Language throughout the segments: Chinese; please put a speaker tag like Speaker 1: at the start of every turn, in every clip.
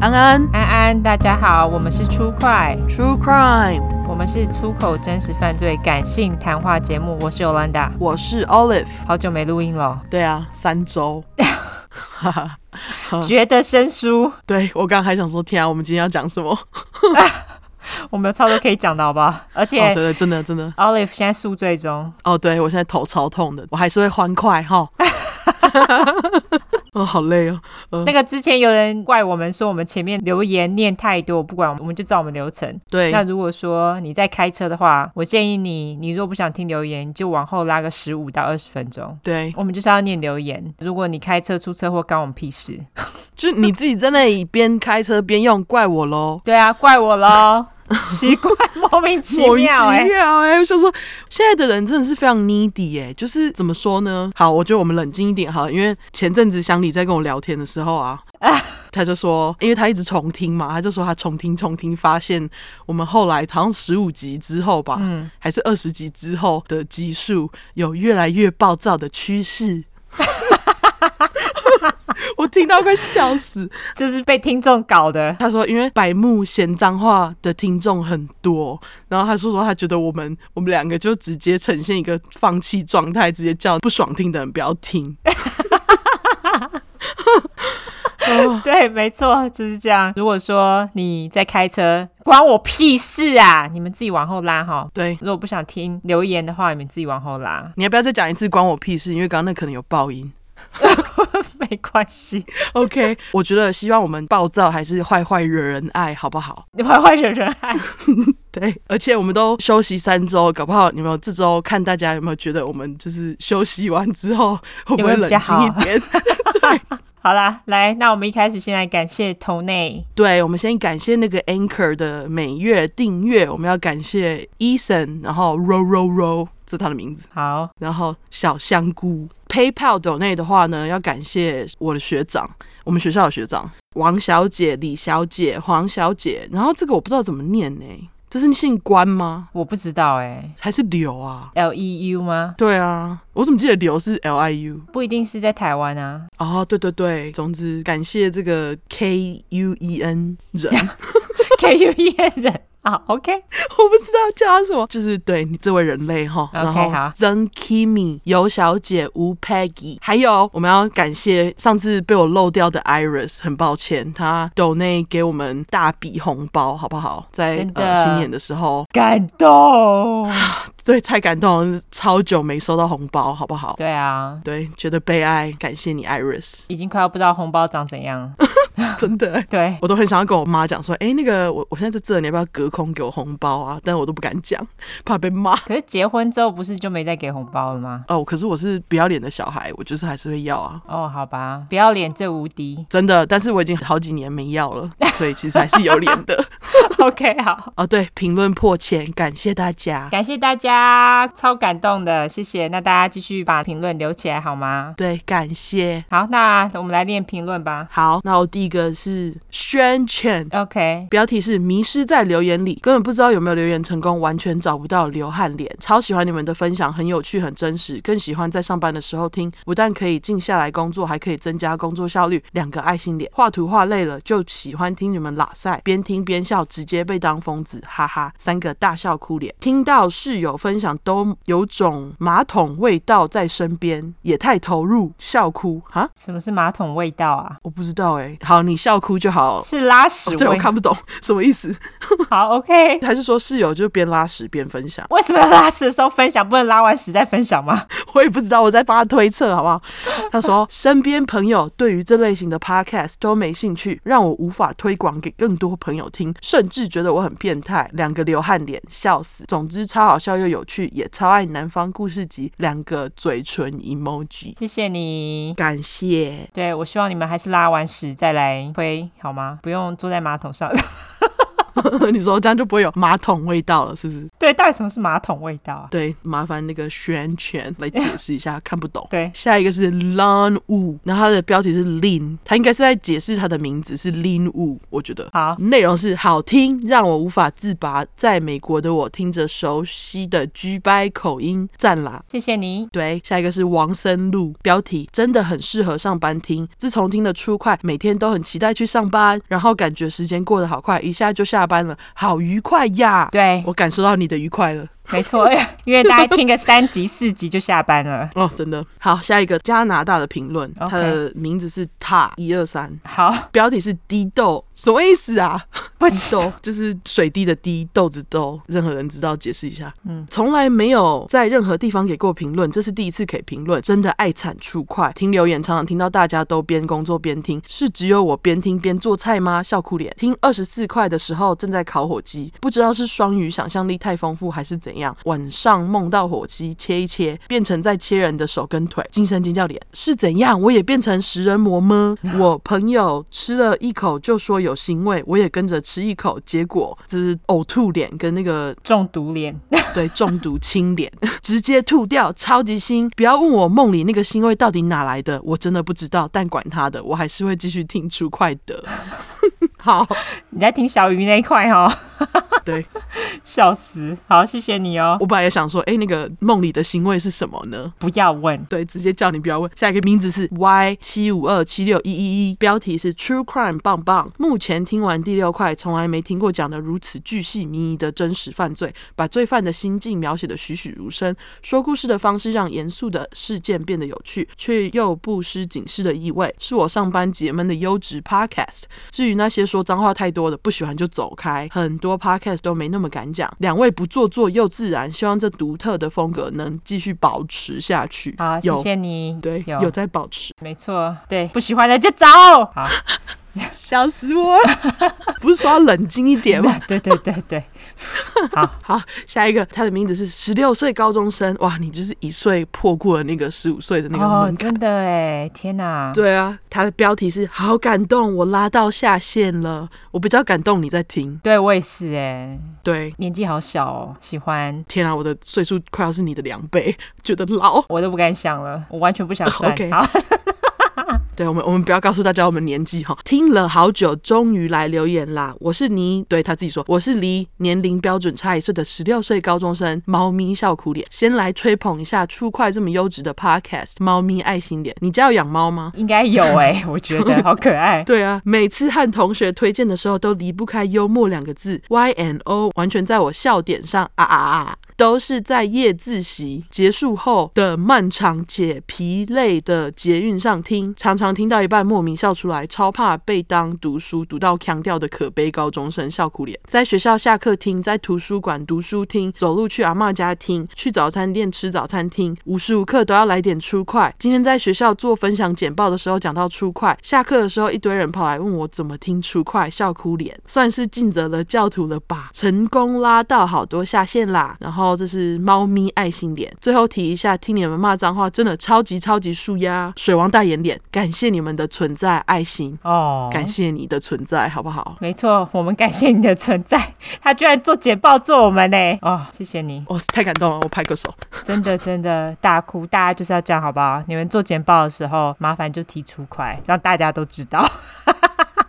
Speaker 1: 安安
Speaker 2: 安安，大家好，我们是出快，
Speaker 1: True Crime，
Speaker 2: 我们是出口真实犯罪感性谈话节目，我是 Yolanda，
Speaker 1: 我是 Olive。
Speaker 2: 好久没录音了，
Speaker 1: 对啊，三周。哈哈，
Speaker 2: 觉得生疏，
Speaker 1: 对我刚刚还想说，天啊，我们今天要讲什么？哦，
Speaker 2: 我们有超多可以讲的好 不好？而
Speaker 1: 哦对
Speaker 2: 且
Speaker 1: 对，真的真的，
Speaker 2: Olive 现在宿醉中，
Speaker 1: 哦，对我现在头超痛的，我还是会欢快哈。 哦，好累哦。
Speaker 2: 那个之前有人怪我们说我们前面留言念太多，不管我们就照我们流程。
Speaker 1: 对，
Speaker 2: 那如果说你在开车的话，我建议你，你如果不想听留言，你就往后拉个十五到二十分钟。
Speaker 1: 对，
Speaker 2: 我们就是要念留言。如果你开车出车祸，关我们屁事。
Speaker 1: 就你自己在那里边开车边用，怪我喽。
Speaker 2: 对啊，怪我喽， 奇怪，莫名 其
Speaker 1: 莫名
Speaker 2: 妙哎、
Speaker 1: 其妙哎、我想说，现在的人真的是非常 needy 哎、就是怎么说呢？好，我觉得我们冷静一点好了，因为前阵子乡里在跟我聊天的时候啊， 他就说，因为他一直重听嘛，他就说他重听重听，发现我们后来好像十五集之后吧，
Speaker 2: 嗯，
Speaker 1: 还是二十集之后的集数有越来越暴躁的趋势。 我听到快笑死，
Speaker 2: 就是被听众搞的。
Speaker 1: 他说，因为百慕嫌脏话的听众很多，然后他说说他觉得我们我们两个就直接呈现一个放弃状态，直接叫不爽听的人不要听。哦
Speaker 2: 对，没错，就是这样。如果说你在开车，关我屁事啊！你们自己往后拉哈。
Speaker 1: 对，
Speaker 2: 如果不想听留言的话，你们自己往后拉，
Speaker 1: 你要不要再讲一次关我屁事？因为刚刚那可能有爆音。
Speaker 2: 没关系。
Speaker 1: OK，我觉得希望我们暴躁还是坏坏惹人爱，好不好？
Speaker 2: 你坏坏惹人爱，
Speaker 1: 对，而且我们都休息三周，搞不好你们这周看大家有没有觉得我们就是休息完之后会不
Speaker 2: 有没
Speaker 1: 会
Speaker 2: 有比
Speaker 1: 冷
Speaker 2: 较
Speaker 1: 静一
Speaker 2: 好
Speaker 1: 点？
Speaker 2: 好啦，来，那我们一开始先来感谢头内，
Speaker 1: 对，我们先感谢那个 Anchor 的每月订阅，我们要感谢 Eason，然后 Row Row Row，这是他的名字，
Speaker 2: 好，
Speaker 1: 然后小香菇。PayPal 斗内的话呢，要感谢我的学长，我们学校的学长王小姐、李小姐、黄小姐，然后这个我不知道怎么念呢、这是姓关吗？
Speaker 2: 我不知道哎、
Speaker 1: 还是刘啊？
Speaker 2: l E U 吗？
Speaker 1: 对啊，我怎么记得刘是 L I U？
Speaker 2: 不一定是在台湾啊，
Speaker 1: 哦，对对对，总之感谢这个 K U E N 人。
Speaker 2: K U E N 人啊，OK，
Speaker 1: 我不知道叫他什么，就是对你这位人类哈。
Speaker 2: OK，
Speaker 1: 然后
Speaker 2: 好
Speaker 1: Zen Kimi、尤小姐、吴 Peggy，还有我们要感谢上次被我漏掉的 Iris，很抱歉，她 donate 给我们大笔红包，好不好？在
Speaker 2: 真的
Speaker 1: 呃新年的时候，
Speaker 2: 感动，
Speaker 1: 对，太感动了，超久没收到红包，好不好？
Speaker 2: 对啊，
Speaker 1: 对，觉得悲哀，感谢你，Iris，
Speaker 2: 已经快要不知道红包长怎样，
Speaker 1: 真的欸。
Speaker 2: 对，
Speaker 1: 我都很想要跟我妈讲说，哎、那个我我现在在这，你要不要隔空给我红包啊？但我都不敢讲，怕被骂。
Speaker 2: 可是结婚之后不是就没再给红包了吗？
Speaker 1: 哦，可是我是不要脸的小孩，我就是还是会要啊，
Speaker 2: 哦，好吧，不要脸最无敌
Speaker 1: 真的。但是我已经好几年没要了，所以其实还是有脸的。
Speaker 2: ，OK，好，
Speaker 1: 哦，对，评论破千，感谢大家。
Speaker 2: 感谢大家，超感动的，谢谢，那大家继续把评论留起来好吗？
Speaker 1: 对，感谢。
Speaker 2: 好，那我们来念评论吧
Speaker 1: 好，那我第一个是宣劝，
Speaker 2: ，OK，
Speaker 1: 标题是“迷失在留言里”，根本不知道有没有留言成功，完全找不到流汗脸。超喜欢你们的分享，很有趣，很真实，更喜欢在上班的时候听，不但可以静下来工作，还可以增加工作效率。两个爱心脸，画图画累了就喜欢听你们拉塞，边听边笑，直接被当疯子，哈哈！三个大笑哭脸，听到室友分享都有种马桶味道在身边，也太投入，笑哭哈！
Speaker 2: 什么是马桶味道啊？
Speaker 1: 我不知道哎、好，你笑哭就好。
Speaker 2: 是拉屎
Speaker 1: 哦对，我
Speaker 2: 味。
Speaker 1: 看不懂什么意思。
Speaker 2: 好，OK。
Speaker 1: 还是说室友就边拉屎边分享？
Speaker 2: 为什么要拉屎的时候分享，不能拉完屎再分享吗？
Speaker 1: 我也不知道，我在帮他推测，好不好？他说身边朋友对于这类型的 podcast 都没兴趣，让我无法推广给更多朋友听，甚至觉得我很变态，两个流汗脸，笑死。总之超好笑又有趣，也超爱南方故事集，两个嘴唇 emoji，
Speaker 2: 谢谢你。
Speaker 1: 感谢。
Speaker 2: 对，我希望你们还是拉完屎再来推好吗？不用坐在马桶上。
Speaker 1: 你说这样就不会有马桶味道了，是不是？
Speaker 2: 对，到底什么是马桶味道啊？
Speaker 1: 对，麻烦那个宣权来解释一下，看不懂。
Speaker 2: 对
Speaker 1: 下一个是 Lin Wu，然后它的标题是 Lin，它应该是在解释它的名字是 Lin Wu，我觉得。
Speaker 2: 好，
Speaker 1: 内容是好听，让我无法自拔。在美国的我听着熟悉的 G 掰口音，赞啦！
Speaker 2: 谢谢你。
Speaker 1: 对，下一个是王生路，标题真的很适合上班听。自从听了初快，每天都很期待去上班，然后感觉时间过得好快，一下就下班了，好愉快呀！
Speaker 2: 对，
Speaker 1: 我感受到你的愉快了。
Speaker 2: 没错， 因为大家听个三集四集就下班了。
Speaker 1: 哦，真的好，下一个加拿大的评论，
Speaker 2: OK
Speaker 1: 它的名字是塔一二三，
Speaker 2: 好，
Speaker 1: 标题是滴豆，什么意思啊？
Speaker 2: 不
Speaker 1: 滴
Speaker 2: 知
Speaker 1: 豆就是水滴的滴，豆子豆，任何人知道解释一下。嗯，从来没有在任何地方给过评论，这是第一次给评论，真的爱产出快。听留言常常听到大家都边工作边听，是只有我边听边做菜吗？笑哭脸。听二十四块的时候正在烤火鸡，不知道是双鱼想象力太丰富还是怎样，晚上梦到火鸡切一切，变成在切人的手跟腿，精神惊叫脸是怎样？我也变成食人魔吗？我朋友吃了一口就说有腥味，我也跟着吃一口，结果这是呕吐脸跟那个
Speaker 2: 中毒脸，
Speaker 1: 对，中毒清脸，直接吐掉，超级腥。不要问我梦里那个腥味到底哪来的，我真的不知道，但管他的，我还是会继续听出快的。 好，
Speaker 2: 你在听小鱼那一块哦，
Speaker 1: 对
Speaker 2: 笑死。好，谢谢你哦，
Speaker 1: 我本来也想说，哎、那个梦里的腥味是什么呢？
Speaker 2: 不要问。
Speaker 1: 对，直接叫你不要问。下一个名字是 Y 七五二七六一一一，标题是 True Crime 棒棒。目前听完第六块，从来没听过讲的如此巨细靡遗的真实犯罪，把罪犯的心境描写的栩栩如生。说故事的方式让严肃的事件变得有趣，却又不失警示的意味，是我上班解闷的优质 Podcast。至于那些说脏话太多的，不喜欢就走开，很多 Podcast 都没那么敢讲。两位不做作又自然，希望这独特的风格能继续保持下去。
Speaker 2: 好，谢
Speaker 1: 有
Speaker 2: 谢你。
Speaker 1: 对，
Speaker 2: 有
Speaker 1: 有在保 持，
Speaker 2: 没错，对，不喜欢的就走。 好，
Speaker 1: 笑死我！ 不是说要冷静一点 吗？
Speaker 2: 对对对 对，
Speaker 1: 好，下一个，他的名字是十六岁高中生，哇，你就是一岁破过了那个十五岁的那个
Speaker 2: 哦，
Speaker 1: 门槛。
Speaker 2: 真的哎，天哪！
Speaker 1: 对啊，他的标题是“好感动，我拉到下线了”，我比较感动你在听。
Speaker 2: 对我也是哎，
Speaker 1: 对，
Speaker 2: 年纪好小哦，喜欢
Speaker 1: 天啊，我的岁数快要是你的两倍，觉得老。
Speaker 2: 我都不敢想了，我完全不想算。
Speaker 1: OK
Speaker 2: 好，
Speaker 1: 对我们，我们不要告诉大家我们年纪哈。听了好久，终于来留言啦！我是离对他自己说，我是离年龄标准差一岁的十六岁高中生，猫咪笑哭脸。先来吹捧一下出快这么优质的 Podcast，猫咪爱心脸。你家有养猫吗？
Speaker 2: 应该有哎，我觉得好可爱。
Speaker 1: 对啊，每次和同学推荐的时候都离不开幽默两个字，Y N O，完全在我笑点上啊啊啊！都是在夜自习结束后的漫长且疲累的捷运上听，常常听到一半莫名笑出来，超怕被当读书读到腔调的可悲高中生笑哭脸。在学校下课听，在图书馆读书听，走路去阿嬷家听，去早餐店吃早餐听，无时无刻都要来点出快。今天在学校做分享简报的时候讲到出快，下课的时候一堆人跑来问我怎么听出快，笑哭脸，算是尽责了教徒了吧，成功拉到好多下线啦。然后这是猫咪爱心脸，最后提一下，听你们骂脏话真的超级超级舒压，水王大眼脸，感谢你们的存在，爱心。
Speaker 2: 哦，
Speaker 1: 感谢你的存在，好不好？
Speaker 2: 没错，我们感谢你的存在。 他居然做简报做我们呢，哦，谢谢你，
Speaker 1: 哦，太感动了，我拍个手。
Speaker 2: 真的 真的大哭，大家就是要这样，好不好？你们做简报的时候，麻烦就提出快，让大家都知道。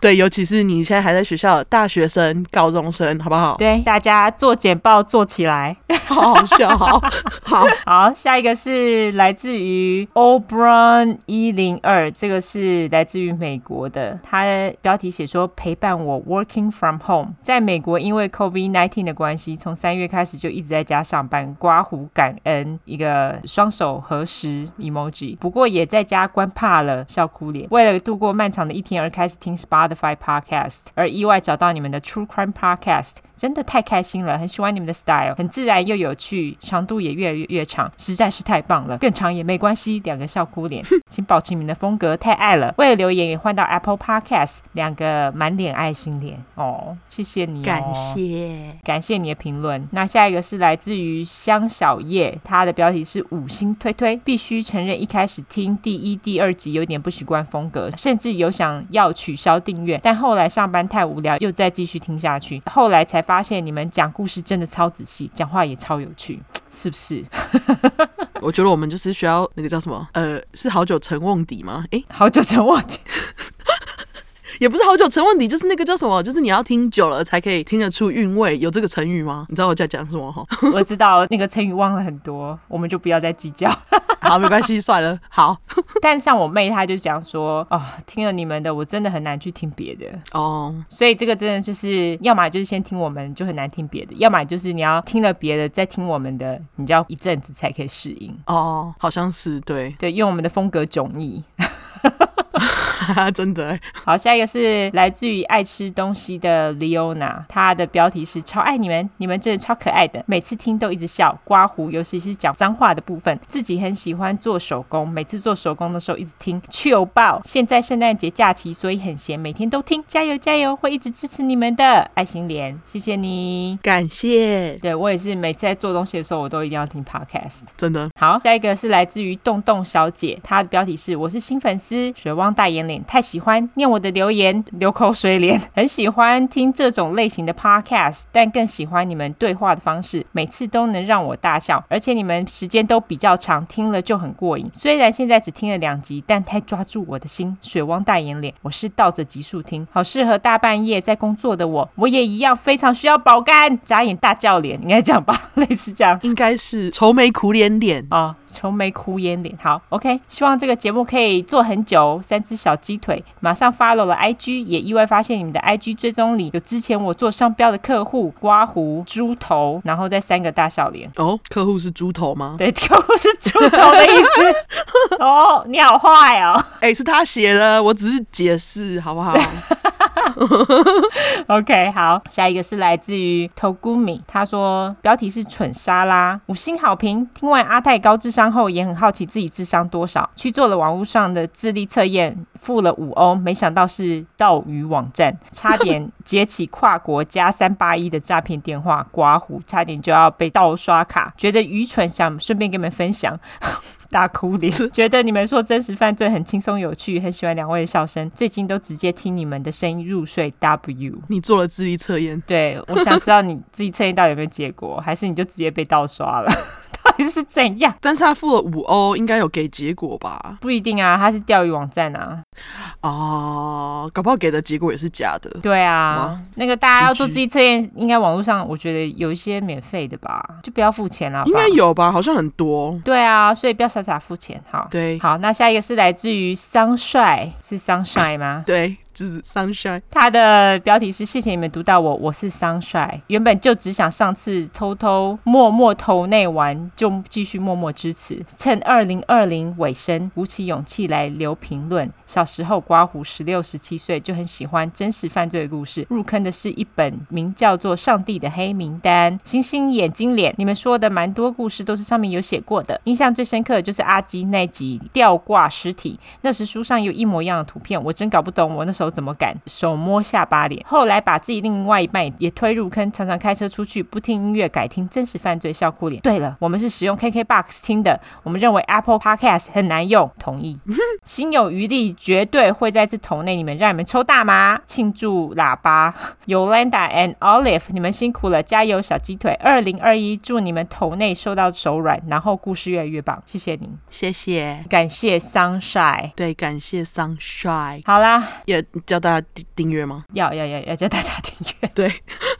Speaker 1: 对，尤其是你现在还在学校的大学生、高中生，好不好？
Speaker 2: 对，大家做简报做起来。
Speaker 1: 好好笑，好 好。
Speaker 2: 好，下一个是来自于 O'Brien 一零二，这个是来自于美国的，它的标题写说陪伴我 working from home，在美国因为 COVID nineteen 的关系，从三月开始就一直在家上班，刮胡感恩一个双手合十 emoji，不过也在家关怕了，笑哭脸。为了度过漫长的一天而开始听 Spotify podcast，而意外找到你们的 True Crime podcast。真的太开心了，很喜欢你们的 style，很自然又有趣，长度也越来越越长，实在是太棒了，更长也没关系。两个笑哭脸，请保持你们的风格，太爱了。为了留言也换到 Apple Podcast，两个满脸爱心脸哦，谢谢你、哦，
Speaker 1: 感谢。
Speaker 2: 感谢你的评论。那下一个是来自于香小叶，他的标题是五星推推。必须承认，一开始听第一、第二集有点不习惯风格，甚至有想要取消订阅，但后来上班太无聊，又再继续听下去。 后来才发现，你们讲故事真的超仔细，讲话也超有趣，是不是？
Speaker 1: 我觉得我们就是需要那个叫什么，呃，是好久成瓮底吗？诶，
Speaker 2: 好久成忘 记。
Speaker 1: 也不是好久成瓮底，就是那个叫什么，就是你要听久了才可以听得出韵味，有这个成语吗？你知道我在讲什么 哈？
Speaker 2: 我知道那个成语忘了很多，我们就不要再计 较。
Speaker 1: 好，没关系，算了。好，
Speaker 2: 但像我妹，她就讲说，哦，听了你们的，我真的很难去听别的。
Speaker 1: 哦，
Speaker 2: 所以这个真的就是，要么就是先听我们，就很难听别的；要么就是你要听了别的，再听我们的，你就要一阵子才可以适应。
Speaker 1: 哦，好像是对，
Speaker 2: 对，因为我们的风格迥异。
Speaker 1: 真的欸
Speaker 2: 好，下一个是来自于爱吃东西的 Leona，她的标题是“超爱你们，你们真的超可爱的”，每次听都一直笑。刮胡，尤其是讲脏话的部分，自己很喜欢做手工，每次做手工的时候一直听，糗爆！现在圣诞节假期，所以很闲，每天都听，加油加油，会一直支持你们的，爱心脸，谢谢你。
Speaker 1: 感谢，
Speaker 2: 对我也是，每次在做东西的时候，我都一定要听 podcast。
Speaker 1: 真的
Speaker 2: 好，下一个是来自于洞洞小姐，她的标题是“我是新粉丝，水汪大眼脸，太喜欢念我的留言，流口水脸，很喜欢听这种类型的 podcast，但更喜欢你们对话的方式，每次都能让我大笑，而且你们时间都比较长，听了就很过瘾。虽然现在只听了两集，但太抓住我的心，水汪大眼脸，我是倒着集数听，好适合大半夜在工作的我，我也一样非常需要保肝，眨眼大叫脸，应该这样吧， 类似这样。
Speaker 1: 应该是愁眉苦脸脸。
Speaker 2: 哦，愁眉苦眼脸。好，OK，希望这个节目可以做很久。三只小鸡腿马上 follow 了 IG，也意外发现你们的 IG 追踪里有之前我做商标的客户刮胡、猪头，然后再三个大笑脸。
Speaker 1: 哦，客户是猪头吗？
Speaker 2: 对，客户是猪头的意思。哦，你好坏哦。
Speaker 1: 哎、是他写的，我只是解释，好不 好？
Speaker 2: OK，好，下一个是来自于 Togumi，他说标题是“蠢沙拉”，五星好评。听完阿泰高智商后，也很好奇自己智商多少，去做了网络上的智力测验，付了五欧，没想到是盗鱼网站，差点接起跨国加三八一的诈骗电话，刮胡，差点就要被盗刷卡，觉得愚蠢，想顺便跟你们分享。 大哭脸，觉得你们说真实犯罪很轻松有趣，很喜欢两位的笑声，最近都直接听你们的声音入睡。W，
Speaker 1: 你做了智力测验，
Speaker 2: 对我想知道你自己测验到底有没有结果，还是你就直接被盗刷了？ 到底是怎样？
Speaker 1: 但是他付了五欧，应该有给结果吧？
Speaker 2: 不一定啊，它是钓鱼网站啊。
Speaker 1: 哦，搞不好给的结果也是假的。
Speaker 2: 对啊
Speaker 1: 哇，
Speaker 2: 那个大家要做
Speaker 1: GG
Speaker 2: 自己测验，应该网络上我觉得有一些免费的吧，就不要付钱了。
Speaker 1: 应该。有吧，好像很多。
Speaker 2: 对啊，所以不要傻傻付钱。好，
Speaker 1: 对
Speaker 2: 好，那下一个是来自于桑帅，是桑帅吗？
Speaker 1: 对，就是 sunshine。
Speaker 2: 他的标题是“谢谢你们读到我，我是桑帅”。原本就只想上次偷偷默默投内玩，就继续默默支持。趁二零二零尾声，鼓起勇气来留评论。小时候刮胡，十六十七岁就很喜欢真实犯罪的故事。入坑的是一本名叫做《上帝的黑名单》，星星眼睛脸。你们说的蛮多故事都是上面有写过的。印象最深刻的就是阿基那集吊挂尸体，那时书上有一模一样的图片，我真搞不懂我那时候怎么敢手摸下巴脸。后来把自己另外一半也推入坑，常常开车出去不听音乐，改听真实犯罪笑哭脸。对了，我们是使用 KKBOX 听的，我们认为 Apple Podcast 很难用，同意。心有余力，绝对会在这头内你们让你们抽大麻，庆祝喇叭。Yolanda and Olive，你们辛苦了，加油，小鸡腿。二零二一，祝你们头内受到手软，然后故事越来越棒，谢谢您，
Speaker 1: 谢谢。
Speaker 2: 感谢 Sunshine。
Speaker 1: 对，感谢 sunshine，
Speaker 2: 好啦，
Speaker 1: 也叫大家订订阅吗？
Speaker 2: 要要要要叫大家订阅，
Speaker 1: 对，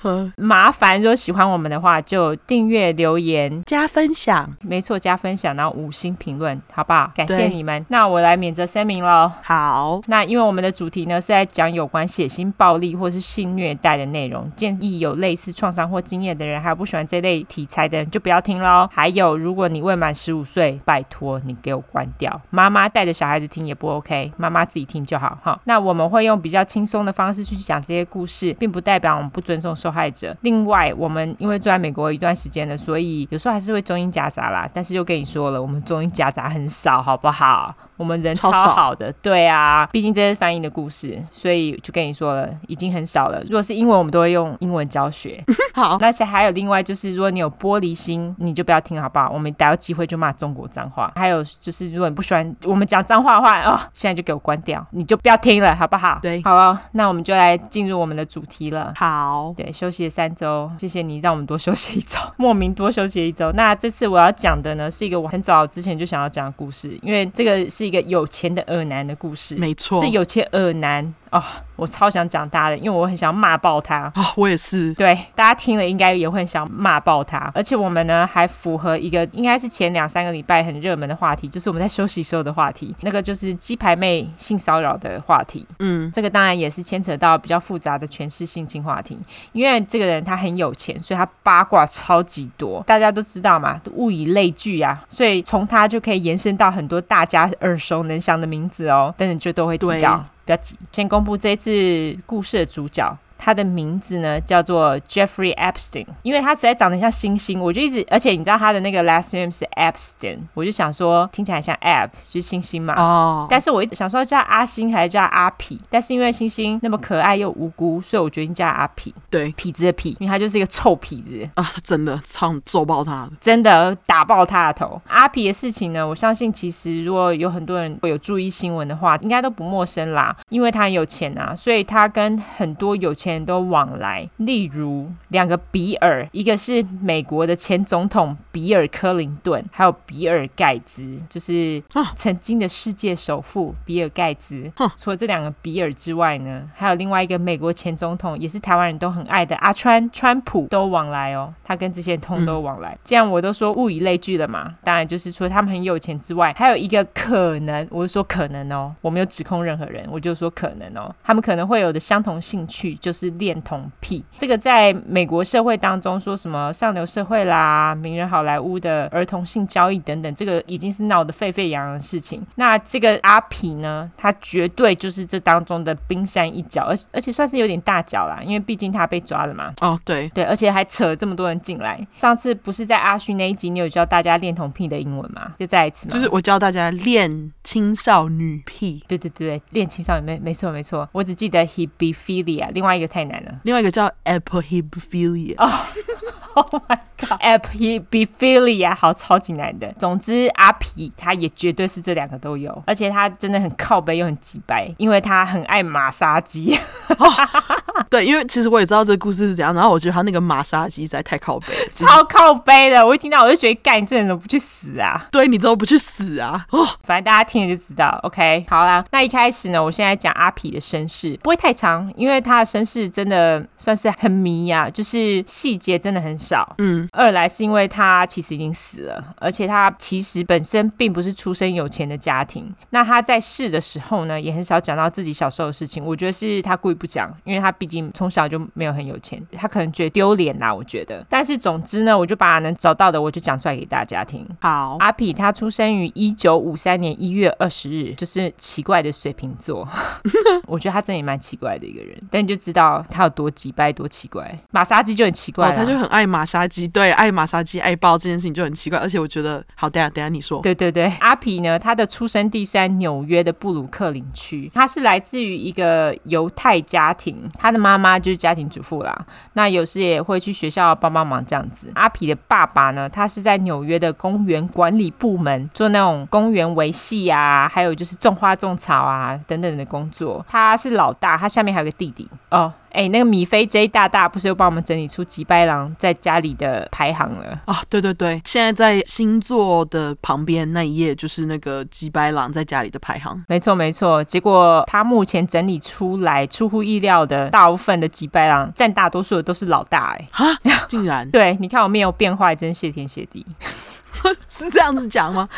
Speaker 1: 呃
Speaker 2: 麻烦如果喜欢我们的话，就订阅留言。
Speaker 1: 加分享。
Speaker 2: 没错，加分享，然后五星评论，好不好？感谢
Speaker 1: 对
Speaker 2: 你们。那我来免责声明喽。
Speaker 1: 好，
Speaker 2: 那因为我们的主题呢是在讲有关血腥暴力或是性虐待的内容，建议有类似创伤或经验的人，还有不喜欢这类题材的人就不要听喽。还有，如果你未满十五岁，拜托你给我关掉。妈妈带着小孩子听也不 OK，妈妈自己听就好哈。那我们会会用比较轻松的方式去讲这些故事，并不代表我们不尊重受害者。另外，我们因为住在美国一段时间了，所以有时候还是会中英夹杂啦。但是又跟你说了，我们中英夹杂很少，好不好？我们人超
Speaker 1: 超少
Speaker 2: 好的，对啊，毕竟这是翻译的故事，所以就跟你说了，已经很少了。如果是英文，我们都会用英文教学。
Speaker 1: 好，
Speaker 2: 那且还有另外就是，如果你有玻璃心，你就不要听，好不好？我们逮到机会就骂中国脏话。还有就是，如果你不喜欢我们讲脏话的话，哦，现在就给我关掉，你就不要听了，好不好？
Speaker 1: 对
Speaker 2: 好了，那我们就来进入我们的主题了。
Speaker 1: 好，
Speaker 2: 对，休息了三周，谢谢你让我们多休息一周， 莫名多休息一周。那这次我要讲的呢，是一个我很早之前就想要讲的故事，因为这个是一个有钱的恶男的故事。
Speaker 1: 没错
Speaker 2: 这。有钱恶男哦，我超想讲他的，因为我很想骂爆他。
Speaker 1: 啊、我也是，
Speaker 2: 对，大家听了应该也会很想骂爆他。而且我们呢还符合一个应该是前两三个礼拜很热门的话题，就是我们在休息时候的话题，那个就是鸡排妹性骚扰的话题。
Speaker 1: 嗯，
Speaker 2: 这个当然也是牵扯到比较复杂的权势性侵话题，因为这个人他很有钱，所以他八卦超级多，大家都知道嘛，物以类聚啊，所以从他就可以延伸到很多大家耳熟能详的名字哦，等等就都会提到
Speaker 1: 对。
Speaker 2: 不要急，先公布这次故事的主角。他的名字呢叫做 Jeffrey Epstein，因为他实在长得像星星，我就一直，而且你知道他的那个 last name 是 Epstein，我就想说听起来像 Ep，就是星星嘛。
Speaker 1: 哦，
Speaker 2: 但是我一直想说叫阿星还是叫阿痞，但是因为星星那么可爱又无辜，所以我决定叫阿痞，
Speaker 1: 对
Speaker 2: 痞子的痞，因为他就是一个臭痞子，
Speaker 1: 啊，他真的唱揍爆他的，
Speaker 2: 真的打爆他的头。阿痞的事情呢，我相信其实如果有很多人有注意新闻的话，应该都不陌生啦，因为他很有钱啊，所以他跟很多有钱人都往来。例如两个比尔，一个是美国的前总统比尔·克林顿，还有比尔·盖茨，就是
Speaker 1: 啊
Speaker 2: 曾经的世界首富比尔·盖茨。
Speaker 1: 哼
Speaker 2: 除了这两个比尔之外呢，还有另外一个美国前总统，也是台湾人都很爱的阿川川普都往来哦，他跟这些人通都往来。既然我都说物以类聚了嘛，当然就是除了他们很有钱之外，还有一个可能，我是说可能哦，我没有指控任何人，我就说可能哦，他们可能会有的相同兴趣就是恋童癖。这个在美国社会当中说什么上流社会啦、名人好莱坞的儿童性交易等等，这个已经是闹得沸沸扬扬的事情。那这个阿皮呢，他绝对就是这当中的冰山一角，而而且算是有点大角啦，因为毕竟他被抓了嘛。
Speaker 1: 哦，对，
Speaker 2: 对，而且还扯了这么多人进来。上次不是在阿勋那一集，你有教大家恋童癖的英文吗？就再一次吗？
Speaker 1: 就是我教大家练青少女癖，
Speaker 2: 对对对对，恋青少年没没错没错，我只记得 hebephilia，另外一个太难了。
Speaker 1: 另外一个叫 apophilia，、
Speaker 2: Oh my god! Epiphilia，好，超级难的。总之，阿皮他也绝对是这两个都有，而且他真的很靠背又很鸡掰，因为他很爱马杀鸡。
Speaker 1: 对，因为其实我也知道这个故事是怎样，然后我觉得他那个马杀鸡实在太靠背了，就是
Speaker 2: 超靠背的，我一听到我就觉得干，你这人怎么不去死啊？
Speaker 1: 对你怎么不去死啊？哦，
Speaker 2: 反正大家听了就知道。OK，好啦，那一开始呢，我现在讲阿皮的身世，不会太长，因为他的身世真的算是很迷啊，就是细节真的很少。
Speaker 1: 嗯，
Speaker 2: 二来是因为他其实已经死了，而且他其实本身并不是出身有钱的家庭。那他在世的时候呢，也很少讲到自己小时候的事情。我觉得是他故意不讲，因为他毕竟从小就没有很有钱，他可能觉得丢脸啦。我觉得，但是总之呢，我就把能找到的我就讲出来给大家听。
Speaker 1: 好，
Speaker 2: 阿痞他出生于一九五三年一月二十日，就是奇怪的水瓶 座。我觉得他真的也蛮奇怪的一个人，但你就知道他有多奇掰、多奇怪。马杀鸡就很奇怪、啊
Speaker 1: 哦，
Speaker 2: 啦。
Speaker 1: 他就很爱马杀鸡，对，爱马杀鸡爱爆这件事情就很奇怪，而且我觉得，好，等一下等一下你说，
Speaker 2: 对对对，阿皮呢，他的出生地是在纽约的布鲁克林区，他是来自于一个犹太家庭，他的妈妈就是家庭主妇啦。那有时也会去学校帮帮忙这样子。阿皮的爸爸呢，他是在纽约的公园管理部门做那种公园维系啊，还有就是种花种草啊等等的工作。他是老大，他下面还有个弟弟哦。哎，那个米菲 J 大大不是又帮我们整理出吉拜郎在家里的排行了？
Speaker 1: 啊、对对对，现在在星座的旁边那一页就是那个吉白狼在家里的排行，
Speaker 2: 没错，没错。结果他目前整理出来，出乎意料的，大部分的几白狼占大多数的都是老大、哎，
Speaker 1: 哈，竟 然
Speaker 2: 对，你看我面有变化，真谢天谢地。
Speaker 1: 是这样子讲吗？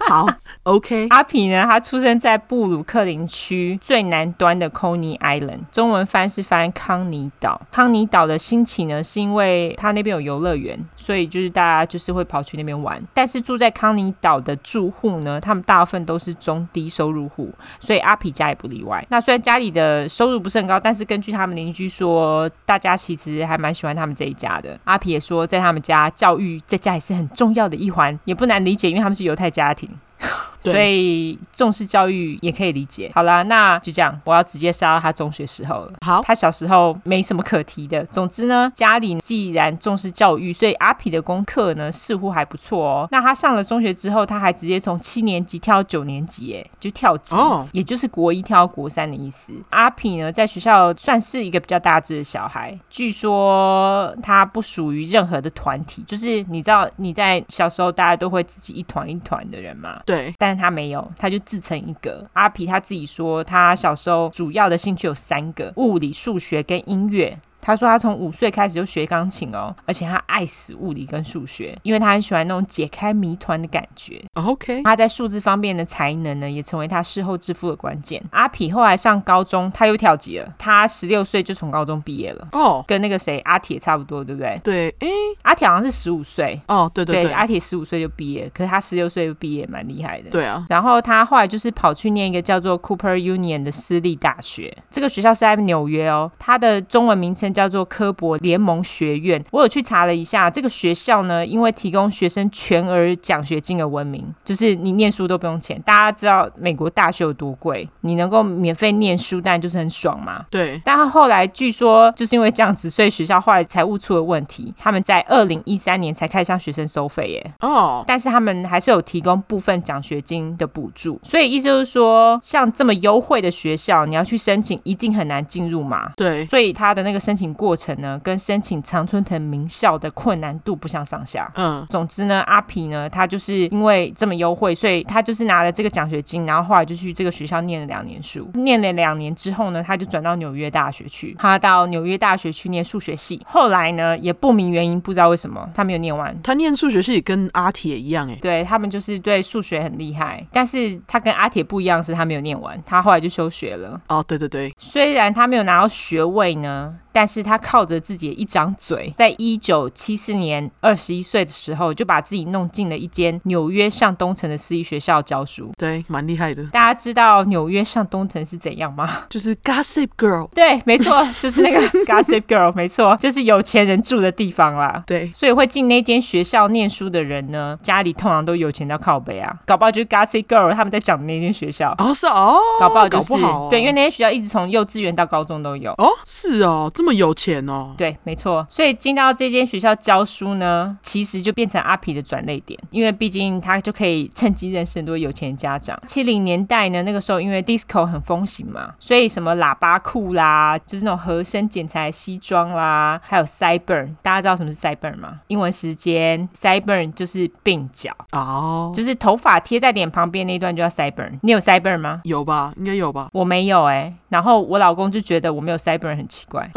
Speaker 1: 好，OK，
Speaker 2: 阿皮呢，他出生在布鲁克林区最南端的 Coney Island，中文翻是翻康尼岛。康尼岛的兴起呢，是因为它那边有游乐园，所以就是大家就是会跑去那边玩。但是住在康尼岛的住户呢，他们大部分都是中低收入户，所以阿皮家也不例外。那虽然家里的收入不是很高，但是根据他们邻居说，大家其实还蛮喜欢他们这一家的。阿皮也说，在他们家教育在家也是很重要的一环，也不难理解，因为他们是犹太家庭。
Speaker 1: 对
Speaker 2: 所以重视教育也可以理解。好啦，那就这样，我要直接杀到他中学时候了。
Speaker 1: 好，
Speaker 2: 他小时候没什么可提的。总之呢，家里既然重视教育，所以阿皮的功课呢似乎还不错哦。那他上了中学之后，他还直接从七年级跳到九年级，哎，就跳级，
Speaker 1: 哦
Speaker 2: 也就是国一跳到国三的意思。阿皮呢，在学校算是一个比较大只的小孩，据说他不属于任何的团体，就是你知道你在小时候大家都会自己一团一团的人嘛，
Speaker 1: 对，
Speaker 2: 但是他没有，他就自成一格。阿皮他自己说，他小时候主要的兴趣有三个：物理、数学跟音乐。他说他从五岁开始就学钢琴哦，而且他爱死物理跟数学，因为他很喜欢那种解开谜团的感觉。
Speaker 1: ，OK，
Speaker 2: 他在数字方面的才能呢，也成为他事后致富的关键。阿皮后来上高中，他又跳级了，他十六岁就从高中毕业了，
Speaker 1: 哦，
Speaker 2: 跟那个谁阿铁差不多，对不对？
Speaker 1: 对，诶，
Speaker 2: 阿铁好像是十五岁，
Speaker 1: 哦，对对
Speaker 2: 阿铁十五岁就毕业，可是他十六岁就毕业，蛮厉害的。
Speaker 1: 对啊，
Speaker 2: 然后他后来就是跑去念一个叫做 Cooper Union 的私立大学，这个学校是在纽约哦，它的中文名称叫做科博联盟学院。我有去查了一下，这个学校呢，因为提供学生全额奖学金而闻名，就是你念书都不用钱。大家知道美国大学有多贵，你能够免费念书，当然就是很爽嘛。
Speaker 1: 对，
Speaker 2: 但他后来据说就是因为这样子，所以学校后来财务出了问题，他们在二零一三年才开始向学生收费耶。
Speaker 1: 哦，
Speaker 2: 但是他们还是有提供部分奖学金的补助，所以意思就是说，像这么优惠的学校，你要去申请，一定很难进入嘛。
Speaker 1: 对，
Speaker 2: 所以他的那个申请过程呢，跟申请常春藤名校的困难度不相上下。
Speaker 1: 嗯，
Speaker 2: 总之呢，阿皮呢，他就是因为这么优惠，所以他就是拿了这个奖学金，然后后来就去这个学校念了两年书。念了两年之后呢，他就转到纽约大学去，他到纽约大学去念数学系。后来呢，也不明原因，不知道为什么他没有念完，
Speaker 1: 他念数学系也跟阿铁一样，诶，欸
Speaker 2: 对他们就是对数学很厉害，但是他跟阿铁不一样，是他没有念完，他后来就休学了。
Speaker 1: 哦，对对对，
Speaker 2: 虽然他没有拿到学位呢，但是他靠着自己的一张嘴，在一九七四年二十一岁的时候，就把自己弄进了一间纽约上东城的私立学校教书。
Speaker 1: 对，蛮厉害的，
Speaker 2: 大家知道纽约上东城是怎样吗？
Speaker 1: 就是 Gossip Girl，
Speaker 2: 对，没错，就是那个 Gossip Girl，没错，就是有钱人住的地方啦。
Speaker 1: 对，
Speaker 2: 所以会进那间学校念书的人呢，家里通常都有钱到靠背啊，搞不好就是 Gossip Girl 他们在讲的那间学校，
Speaker 1: 哦是哦，
Speaker 2: 搞不好就是
Speaker 1: 搞不好哦
Speaker 2: 对，因为那间学校一直从幼稚园到高中都有。
Speaker 1: 哦是哦，这么有钱哦，
Speaker 2: 对，没错。所以进到这间学校教书呢，其实就变成阿皮的转泪点，因为毕竟他就可以趁机认识很多有钱的家长。七零年代呢，那个时候因为 disco 很风行嘛，所以什么喇叭裤啦，就是那种合身剪裁西装啦，还有 sideburn，大家知道什么是 sideburn 吗？英文时间 sideburn 就是鬓角，
Speaker 1: 哦，
Speaker 2: 就是头发贴在脸旁边那一段就叫 sideburn。你有 sideburn 吗？
Speaker 1: 有吧，应该有吧，
Speaker 2: 我没有哎、然后我老公就觉得我没有 sideburn 很奇怪，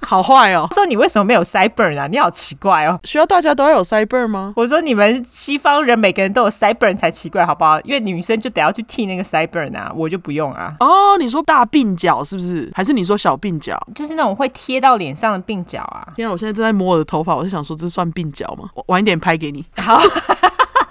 Speaker 1: 好坏哦，
Speaker 2: 说你为什么没有 sideburn 啊？你好奇怪哦。
Speaker 1: 需要大家都要有 Cyber 吗？
Speaker 2: 我说你们西方人每个人都有 sideburn 才奇怪，好不好？因为女生就得要去剃那个 sideburn 啊，我就不用啊，
Speaker 1: 哦，你说大鬓角是不是？还是你说小鬓角？
Speaker 2: 就是那种会贴到脸上的鬓角啊。
Speaker 1: 天啊，我现在正在摸我的头发，我在想说这算鬓角吗？我晚一点拍给你。
Speaker 2: 好。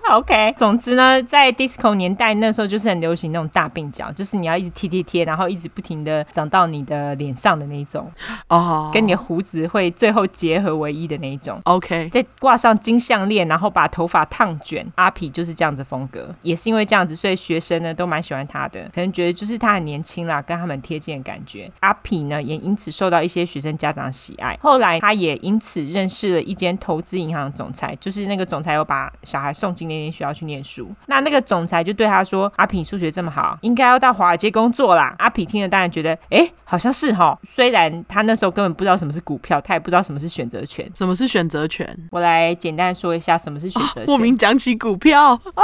Speaker 2: OK，总之呢，在 disco 年代那时候就是很流行那种大鬓角，就是你要一直贴贴贴，然后一直不停的长到你的脸上的那一种，
Speaker 1: 哦，
Speaker 2: 跟你的胡子会最后结合为一的那一种。
Speaker 1: OK，
Speaker 2: 再挂上金项链，然后把头发烫卷。阿皮就是这样子风格，也是因为这样子，所以学生呢都蛮喜欢他的，可能觉得就是他很年轻啦，跟他们贴近的感觉。阿皮呢也因此受到一些学生家长的喜爱。后来他也因此认识了一间投资银行的总裁，就是那个总裁有把小孩送进那间学校去念书。那那个总裁就对他说：“阿皮，你数学这么好，应该要到华尔街工作啦。”阿皮听了当然觉得，诶，好像是哈。虽然他那时候根本不知道什么是股票，他也不知道什么是选择权。
Speaker 1: 什么是选择权？
Speaker 2: 我来简
Speaker 1: 啊
Speaker 2: 单说一下什么是选择权。
Speaker 1: 莫名讲起股票啊，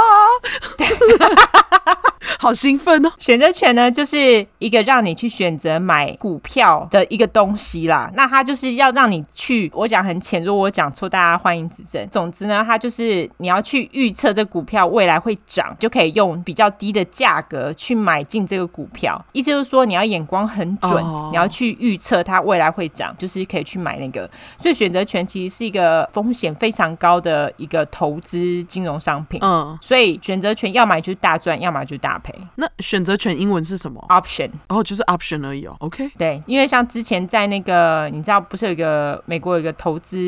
Speaker 1: 好兴奋哦！
Speaker 2: 选择权呢，就是一个让你去选择买股票的一个东西啦。那它就是要让你去，我讲很浅，如果我讲错，大家欢迎指正。总之呢，它就是你要去预测这股票未来会涨，就可以用比较低的价格去买进这个股票。意思就是说，你要眼光很准
Speaker 1: 哦
Speaker 2: 你要去预测它未来会涨，就是可以去买那个。所以选择权其实是一个风险非常高的一个投资金融商品。
Speaker 1: 嗯，
Speaker 2: 所以选择权要么就是大赚，要么就是大赔。
Speaker 1: 那选择权英文是什么？
Speaker 2: Option
Speaker 1: 哦，就是 option 而已哦。OK，
Speaker 2: 对，因为像之前在那个，你知道，不是有一个美国有一个投资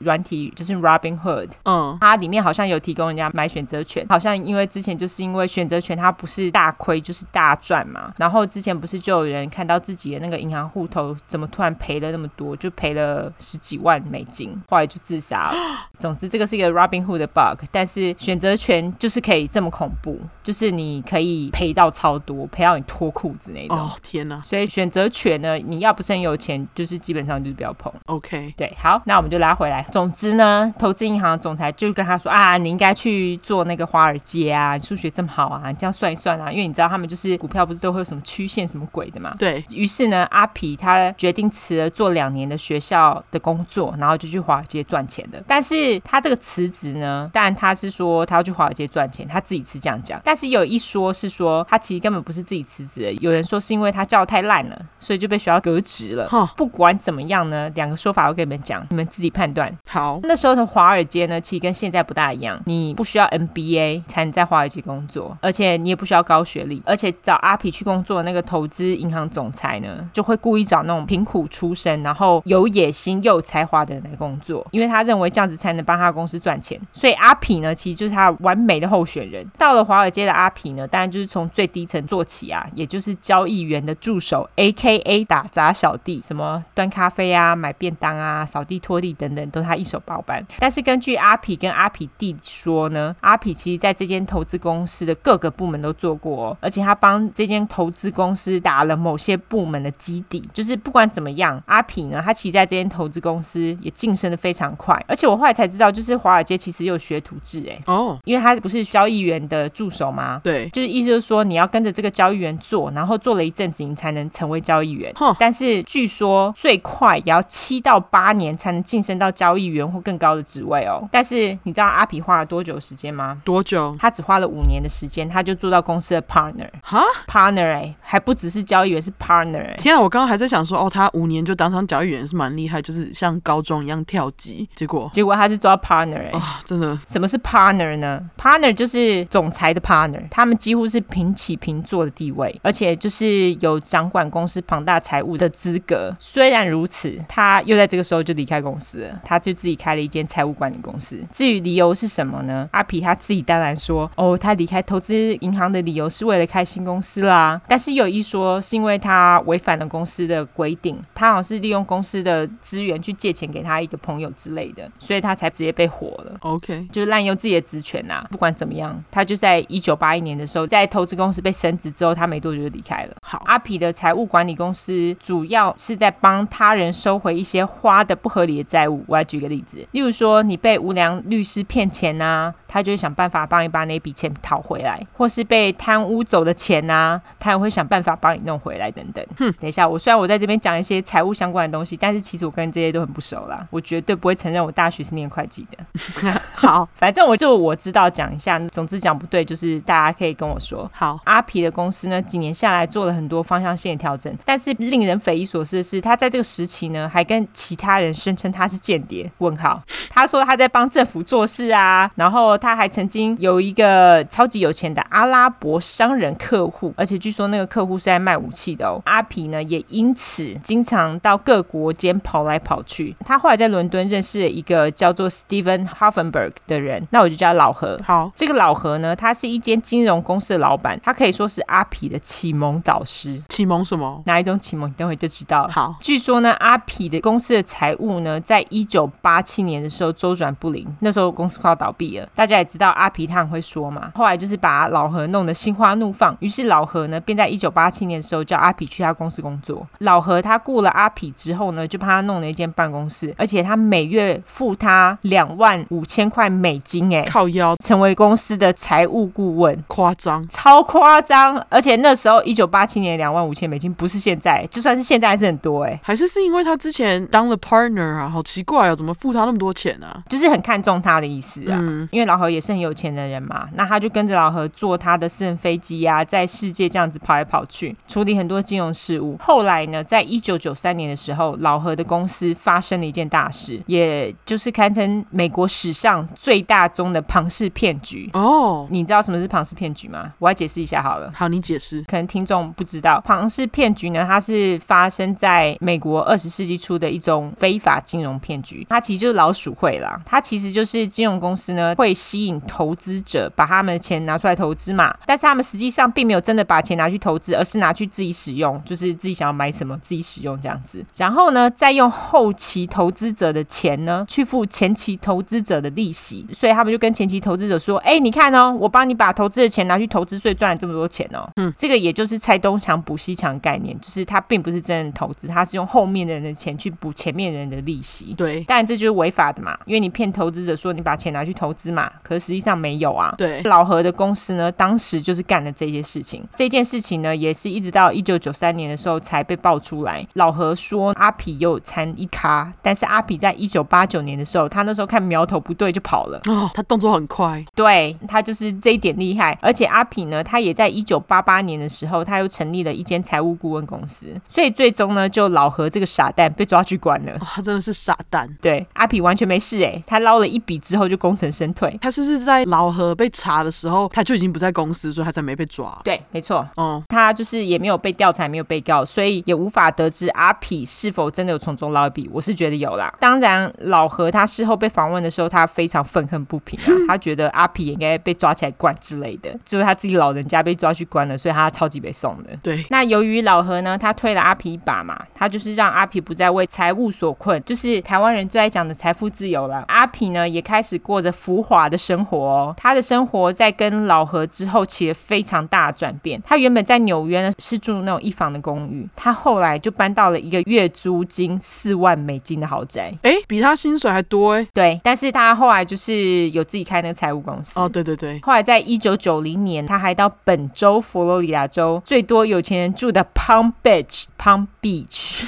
Speaker 2: 软体，就是 Robinhood，
Speaker 1: 嗯，
Speaker 2: 它里面好像有提供人家买选择权，好像因为之前就是因为选择权它不是大亏就是大赚嘛，然后之前不是就有人看到自己的那个银行户头怎么突然赔了那么多，就赔了十几万美金，后来就自杀了。 总之，这个是一个 Robinhood 的 bug，但是选择权就是可以这么恐怖，就是你可以赔到超多，赔到你脱裤子那种。
Speaker 1: 哦，天哪
Speaker 2: 所以选择权呢，你要不是很有钱，就是基本上就是不要碰。
Speaker 1: ，OK，
Speaker 2: 对，好，那我们就拉回来。总之呢，投资银行总裁就跟他说啊，你应该去做那个华尔街啊，你数学这么好啊，你这样算一算啊，因为你知道他们就是股票不是都会有什么曲线什么鬼的嘛。
Speaker 1: 对，
Speaker 2: 于是呢，阿皮他决定辞了做两年的学校的工作，然后就去华尔街赚钱的。但是他这个辞职呢，当然他是说他要去华尔街赚钱，他自己是这样讲。但是有一说是说他其实根本不是自己辞职的，有人说是因为他教得太烂了，所以就被学校革职了。
Speaker 1: 哈，
Speaker 2: 不管怎么样呢，两个说法我跟你们讲，你们自己判断。
Speaker 1: 好，
Speaker 2: 那时候的华尔街呢，其实跟现在不大一样，你不需要 MBA 才能在华尔街工作，而且你也不需要高学历，而且找阿皮去工作的那个投资银行总裁呢，就会故意找那种贫苦出身，然后有野心又有才华的人来工作，因为他认为这样子才能帮他公司赚钱。所以阿皮呢，其实就是他完美的候选人。到了华尔街的阿皮呢，当然就是从最低层做起啊，也就是交易员的助手，A K A 打杂小弟，什么端咖啡啊、买便当啊、扫地拖地等等，都是他一手包办。但是根据阿皮跟阿皮弟说呢，阿皮其实在这间投资公司的各个部门都做过、哦，而且他帮这间投资公司打了某些部门的基底。就是不管怎么样，阿皮呢，他其实在这间投资公司也晋升的非常快。而且我后来才知道，就是华尔街其实也有学徒制，诶，
Speaker 1: 哦，
Speaker 2: 因为他不是交易员的助手吗？
Speaker 1: 对，
Speaker 2: 就是意思就是说，你要跟着这个交易员做，然后做了一阵子，你才能成为交易员
Speaker 1: 哼。
Speaker 2: 但是据说最快也要七到八年才能晋升到交易员或更高的职位哦。但是你知道阿皮花了多久时间吗？
Speaker 1: 多久？
Speaker 2: 他只花了五年的时间，他就做到公司的 partner
Speaker 1: 哈，
Speaker 2: partner 哎、还不只是交易员，是 partner 哎、
Speaker 1: 天啊！我刚刚还在想说，哦，他五年就当上交易员是蛮厉害，就是像高中一样跳级，结果
Speaker 2: 结果他是做到 partner 哎、
Speaker 1: 啊，真的
Speaker 2: 什么是 partner 呢？partner 就是总裁的 partner，他们几乎是平起平坐的地位，而且就是有掌管公司庞大财务的资格。虽然如此，他又在这个时候就离开公司了，他就自己开了一间财务管理公司。至于理由是什么呢？阿皮他自己当然说，哦，他离开投资银行的理由是为了开新公司啦。但是有一说是因为他违反了公司的规定，他好像是利用公司的资源去借钱给他一个朋友之类的，所以他才直接被火了。
Speaker 1: OK，
Speaker 2: 就是滥用自己的职权呐、啊不管怎么样，他就在一九八一年的时候，在投资公司被升职之后，他没多久就离开了。
Speaker 1: 好
Speaker 2: 阿皮的财务管理公司主要是在帮他人收回一些花的不合理的债务。我来举个例子，例如说你被无良律师骗钱呐、他就会想办法帮你把那笔钱讨回来；或是被贪污走的钱呐、他也会想办法帮你弄回来等等。哼，等一下，我虽然我在这边讲一些财务相关的东西，但是其实我跟这些都很不熟啦。我绝对不会承认我大学是念会计的。
Speaker 1: 好
Speaker 2: 反正我就我知道讲一下，总之讲不对就是大家可以跟我说。
Speaker 1: 好，
Speaker 2: 阿皮的公司呢，几年下来做了很多方向性的调整，但是令人匪夷所思的是，他在这个时期呢，还跟其他人声称他是间谍。问号， 他说他在帮政府做事啊，然后他还曾经有一个超级有钱的阿拉伯商人客户，而且据说那个客户是在卖武器的哦。阿皮呢，也因此经常到各国间跑来跑去。他后来在伦敦认识了一个叫做 Steven Hoffenberg 的人，那我就叫他老何。
Speaker 1: 好，
Speaker 2: 这个老何呢，他是一间金融公司的老板，他可以说是阿皮的启蒙导师。
Speaker 1: 启蒙什么？
Speaker 2: 哪一种启蒙，你等会就知道了。
Speaker 1: 好
Speaker 2: 据说呢，阿皮的公司的财务呢，在一九八七年的时候周转不灵，那时候公司快要倒闭了，大大家也知道阿皮他很会说嘛，后来就是把老何弄得心花怒放，于是老何呢便在一九八七年的时候叫阿皮去他公司工作。老何他雇了阿皮之后呢，就帮他弄了一间办公室，而且他每月付他两万五千块美金，哎，
Speaker 1: 靠腰
Speaker 2: 成为公司的财务顾问。
Speaker 1: 夸张，
Speaker 2: 超夸张！而且那时候一九八七年两万五千美金不是现在，就算是现在还是很多哎、
Speaker 1: 还是是因为他之前当了 partner 啊，好奇怪哦，怎么付他那么多钱啊？
Speaker 2: 就是很看重他的意思啊。
Speaker 1: 嗯，
Speaker 2: 因为老何也是很有钱的人嘛，那他就跟着老何坐他的私人飞机啊，在世界这样子跑来跑去，处理很多金融事务。后来呢，在一九九三年的时候，老何的公司发生了一件大事，也就是堪称美国史上最大宗的庞氏骗局。
Speaker 1: 哦，
Speaker 2: 你知道什么是庞氏骗局吗？我来解释一下好了。
Speaker 1: 好，你解释。
Speaker 2: 可能听众不知道，庞氏骗局呢，它是发生在美国二十世纪初的一种非法金融骗局。它其实就是老鼠会啦，它其实就是金融公司呢会吸引投资者把他们的钱拿出来投资嘛，但是他们实际上并没有真的把钱拿去投资，而是拿去自己使用，就是自己想要买什么自己使用这样子。然后呢，再用后期投资者的钱呢去付前期投资者的利息，所以他们就跟前期投资者说：“哎、你看哦，我帮你把投资的钱拿去投资，所以赚了这么多钱哦。”这个也就是拆东墙补西墙的概念，就是它并不是真的投资，它是用后面的人的钱去补前面人的利息。
Speaker 1: 对
Speaker 2: 但这就是违法的嘛，因为你骗投资者说你把钱拿去投资嘛，可是实际上没有啊。
Speaker 1: 对，
Speaker 2: 老何的公司呢，当时就是干了这些事情。这件事情呢，也是一直到一九九三年的时候才被爆出来。老何说阿痞也有参一咖，但是阿痞在一九八九年的时候，他那时候看苗头不对就跑了。
Speaker 1: 哦，他动作很快，
Speaker 2: 对他就是这一点厉害，而且阿皮呢，他也在一九八八年的时候，他又成立了一间财务顾问公司，所以最终呢，就老何这个傻蛋被抓去关了。
Speaker 1: 哦、他真的是傻蛋。
Speaker 2: 对，阿皮完全没事诶、欸他捞了一笔之后就功成身退。
Speaker 1: 他是不是在老何被查的时候，他就已经不在公司，所以他才没被抓？
Speaker 2: 对，没错，
Speaker 1: 哦，
Speaker 2: 他就是也没有被调查，也没有被告，所以也无法得知阿痞是否真的有从中捞一笔。我是觉得有啦。当然，老何他事后被访问的时候，他非常愤恨不平啊，他觉得阿痞也应该被抓起来关之类的，就是他自己老人家被抓去关了，所以他超级被送的。
Speaker 1: 对，
Speaker 2: 那由于老何呢，他推了阿皮一把嘛，他就是让阿皮不再为财务所困，就是台湾人最爱讲的财富自由了。阿皮呢，也开始过着浮华的生活哦。他的生活在跟老何之后起了非常大的转变。他原本在纽约呢是住那种一房的公寓，他后来就搬到了一个月租金四万美金的豪宅。
Speaker 1: 诶，比他薪水还多诶。
Speaker 2: 对，但是他后来就是有自己开那个财务公司
Speaker 1: 哦，对对对，
Speaker 2: 后来在一九九零年，他还到本州佛罗里达州最多有钱人住的 Palm Beach Palm Beach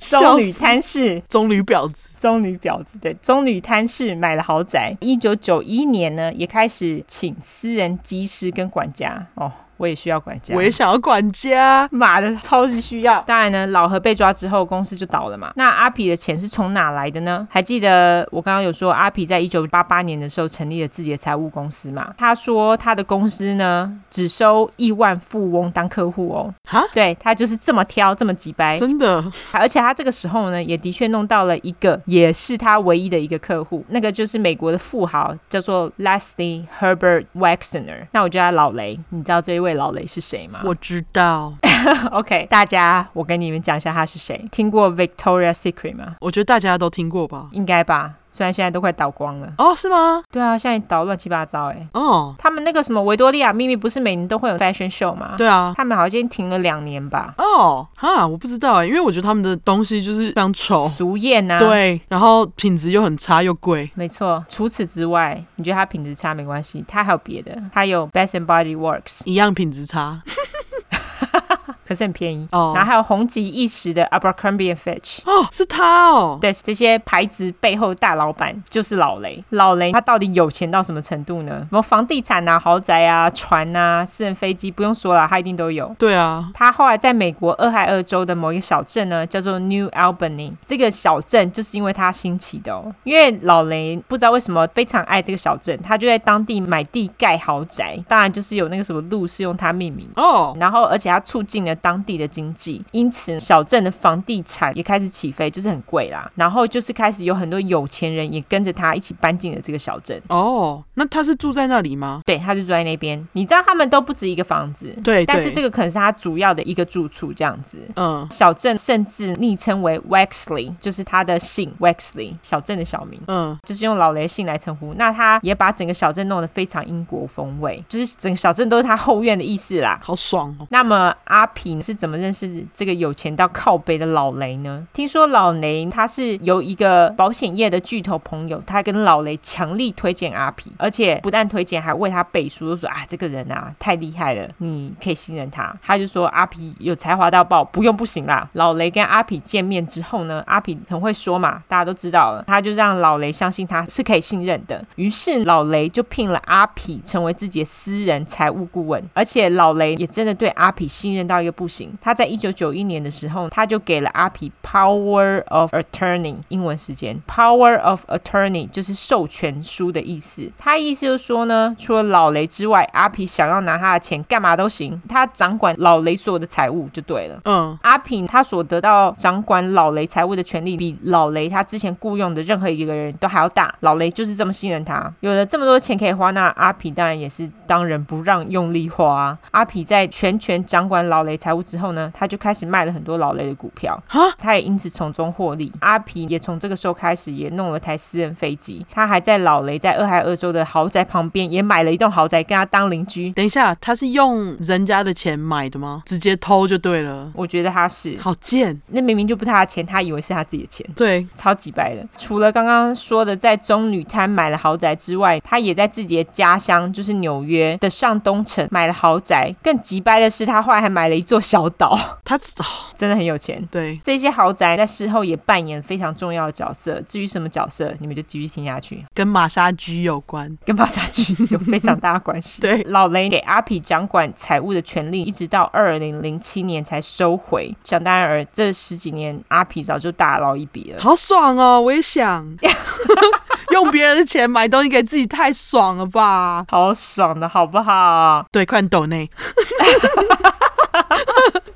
Speaker 2: 棕榈滩市。
Speaker 1: 棕榈婊子，
Speaker 2: 棕榈婊子对，棕榈滩市买了豪宅。一九九一年呢，也开始请私人技师跟管家。哦，我也需要管家，
Speaker 1: 我也想要管家。
Speaker 2: 妈的，超级需要。当然呢，老何被抓之后，公司就倒了嘛。那阿皮的钱是从哪来的呢？还记得我刚刚有说，阿皮在一九八八年的时候成立了自己的财务公司嘛？他说他的公司呢，只收亿万富翁当客户哦。
Speaker 1: 哈，
Speaker 2: 对他就是这么挑，这么几掰。
Speaker 1: 真的
Speaker 2: 而且他这个时候呢，也的确弄到了一个，也是他唯一的一个客户，那个就是美国的富豪，叫做 Leslie Herbert Wexner。那我叫他老雷，你知道这一位老雷是谁吗？
Speaker 1: 我知道，
Speaker 2: OK，大家，我跟你们讲一下他是谁。听过 Victoria Secret 吗？
Speaker 1: 我觉得大家都听过吧？
Speaker 2: 应该吧，虽然现在都快倒光了。
Speaker 1: 哦，是吗？
Speaker 2: 对啊，现在倒乱七八糟哎、
Speaker 1: 哦，
Speaker 2: 他们那个什么维多利亚秘密，不是每年都会有 fashion show 吗？
Speaker 1: 对啊，
Speaker 2: 他们好像停了两年吧。
Speaker 1: 哦，哈，我不知道哎，因为我觉得他们的东西就是非常丑，
Speaker 2: 俗艳啊，，
Speaker 1: 哦对，然后品质又很差又贵。
Speaker 2: 没错。除此之外，你觉得它品质差没关系，它还有别的，它有 Bath and Body Works，
Speaker 1: 一样品质差
Speaker 2: 可是很便宜。
Speaker 1: 哦
Speaker 2: 然后还有红极一时的 Abercrombie and Fitch。
Speaker 1: 哦，是他哦，
Speaker 2: 对，这些牌子背后大老板就是老雷。老雷他到底有钱到什么程度呢？什么房地产啊、豪宅啊、船啊、私人飞机，不用说了，他一定都有。
Speaker 1: 对啊，
Speaker 2: 他后来在美国俄亥俄州的某一个小镇呢，叫做 New Albany。这个小镇就是因为他兴起的哦，因为老雷不知道为什么非常爱这个小镇，他就在当地买地盖豪宅，当然就是有那个什么路是用他命名的。
Speaker 1: 哦
Speaker 2: 然后而且它促进了当地的经济，因此小镇的房地产也开始起飞，就是很贵啦。然后就是开始有很多有钱人也跟着他一起搬进了这个小镇。
Speaker 1: 哦，那他是住在那里吗？
Speaker 2: 对，他就住在那边。你知道他们都不止一个房子，
Speaker 1: 对
Speaker 2: 但是
Speaker 1: 对
Speaker 2: 这个可能是他主要的一个住处这样子。
Speaker 1: 嗯
Speaker 2: 小镇甚至昵称为 Wexley，就是他的姓 Wexley，小镇的小名。
Speaker 1: 嗯，
Speaker 2: 就是用老雷姓来称呼，那他也把整个小镇弄得非常英国风味，就是整个小镇都是他后院的意思啦。
Speaker 1: 好爽哦。
Speaker 2: 那么阿平是怎么认识这个有钱到靠北的老雷呢？听说老雷他是由一个保险业的巨头朋友，他跟老雷强力推荐阿平，而且不但推荐，还为他背书，就说啊这个人啊太厉害了，你可以信任他。他就说阿平有才华到爆，不用不行啦。老雷跟阿平见面之后呢，阿平很会说嘛，大家都知道了，他就让老雷相信他是可以信任的。于是老雷就聘了阿皮成为自己的私人财务顾问，而且老雷也真的对阿皮信任到一个不行。他在一九九一年的时候，他就给了阿皮 Power of Attorney 英文时间 Power of Attorney 就是授权书的意思。他意思就是说呢，除了老雷之外，阿皮想要拿他的钱干嘛都行，他掌管老雷所有的财务就对了。
Speaker 1: 嗯，
Speaker 2: 阿平他所得到掌管老雷财务的权利，比老雷他之前雇佣的任何一个人都还要大。老雷就是这么信任他，有了这么多钱可以花，那阿平当然也是当仁不让，用力花啊。阿平在全权掌管老雷财务之后呢，他就开始卖了很多老雷的股票，
Speaker 1: 哈，
Speaker 2: 他也因此从中获利。阿皮也从这个时候开始也弄了台私人飞机，他还在老雷在俄亥俄州的豪宅旁边也买了一栋豪宅，跟他当邻居。
Speaker 1: 等一下，他是用人家的钱买的吗？直接偷就对了，
Speaker 2: 我觉得他是，
Speaker 1: 好贱。
Speaker 2: 那明明就不是他的钱，他以为是他自己的钱。
Speaker 1: 对，
Speaker 2: 超级白的。除了刚刚说的在中女滩买了豪宅之外，他也在自己的家乡，就是纽约的上东城买了豪宅。更急掰的是，他后来还买了一座小岛，
Speaker 1: 他哦，
Speaker 2: 真的很有钱。
Speaker 1: 对，
Speaker 2: 这些豪宅在事后也扮演非常重要的角色。至于什么角色，你们就继续听下去，
Speaker 1: 跟玛莎居有关。
Speaker 2: 跟巴萨剧 有非常大的关系。
Speaker 1: 对
Speaker 2: 老雷给阿皮掌管财务的权利，一直到二零零七年才收回。想当然而，这十几年阿皮早就大捞一笔了。
Speaker 1: 好爽哦！我也想 用别人的钱买东西给自己，太爽了吧？
Speaker 2: 好爽的好不好？
Speaker 1: 对，快点抖内。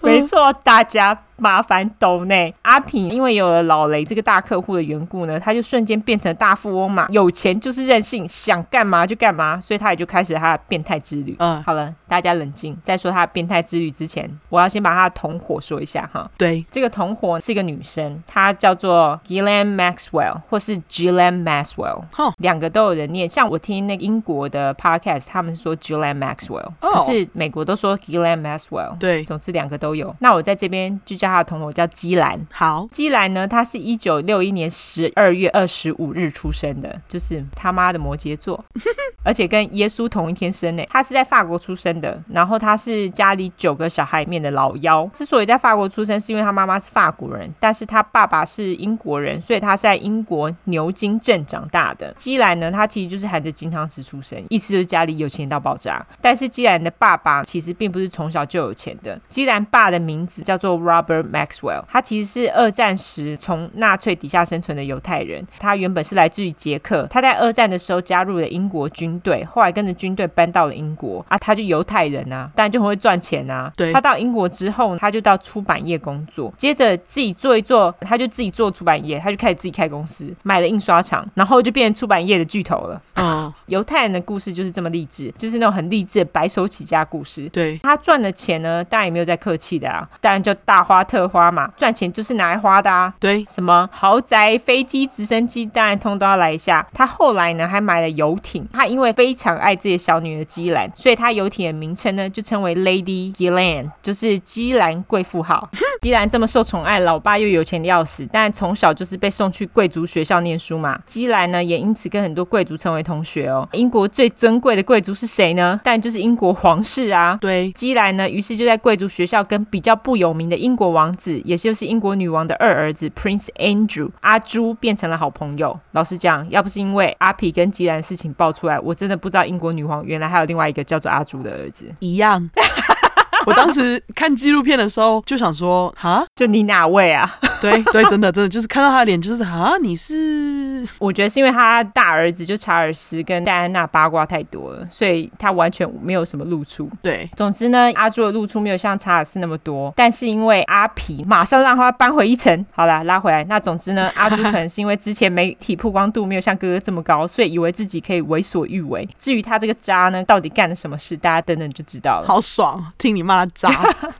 Speaker 2: 没错，大家麻烦抖内阿平，因为有了老雷这个大客户的缘故呢，他就瞬间变成大富翁嘛，有钱就是任性，想干嘛就干嘛，所以他也就开始他的变态之旅。
Speaker 1: 嗯，
Speaker 2: 好了，大家冷静。在说他的变态之旅之前，我要先把他的同伙说一下哈。
Speaker 1: 对，
Speaker 2: 这个同伙是一个女生，她叫做 Gillian Maxwell 或是 Gillian Maxwell，
Speaker 1: 哼
Speaker 2: 两个都有人念。像我听那个英国的 podcast，他们说 Gillian Maxwell，、
Speaker 1: 哦
Speaker 2: 可是美国都说 Gillian Maxwell。
Speaker 1: 对，
Speaker 2: 总之两个都有。那我在这边就叫他的同伙叫基兰。
Speaker 1: 好，
Speaker 2: 基兰呢，他是一九六一年十二月二十五日出生的，就是他妈的摩羯座， 而且跟耶稣同一天生呢。他是在法国出生的，然后他是家里九个小孩里面的老幺。之所以在法国出生，是因为他妈妈是法国人，但是他爸爸是英国人，所以他是在英国牛津镇长大的。基兰呢，他其实就是含着金汤匙出生，意思就是家里有钱到爆炸。但是基兰的爸爸其实并不是从小就有钱的，基兰爸的名字叫做 Robert Maxwell，他其实是二战时从纳粹底下生存的犹太人，他原本是来自于捷克，他在二战的时候加入了英国军队，后来跟着军队搬到了英国啊，他就犹太人啊，当然就很会赚钱啊。
Speaker 1: 对
Speaker 2: 他到英国之后，他就到出版业工作，接着自己做一做，他就自己做出版业，他就开始自己开公司，买了印刷厂，然后就变成出版业的巨头了。
Speaker 1: 嗯，
Speaker 2: 犹太人的故事就是这么励志，就是那种很励志的白手起家故事。
Speaker 1: 对，
Speaker 2: 他赚的钱呢，当然也没有再客气的啊，当然就大花特花嘛，赚钱就是拿来花的啊。
Speaker 1: 对，
Speaker 2: 什么豪宅、飞机、直升机，当然通都要来一下。他后来呢，还买了游艇。他因为非常爱自己的小女儿基兰，所以他游艇的名称呢，就称为 Lady Gillan，就是基兰贵妇号。 既然这么受宠爱，老爸又有钱的要死，但从小就是被送去贵族学校念书嘛。基兰呢，也因此跟很多贵族成为同学哦。英国最尊贵的贵族是谁呢？当然就是英国皇室啊。
Speaker 1: 对，
Speaker 2: 基兰呢，于是就在贵族学校跟比较不有名的英国王子，也就是英国女王的二儿子 Prince Andrew 阿朱变成了好朋友。老实讲，要不是因为阿皮跟基兰的事情爆出来，我真的不知道英国女王原来还有另外一个叫做阿朱的儿子。
Speaker 1: 一 样。我当时看纪录片的时候就想说，哈，
Speaker 2: 就你哪位啊？
Speaker 1: 对对，真的真的就是看到他的脸，就是哈，你是是
Speaker 2: 我觉得是因为他大儿子就查尔斯跟戴安娜八卦太多了，所以他完全没有什么露出。
Speaker 1: 对
Speaker 2: 总之呢，阿朱的露出没有像查尔斯那么多，但是因为阿皮马上让他搬回一层，好啦，拉回来。那总之呢，阿朱可能是因为之前媒体曝光度没有像哥哥这么高，所以以为自己可以为所欲为。至于他这个渣呢，到底干了什么事，大家等等就知道了。
Speaker 1: 好爽，听你骂他 渣，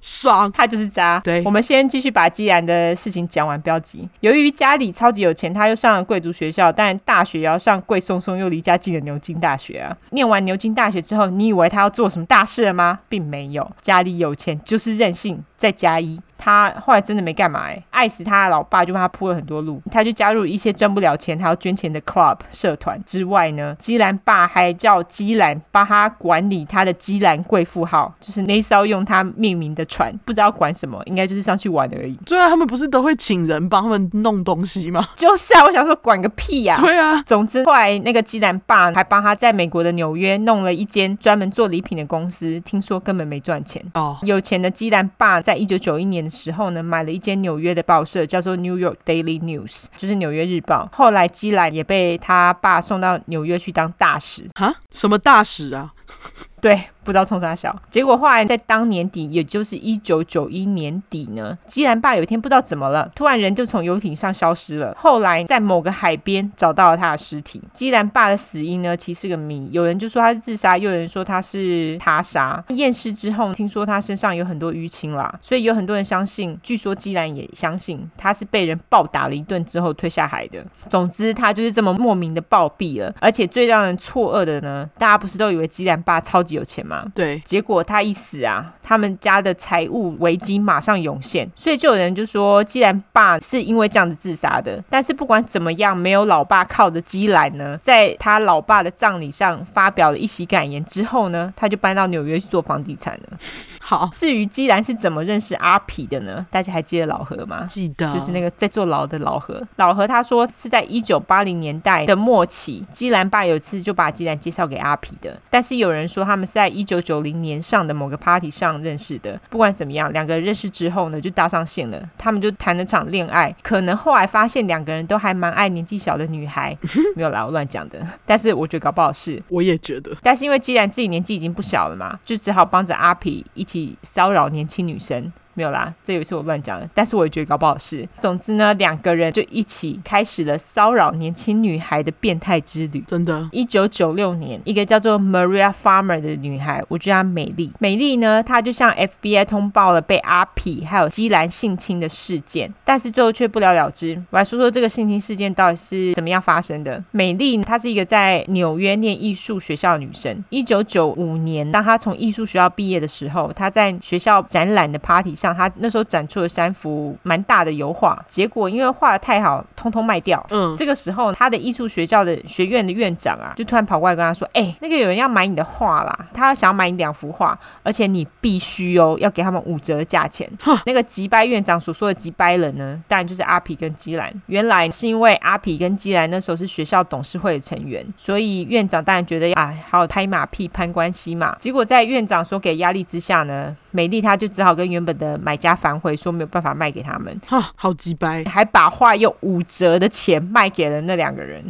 Speaker 1: 爽。
Speaker 2: 他就是渣。
Speaker 1: 对
Speaker 2: 我们先继续把基兰的事情讲完，不要急。由于家里超级有钱，他又上了贵族学校，但大学也要上贵松松，又离家近的牛津大学啊。念完牛津大学之后，你以为他要做什么大事了吗？并没有，家里有钱就是任性，再加一。他后来真的没干嘛、欸，爱死他的老爸就帮他铺了很多路，他就加入一些赚不了钱还要捐钱的 club 社团之外呢，基兰爸还叫基兰帮他管理他的基兰贵妇号，就是那艘用他命名的船，不知道管什么，应该就是上去玩而已。
Speaker 1: 对啊，他们不是都会请人帮他们弄东西吗？
Speaker 2: 就是啊，我想说管个屁呀、
Speaker 1: 对啊，
Speaker 2: 总之，后来那个基兰爸还帮他在美国的纽约弄了一间专门做礼品的公司，听说根本没赚钱。
Speaker 1: 哦，
Speaker 2: 有钱的基兰爸在一九九一年的时候呢，买了一间纽约的报社，叫做《New York Daily News》，就是纽约日报。后来基兰也被他爸送到纽约去当大使，
Speaker 1: 哈，什么大使啊？
Speaker 2: 对，不知道冲啥小。结果后来在当年底，也就是一九九一年底呢，基兰爸有一天不知道怎么了，突然人就从游艇上消失了。后来在某个海边找到了他的尸体。基兰爸的死因呢，其实是个谜。有人就说他是自杀，又有人说他是他杀。验尸之后，听说他身上有很多淤青啦，所以有很多人相信，据说基兰也相信他是被人暴打了一顿之后推下海的。总之，他就是这么莫名的暴毙了。而且最让人错愕的呢，大家不是都以为基兰爸超级有钱吗？
Speaker 1: 对，
Speaker 2: 结果他一死啊，他们家的财务危机马上涌现，所以就有人就说，既然爸是因为这样子自杀的，但是不管怎么样，没有老爸靠着基兰呢，在他老爸的葬礼上发表了一席感言之后呢，他就搬到纽约去做房地产了。
Speaker 1: 好，
Speaker 2: 至于基兰是怎么认识阿皮的呢？大家还记得老何吗？
Speaker 1: 记得
Speaker 2: 就是那个在坐牢的老何。老何他说是在一九八零年代的末期，基兰爸有一次就把基兰介绍给阿皮的，但是有人说他们是在一九九零年上的某个 party 上认识的。不管怎么样，两个人认识之后呢，就搭上线了，他们就谈了场恋爱。可能后来发现两个人都还蛮爱年纪小的女孩，没有啦，我乱讲的。 但是我觉得搞不好是
Speaker 1: 我也觉得，
Speaker 2: 但是因为既然自己年纪已经不小了嘛，就只好帮着阿皮一起骚扰年轻女生。没有啦，这也是我乱讲的，但是我也觉得搞不好是。总之呢，两个人就一起开始了骚扰年轻女孩的变态之旅。
Speaker 1: 真的
Speaker 2: 一九九六年，一个叫做 Maria Farmer 的女孩，我觉得她美丽。美丽呢，她就向 FBI 通报了被阿皮还有基兰性侵的事件，但是最后却不了了之。我来说说这个性侵事件到底是怎么样发生的。美丽她是一个在纽约念艺术学校的女生。一九九五年，当她从艺术学校毕业的时候，她在学校展览的 party 上，她那时候展出了三幅蛮大的油画，结果因为画的太好，通通卖掉。
Speaker 1: 嗯，
Speaker 2: 这个时候，他的艺术学校的学院的院长啊，就突然跑过来跟他说：“哎、那个有人要买你的画啦，他想要买你两幅画，而且你必须哦，要给他们五折的价钱。”那个吉掰院长所说的吉掰人呢，当然就是阿皮跟基兰。原来是因为阿皮跟基兰那时候是学校董事会的成员，所以院长当然觉得哎，好拍马屁攀关系嘛。结果在院长所给压力之下呢，美丽她就只好跟原本的买家反悔，说没有办法卖给他们。
Speaker 1: 哈，好鸡掰，
Speaker 2: 还把画用五折的钱卖给了那两个人，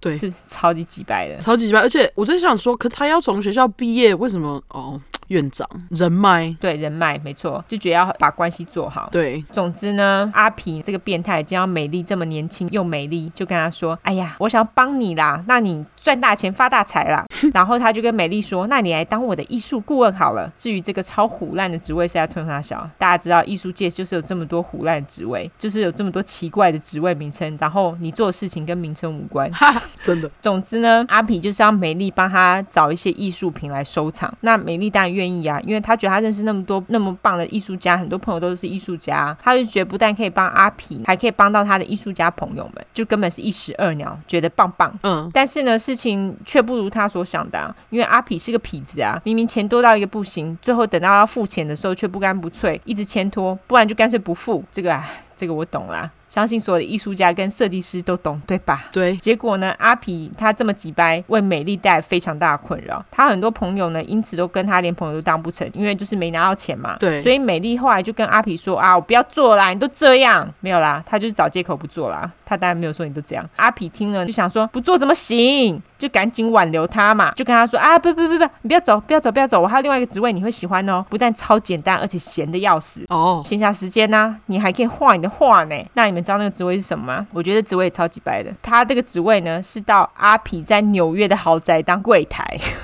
Speaker 1: 对，
Speaker 2: 是不是超级几百的？
Speaker 1: 超级鸡掰。而且我在想说，可他要从学校毕业，为什么？哦，院长人脉，
Speaker 2: 对，人脉没错，就觉得要把关系做好。
Speaker 1: 对，
Speaker 2: 总之呢，阿皮这个变态见到美丽这么年轻又美丽，就跟她说：“哎呀，我想要帮你啦，那你赚大钱发大财啦。” 然后他就跟美丽说：“那你来当我的艺术顾问好了。”至于这个超虎烂的职位是在春花小，大家知道艺术界就是有这么多虎烂的职位，就是有这么多奇怪的职位名称，然后你做的事情跟名称无关。
Speaker 1: 哈，真的
Speaker 2: 总之呢，阿皮就是让美丽帮他找一些艺术品来收藏。那美丽当然愿意啊，因为她觉得她认识那么多那么棒的艺术家，很多朋友都是艺术家，她就觉得不但可以帮阿皮，还可以帮到她的艺术家朋友们，就根本是一石二鸟，觉得棒棒。
Speaker 1: 嗯，
Speaker 2: 但是呢，事情却不如他所想的、啊，因为阿痞是个痞子啊，明明钱多到一个不行，最后等到要付钱的时候却不干不脆，一直牵拖，不然就干脆不付。这个啊，这个我懂啦，相信所有的艺术家跟设计师都懂，对吧？
Speaker 1: 对，
Speaker 2: 结果呢，阿皮他这么几掰，为美丽带来非常大的困扰。他很多朋友呢，因此都跟他连朋友都当不成，因为就是没拿到钱嘛。
Speaker 1: 对
Speaker 2: 所以美丽后来就跟阿皮说啊，我不要做啦，你都这样没有啦，他就是找借口不做啦。他当然没有说你都这样。阿痞听了就想说不做怎么行，就赶紧挽留他嘛，就跟他说啊不不不不，你不要走不要走不要走，我还有另外一个职位你会喜欢哦，不但超简单，而且闲的要死。
Speaker 1: 哦，
Speaker 2: 闲暇时间呢、啊你还可以画你的画呢。那你们知道那个职位是什么吗？我觉得职位也超级白的。他这个职位呢，是到阿痞在纽约的豪宅当柜台。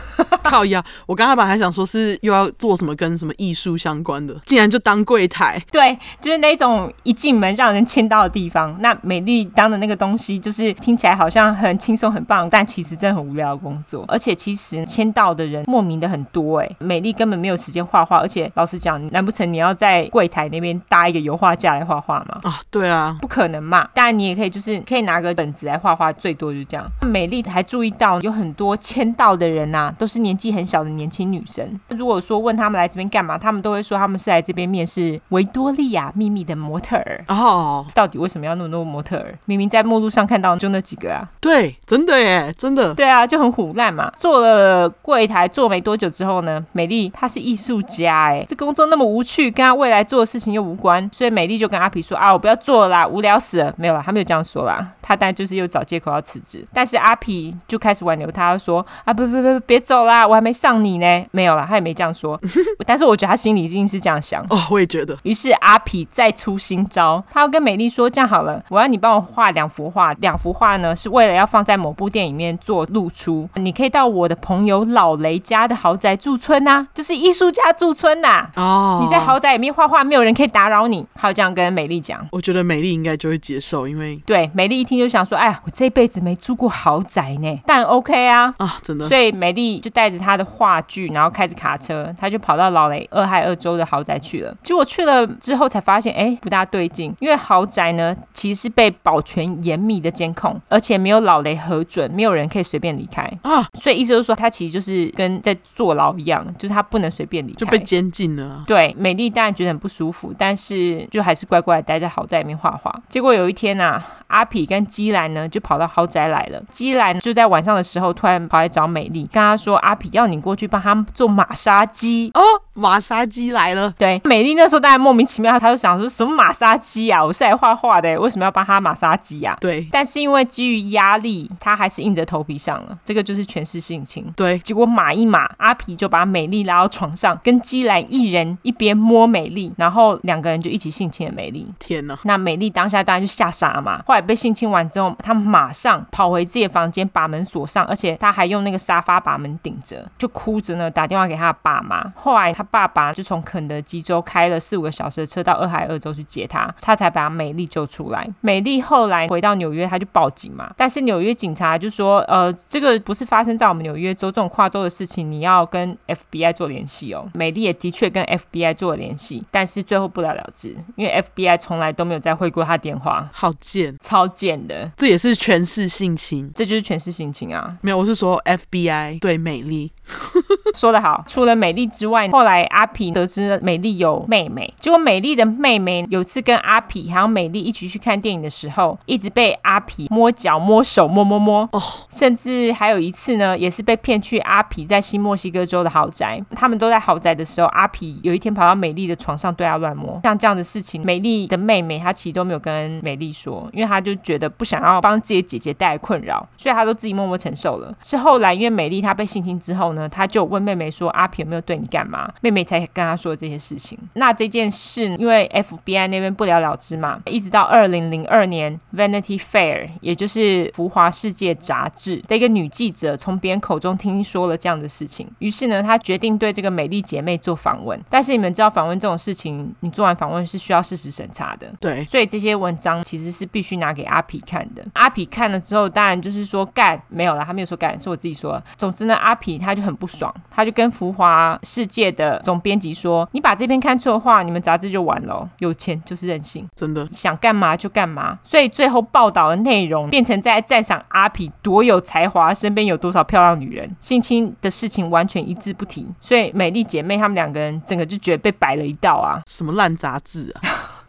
Speaker 1: 靠呀！我刚才本来还想说是又要做什么跟什么艺术相关的，竟然就当柜台，
Speaker 2: 对，就是那种一进门让人签到的地方。那美丽当的那个东西，就是听起来好像很轻松很棒，但其实真的很无聊的工作。而且其实签到的人莫名的很多哎、美丽根本没有时间画画。而且老实讲，难不成你要在柜台那边搭一个油画架来画画吗？
Speaker 1: 啊，对啊，
Speaker 2: 不可能嘛！当然，你也可以，就是可以拿个本子来画画，最多就这样。美丽还注意到有很多签到的人呐、都是年纪很小的年轻女生。如果说问他们来这边干嘛，他们都会说他们是来这边面试维多利亚秘密的模特儿。
Speaker 1: 哦，
Speaker 2: 到底为什么要那么多模特儿？明明在目录上看到就那几个啊！
Speaker 1: 对，真的耶，真的，
Speaker 2: 对啊，就很虎烂嘛。做了柜台做没多久之后呢，美丽她是艺术家哎、这工作那么无趣，跟她未来做的事情又无关，所以美丽就跟阿皮说啊，我不要做了啦，无聊死了。没有啦，她没有这样说啦，她当然就是又找借口要辞职。但是阿皮就开始挽留她，说啊，不不不，别走啦，我还没上你呢。没有啦，她也没这样说，但是我觉得她心里一定是这样想。
Speaker 1: 哦，我也觉得，
Speaker 2: 于是阿痞再出新招，他要跟美丽说：“这样好了，我要你帮我画两幅画，两幅画呢是为了要放在某部电影里面做露出。你可以到我的朋友老雷家的豪宅驻村呐、就是艺术家驻村呐、啊
Speaker 1: 哦，
Speaker 2: 你在，豪宅里面画画，没有人可以打扰你。”他就这样跟美丽讲。
Speaker 1: 我觉得美丽应该就会接受，因为
Speaker 2: 对，美丽一听就想说：“哎呀，我这辈子没住过豪宅呢，但 OK 啊。”
Speaker 1: 啊，真的，
Speaker 2: 所以美丽就带着她的话剧，然后开着卡车，她就跑到老雷俄亥俄州的豪宅去了。结果去了之后才发现，哎，不大对劲，因为豪宅呢其实是被保全严密的监控，而且没有老雷核准，没有人可以随便离开。
Speaker 1: 啊，
Speaker 2: 所以意思就是说，他其实就是跟在坐牢一样，就是他不能随便离开，
Speaker 1: 就被监禁了啊，
Speaker 2: 对，美丽当然觉得很不舒服，但是就还是乖乖地待在豪宅里面画画。结果有一天啊，阿痞跟基兰呢就跑到豪宅来了。基兰就在晚上的时候突然跑来找美丽，跟她说：“阿痞要你过去帮他做马杀鸡。”
Speaker 1: 哦，马杀鸡来了，
Speaker 2: 对，美丽那时候当然莫名其妙，她就想说什么马杀鸡啊，我是来画画的，为什么要帮他马杀鸡啊？
Speaker 1: 对，
Speaker 2: 但是因为基于压力，她还是硬着头皮上了。这个就是权势性侵。
Speaker 1: 对，
Speaker 2: 结果码一码，阿皮就把美丽拉到床啊上，跟基兰一人一边摸美丽，然后两个人就一起性侵了美丽。
Speaker 1: 天哪，
Speaker 2: 那美丽当下当然就吓傻了嘛。后来被性侵完之后，她马上跑回自己的房间，把门锁上，而且她还用那个沙发把门顶着，就哭着呢打电话给她的爸妈。后来她爸爸就从肯德基州开了四五个小时的车到俄亥俄州去接她，她才把美丽救出来。美丽后来回到纽约，她就报警嘛，但是纽约警察就说，呃，这个不是发生在我们纽约州这种跨州的事情，你要跟 FBI 做联系哦。美丽也的确跟 FBI 做了联系，但是最后不了了之，因为 FBI 从来都没有再回过她电话，
Speaker 1: 好贱，
Speaker 2: 超贱的，
Speaker 1: 这也是权势性侵。
Speaker 2: 这就是全是性情啊。
Speaker 1: 没有，我是说 FBI 对美丽
Speaker 2: 说得好，除了美丽之外，后来阿皮得知美丽有妹妹，结果美丽的妹妹有一次跟阿皮还有美丽一起去看电影的时候，一直被阿皮摸脚、摸手、摸摸摸，
Speaker 1: 哦，
Speaker 2: 甚至还有一次呢，也是被骗去阿皮在新墨西哥州的豪宅。他们都在豪宅的时候，阿皮有一天跑到美丽的床上对她乱摸。像这样的事情，美丽的妹妹她其实都没有跟美丽说，因为她就觉得不想要帮自己的姐姐带来困扰，所以她都自己默默承受了。是后来因为美丽她被性侵之后呢，她就问妹妹说：“阿皮有没有对你干嘛？”妹妹才跟她说这些事情。那这件事因为 FBI 那边不了了之嘛，一直到二零零二年 Vanity Fair，也就是《浮华世界》杂志的一个女记者从别人口中听说了这样的事情，于是呢，她决定对这个美丽姐妹做访问。但是你们知道，访问这种事情，你做完访问是需要事实审查的。
Speaker 1: 对
Speaker 2: 所以这些文章其实是必须拿给阿皮看的。阿皮看了之后，当然就是说干没有啦，他没有说干，是我自己说的。总之呢，阿皮他就很不爽，他就跟浮华世界的总编辑说：“你把这篇看错的话，你们杂志就完了哦。有钱就是任性，
Speaker 1: 真的
Speaker 2: 想干嘛就干嘛。”所以最后报道的内容变成在赞赏阿皮多有才华，身边有多少漂亮女人，性侵的事情完全一字不提。所以美丽姐妹她们两个人整个就觉得被摆了一道啊。
Speaker 1: 什么烂杂志啊，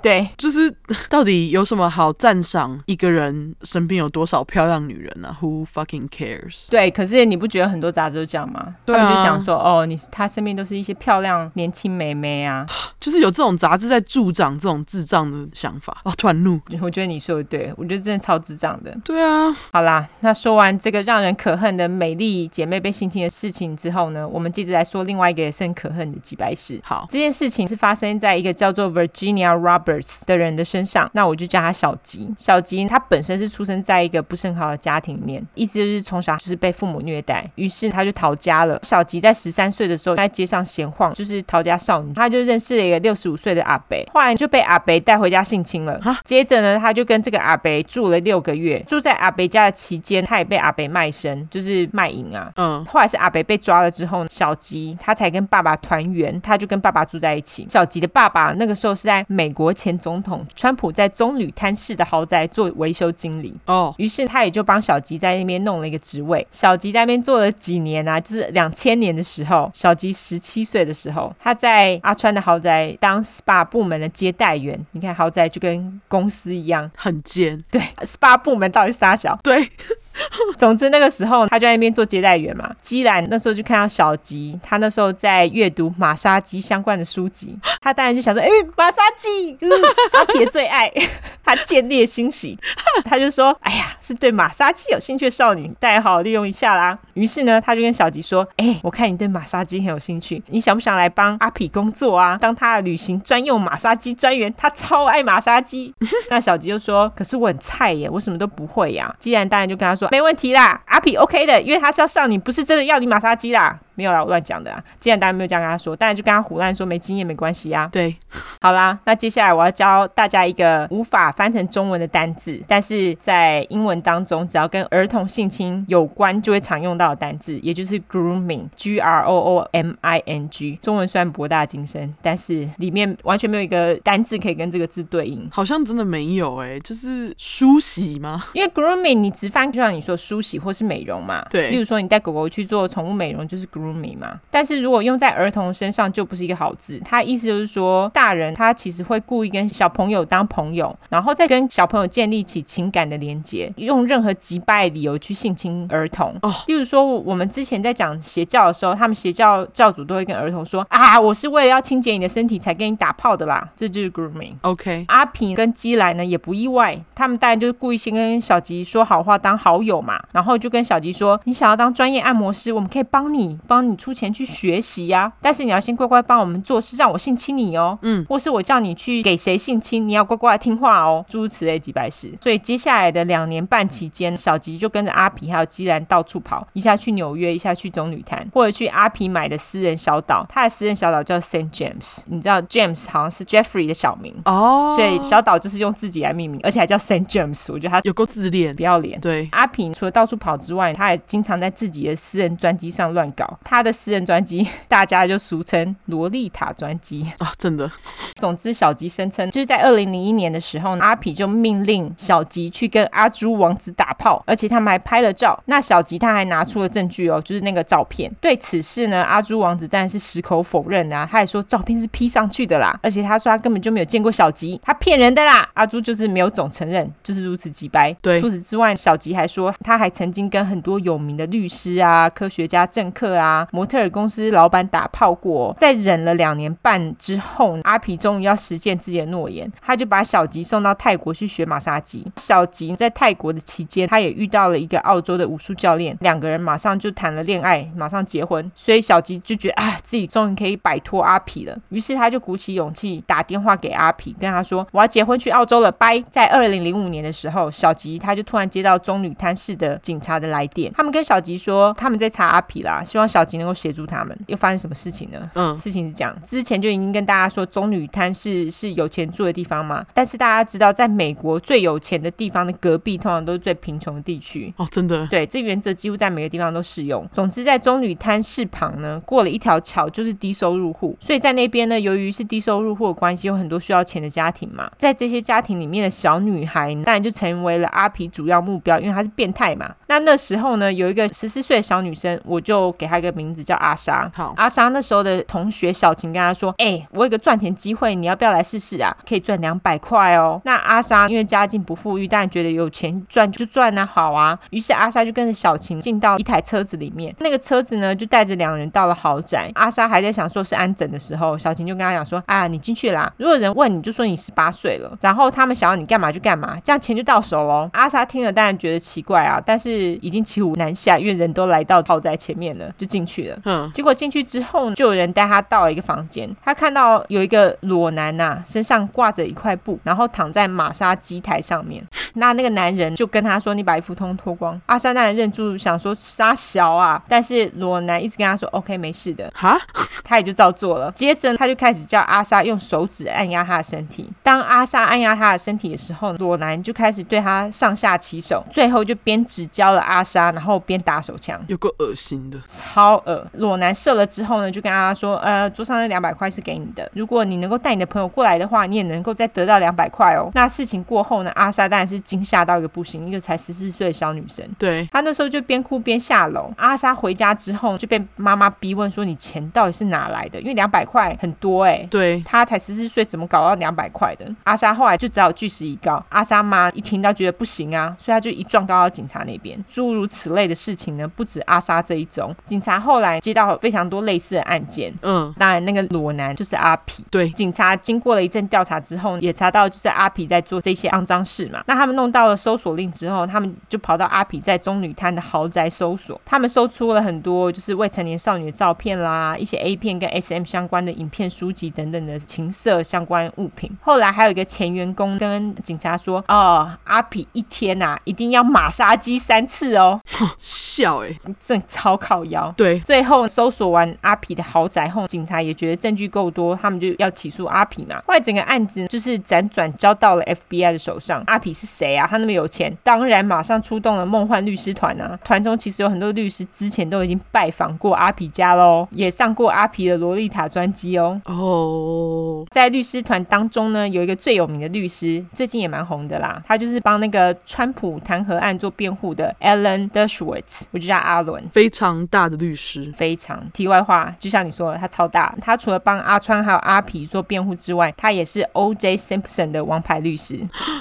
Speaker 2: 对，
Speaker 1: 就是 到底有什么好赞赏一个人身边有多少漂亮女人呢、啊、？Who fucking cares？
Speaker 2: 对，可是你不觉得很多杂志都这样吗？
Speaker 1: 对啊
Speaker 2: 他们就讲说，哦，你他身边都是一些漂亮年轻妹妹啊。
Speaker 1: 就是有这种杂志在助长这种智障的想法哦，突然怒。
Speaker 2: 我觉得你说的对，我觉得真的超智障的。
Speaker 1: 对啊，
Speaker 2: 好啦，那说完这个让人可恨的美丽姐妹被性侵的事情之后呢，我们接着来说另外一个也是很可恨的几百事。
Speaker 1: 好，
Speaker 2: 这件事情是发生在一个叫做 Virginia Roberts 的人的身上，那我就叫他小吉。小吉他本身是出生在一个不是很好的家庭里面，意思就是从小就是被父母虐待，于是他就逃家了。小吉在十三岁的时候在街上闲晃，就是逃家少女，他就认识了一个六十五岁的阿北，后来就被阿北带回家性侵了。接着呢，他就跟这个阿北住了六个月，住在阿北家的期间，他也被阿北卖身，就是卖淫啊。
Speaker 1: 嗯，
Speaker 2: 后来是阿北被抓了之后，小吉他才跟爸爸团圆，他就跟爸爸住在一起。小吉的爸爸那个时候是在美国前总统川普在棕榈滩市的豪宅做维修经理。
Speaker 1: 哦，
Speaker 2: 于是他也就帮小吉在那边弄了一个职位。小吉在那边做了几年啊，就是两千年的时候，小吉十七岁的时候，他在阿川的豪宅当 SPA 部门的接待员。你看豪宅就跟公司一样，
Speaker 1: 很尖，
Speaker 2: 对 SPA 部门到底是啥小？
Speaker 1: 对，
Speaker 2: 总之那个时候他就在那边做接待员嘛。基兰那时候就看到小吉，他那时候在阅读马莎鸡相关的书籍，他当然就想说，哎、马莎鸡，嗯阿皮的最爱， 他见猎欣喜，他就说，哎呀，是对马莎鸡有兴趣的少女，当然好好利用一下啦。于是呢，他就跟小吉说，哎、我看你对马莎鸡很有兴趣，你想不想来帮阿皮工作啊？当他的旅行专用马莎鸡专员，他超爱马莎鸡， 那小吉就说：“可是我很菜耶，我什么都不会呀、既然当然就跟他说：“没问题啦，阿皮 OK 的，因为他是要上你，不是真的要你马杀鸡啦。”没有啦，我乱讲的啊。既然当然没有这样跟他说，当然就跟他胡乱说没经验没关系啊。
Speaker 1: 对，
Speaker 2: 好啦，那接下来我要教大家一个无法翻成中文的单字，但是在英文当中，只要跟儿童性侵有关就会常用到的单字，也就是 grooming，g r o o m i n g。中文虽然博大精深，但是里面完全没有一个单字可以跟这个字对应。
Speaker 1: 好像真的没有哎、就是梳洗吗？
Speaker 2: 因为 grooming 你直翻就像你说梳洗或是美容嘛，
Speaker 1: 对
Speaker 2: 例如说你带狗狗去做宠物美容就是 grooming 嘛，但是如果用在儿童身上就不是一个好字。它意思就是说，大人他其实会故意跟小朋友当朋友，然后再跟小朋友建立起情感的连接，用任何击败理由去性侵儿童。
Speaker 1: 哦
Speaker 2: 例如说，我们之前在讲邪教的时候，他们邪教教主都会跟儿童说啊，我是为了要清洁你的身体才跟你打炮的啦，这就是 grooming。
Speaker 1: OK，
Speaker 2: 阿平跟基莱呢也不意外，他们当然就是故意先跟小吉说好话当好友嘛，然后就跟小吉说，你想要当专业按摩师，我们可以帮你，帮你出钱去学习呀、但是你要先乖乖帮我们做事，让我性侵你哦，嗯，或是我叫你去给谁性侵，你要乖乖听话哦，诸如此类几百事。所以接下来的两年半期间，小吉就跟着阿皮还有基兰到处跑，一下去纽约，一下去棕榈滩，或者去阿皮买的私人小岛，他的私人小岛叫 Saint James，你知道 James 好像是 Jeffrey 的小名。
Speaker 1: 哦，
Speaker 2: 所以小岛就是用自己来命名，而且还叫 Saint James，我觉得他
Speaker 1: 有够自恋
Speaker 2: 不，要脸。
Speaker 1: 对，
Speaker 2: 阿平除了到处跑之外，他还经常在自己的私人专辑上乱搞。他的私人专辑， 大家就俗称“萝莉塔专辑”。
Speaker 1: 啊，真的，
Speaker 2: 总之，小吉声称就是在二零零一年的时候，阿皮就命令小吉去跟阿朱王子打炮，而且他们还拍了照。那小吉他还拿出了证据哦，就是那个照片。对此事呢，阿朱王子当然是矢口否认啊，他还说照片是 P 上去的啦，而且他说他根本就没有见过小吉，他骗人的啦。阿朱就是没有总承认，就是如此几掰。
Speaker 1: 对
Speaker 2: 除此之外，小吉还说他还曾经跟很多有名的律师啊、科学家、政客啊、模特儿公司老板打炮过哦、在忍了两年半之后，阿皮终于要实践自己的诺言，他就把小吉送到泰国去学马杀鸡。小吉在泰国的期间，他也遇到了一个澳洲的武术教练，两个人马上就谈了恋爱，马上结婚。所以小吉就觉得啊，自己终于可以摆脱阿皮了。于是他就鼓起勇气打电话给阿皮，跟他说：“我要结婚去澳洲了，拜。”在二零零五年的时候，小吉他就突然接到棕榈滩市的警察的来电，他们跟小吉说他们在查阿皮啦，希望小吉能够协助他们。又发生什么事情呢？
Speaker 1: 嗯，
Speaker 2: 事情是这样，之前就已经跟大家说，棕榈滩是是有钱住的地方嘛。但是大家知道，在美国最有钱的地方的隔壁，通常都是最贫穷的地区。
Speaker 1: 哦，真的，
Speaker 2: 对，这原则几乎在每个地方都适用。总之，在棕榈滩市旁呢，过了一条桥就是低收入户，所以在那边呢，由于是低收入户的关系，有很多需要钱的家庭嘛，在这些家庭里面的小女孩，当然就成为了阿皮主要目标，因为她是变态嘛。那那时候呢，有一个十四岁的小女生，我就给她一个名字叫阿莎。
Speaker 1: 好
Speaker 2: 阿莎那时候的同学小晴跟她说：“哎、我有一个赚钱机会，你要不要来试试啊？可以赚两百块哦。”那阿莎因为家境不富裕，但觉得有钱赚就赚啊，好啊。于是阿莎就跟着小晴进到一台车子里面，那个车子呢就带着两人到了豪宅。阿莎还在想说是安枕的时候，小晴就跟她讲说：“啊，你进去啦，如果人问你就说你十八岁了，然后他们想要你干嘛就干嘛，这样钱就到手喽。”阿莎听了当然觉得奇怪啊，但是已经骑虎难下，因为人都来到豪宅前面了，就进去了。
Speaker 1: 嗯，
Speaker 2: 结果进去之后呢，就有人带他到了一个房间，他看到有一个裸男呐、身上挂着一块布，然后躺在玛莎机台上面。那那个男人就跟他说：“你把衣服通脱光。”阿莎当然认住，想说傻小啊，但是裸男一直跟他说：“OK，没事的。”
Speaker 1: 哈，
Speaker 2: 他也就照做了。接着他就开始叫阿莎用手指按压他的身体。当阿莎按压他的身体的时候，裸男就开始对他上下其手，最后就边指教了阿莎，然后边打手枪。
Speaker 1: 有个恶心的，
Speaker 2: 超恶。裸男射了之后呢，就跟他说，呃，桌上那两百块是给你的，如果你能够带你的朋友过来的话，你也能够再得到两百块哦。那事情过后呢，阿莎当然是惊吓到一个不行，一个才十四岁的小女生。
Speaker 1: 对，
Speaker 2: 她那时候就边哭边下楼。阿莎回家之后就被妈妈逼问说：“你钱到底是哪来的？因为两百块很多哎、
Speaker 1: 对，
Speaker 2: 她才十四岁，怎么搞到两百块的？阿莎后来就只好据实以告。阿莎妈一听到觉得不行啊，所以她就一状告到警察那边。诸如此类的事情呢，不止阿莎这一宗。警察后来接到非常多类似的案件，
Speaker 1: 嗯，
Speaker 2: 当然那个裸男就是阿皮。
Speaker 1: 对，
Speaker 2: 警察经过了一阵调查之后，也查到就是阿皮在做这些肮脏事嘛。那他们弄到了搜索令之后，他们就跑到阿皮在棕榈滩的豪宅搜索，他们搜出了很多就是未成年少女的照片啦，一些 A 片跟 SM 相关的影片、书籍等等的情色相关物品。后来还有一个前员工跟警察说：“哦，阿皮一天呐、一定要马杀鸡三次哦，
Speaker 1: 笑哎、
Speaker 2: 这超靠腰。”
Speaker 1: 对，
Speaker 2: 最后搜索完阿皮的豪宅后，警察也觉得证据够多，他们就要起诉阿皮嘛。后来整个案子就是辗转交到了 FBI 的手上。阿皮是谁啊？他那么有钱，当然马上出动了梦幻律师团啊。团中其实有很多律师之前都已经拜访过阿皮家喽，也上过阿皮的洛丽塔专辑哦。
Speaker 1: 哦，
Speaker 2: 在律师团当中呢，有一个最有名的律师，最近也蛮红的啦。他就是帮那个川普弹劾案做辩护的 Alan Dershowitz，我就叫阿伦。
Speaker 1: 非常大的律师，
Speaker 2: 非常。题外话，就像你说的，他超大。他除了帮阿川还有阿皮做辩护之外，他也是 O.J. Simpson 的王牌律师。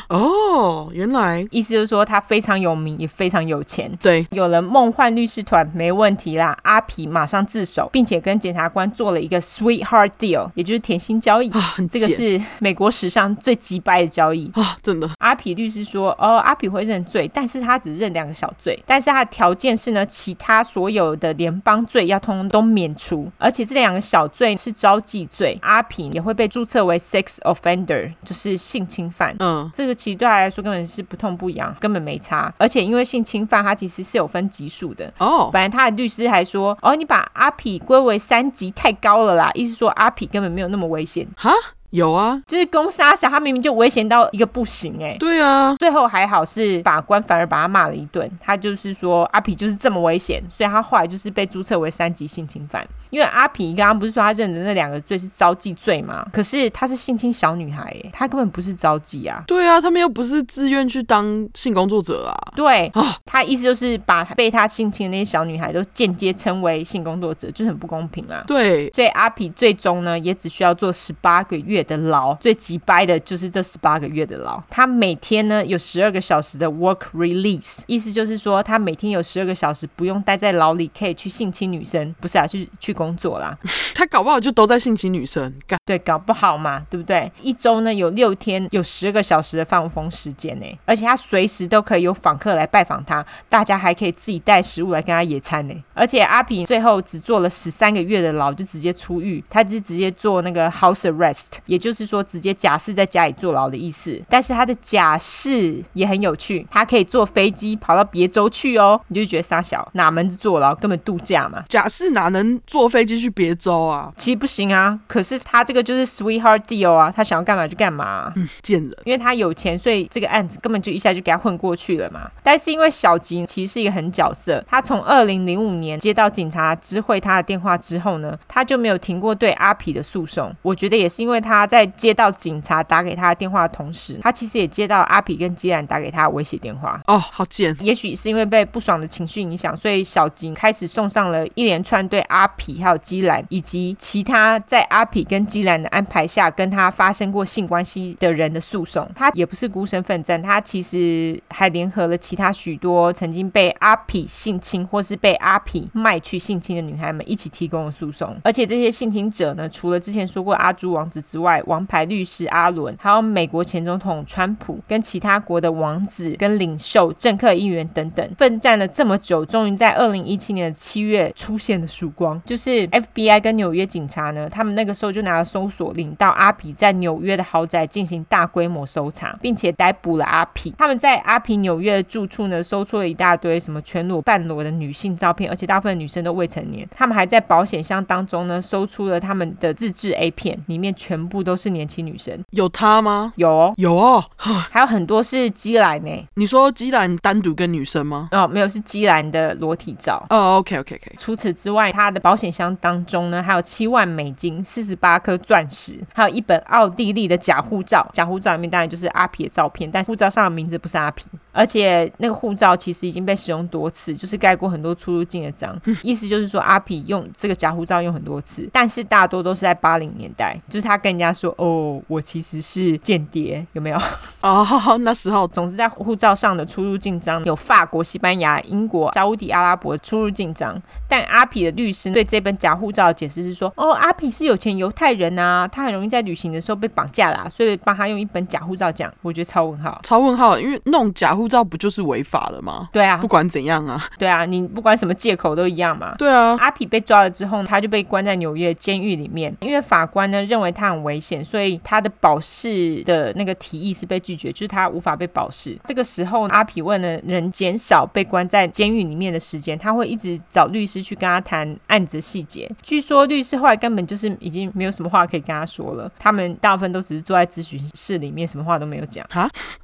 Speaker 1: 哦，原来，
Speaker 2: 意思就是说，他非常有名，也非常有钱。
Speaker 1: 对，
Speaker 2: 有了梦幻律师团，没问题啦。阿皮马上自首，并且跟检察官做了一个 sweetheart deal，也就是甜心交易。
Speaker 1: 啊，很
Speaker 2: 这个
Speaker 1: 贱
Speaker 2: 是美国史上最击败的交易。
Speaker 1: 啊，真的，
Speaker 2: 阿皮律师说，哦，阿皮会认罪，但是他只认两个小罪，但是他的条件是呢，其他所有的联邦罪要通通都免除，而且这两个小罪是招妓罪，阿皮也会被注册为 sex offender，就是性侵犯。
Speaker 1: 嗯，
Speaker 2: 这个其实对他来说根本是不痛不痒，根本没差。而且因为性侵犯，它其实是有分级数的。
Speaker 1: 哦，
Speaker 2: 本来他的律师还说：“哦，你把阿皮归为三级太高了啦，意思说阿皮根本没有那么危险，
Speaker 1: 哈，有啊，
Speaker 2: 就是攻杀小，他明明就危险到一个不行哎、
Speaker 1: 对啊，
Speaker 2: 最后还好是法官反而把他骂了一顿，他就是说阿皮就是这么危险，所以他后来就是被注册为三级性侵犯。因为阿皮刚刚不是说他认的那两个罪是招妓罪吗？可是他是性侵小女孩耶，他根本不是招妓啊。
Speaker 1: 对啊，他们又不是自愿去当性工作者啊，
Speaker 2: 对
Speaker 1: 啊，
Speaker 2: 他意思就是把被他性侵的那些小女孩都间接称为性工作者，就很不公平啊。
Speaker 1: 对，
Speaker 2: 所以阿皮最终呢，也只需要做十八个月的牢。最急掰的就是这十八个月的牢。他每天呢有十二个小时的 work release，意思就是说他每天有十二个小时不用待在牢里，可以去性侵女生，不是啊，去去工作啦。
Speaker 1: 他搞不好就都在性侵女生，干，
Speaker 2: 对，搞不好嘛，对不对？一周呢有六天有十个小时的放风时间呢，而且他随时都可以有访客来拜访他，大家还可以自己带食物来跟他野餐呢。而且阿皮最后只坐了十三个月的牢，就直接出狱，他就直接做那个 house arrest，也就是说直接假释在家里坐牢的意思。但是他的假释也很有趣，他可以坐飞机跑到别州去哦，你就觉得傻小哪门子坐牢，根本度假嘛。
Speaker 1: 假释哪能坐飞机去别州啊，
Speaker 2: 其实不行啊，可是他这个就是 sweetheart deal 啊，他想要干嘛就干嘛啊、
Speaker 1: 贱人，
Speaker 2: 因为他有钱，所以这个案子根本就一下就给他混过去了嘛。但是因为小吉其实是一个狠角色，他从二零零五年接到警察知会他的电话之后呢，他就没有停过对阿皮的诉讼。我觉得也是因为他他在接到警察打给他的电话的同时，他其实也接到阿比跟基兰打给他的威胁电话。
Speaker 1: 哦，好贱，
Speaker 2: 也许是因为被不爽的情绪影响，所以小吉开始送上了一连串对阿皮还有基兰以及其他在阿皮跟基兰的安排下跟他发生过性关系的人的诉讼。他也不是孤身奋战，他其实还联合了其他许多曾经被阿皮性侵或是被阿皮卖去性侵的女孩们一起提供了诉讼。而且这些性侵者呢，除了之前说过阿朱王子之外，王牌律师阿伦，还有美国前总统川普跟其他国的王子跟领袖、政客、议员等等，奋战了这么久，终于在二零一七年的七月出现了曙光，就是 FBI 跟纽约警察呢，他们那个时候就拿了搜索令到阿皮在纽约的豪宅进行大规模搜查，并且逮捕了阿皮。他们在阿皮纽约的住处呢，搜出了一大堆什么全裸、半裸的女性照片，而且大部分女生都未成年。他们还在保险箱当中呢，搜出了他们的自制 A 片，里面全部都是年轻女生，
Speaker 1: 有他吗？
Speaker 2: 有哦，
Speaker 1: 有哦，
Speaker 2: 还有很多是基兰呢、
Speaker 1: 你说基兰单独跟女生吗？
Speaker 2: 哦，没有，是基兰的裸体照。
Speaker 1: 哦，OK OK OK，
Speaker 2: 除此之外，他的保险箱当中呢，还有七万美金、四十八颗钻石，还有一本奥地利的假护照。假护照里面当然就是阿皮的照片，但护照上的名字不是阿皮。而且那个护照其实已经被使用多次，就是盖过很多出入境的章。意思就是说，阿皮用这个假护照用很多次，但是大多都是在八零年代，就是他跟人家说：“哦，我其实是间谍。”有没有？
Speaker 1: 哦，那时候
Speaker 2: 总之，在护照上的出入境章有法国、西班牙、英国、沙烏地阿拉伯的出入境章，但阿皮的律师对这本假护照的解释是说：“哦，阿皮是有钱犹太人啊，他很容易在旅行的时候被绑架啦，所以帮他用一本假护照讲。”我觉得超问号。
Speaker 1: 超问号，因为弄假护照不就是违法了吗？
Speaker 2: 对啊
Speaker 1: 不，管怎样啊，
Speaker 2: 对啊，你不管什么借口都一样嘛。
Speaker 1: 对啊，
Speaker 2: 阿皮被抓了之后，他就被关在纽约监狱里面，因为法官呢认为他很危险，所以他的保释的那个提议是被拒绝，就是他无法被保释。这个时候，阿皮为了能减少被关在监狱里面的时间，他会一直找律师去跟他谈案子的细节。据说律师后来根本就是已经没有什么话可以跟他说了，他们大部分都只是坐在咨询室里面，什么话都没有讲。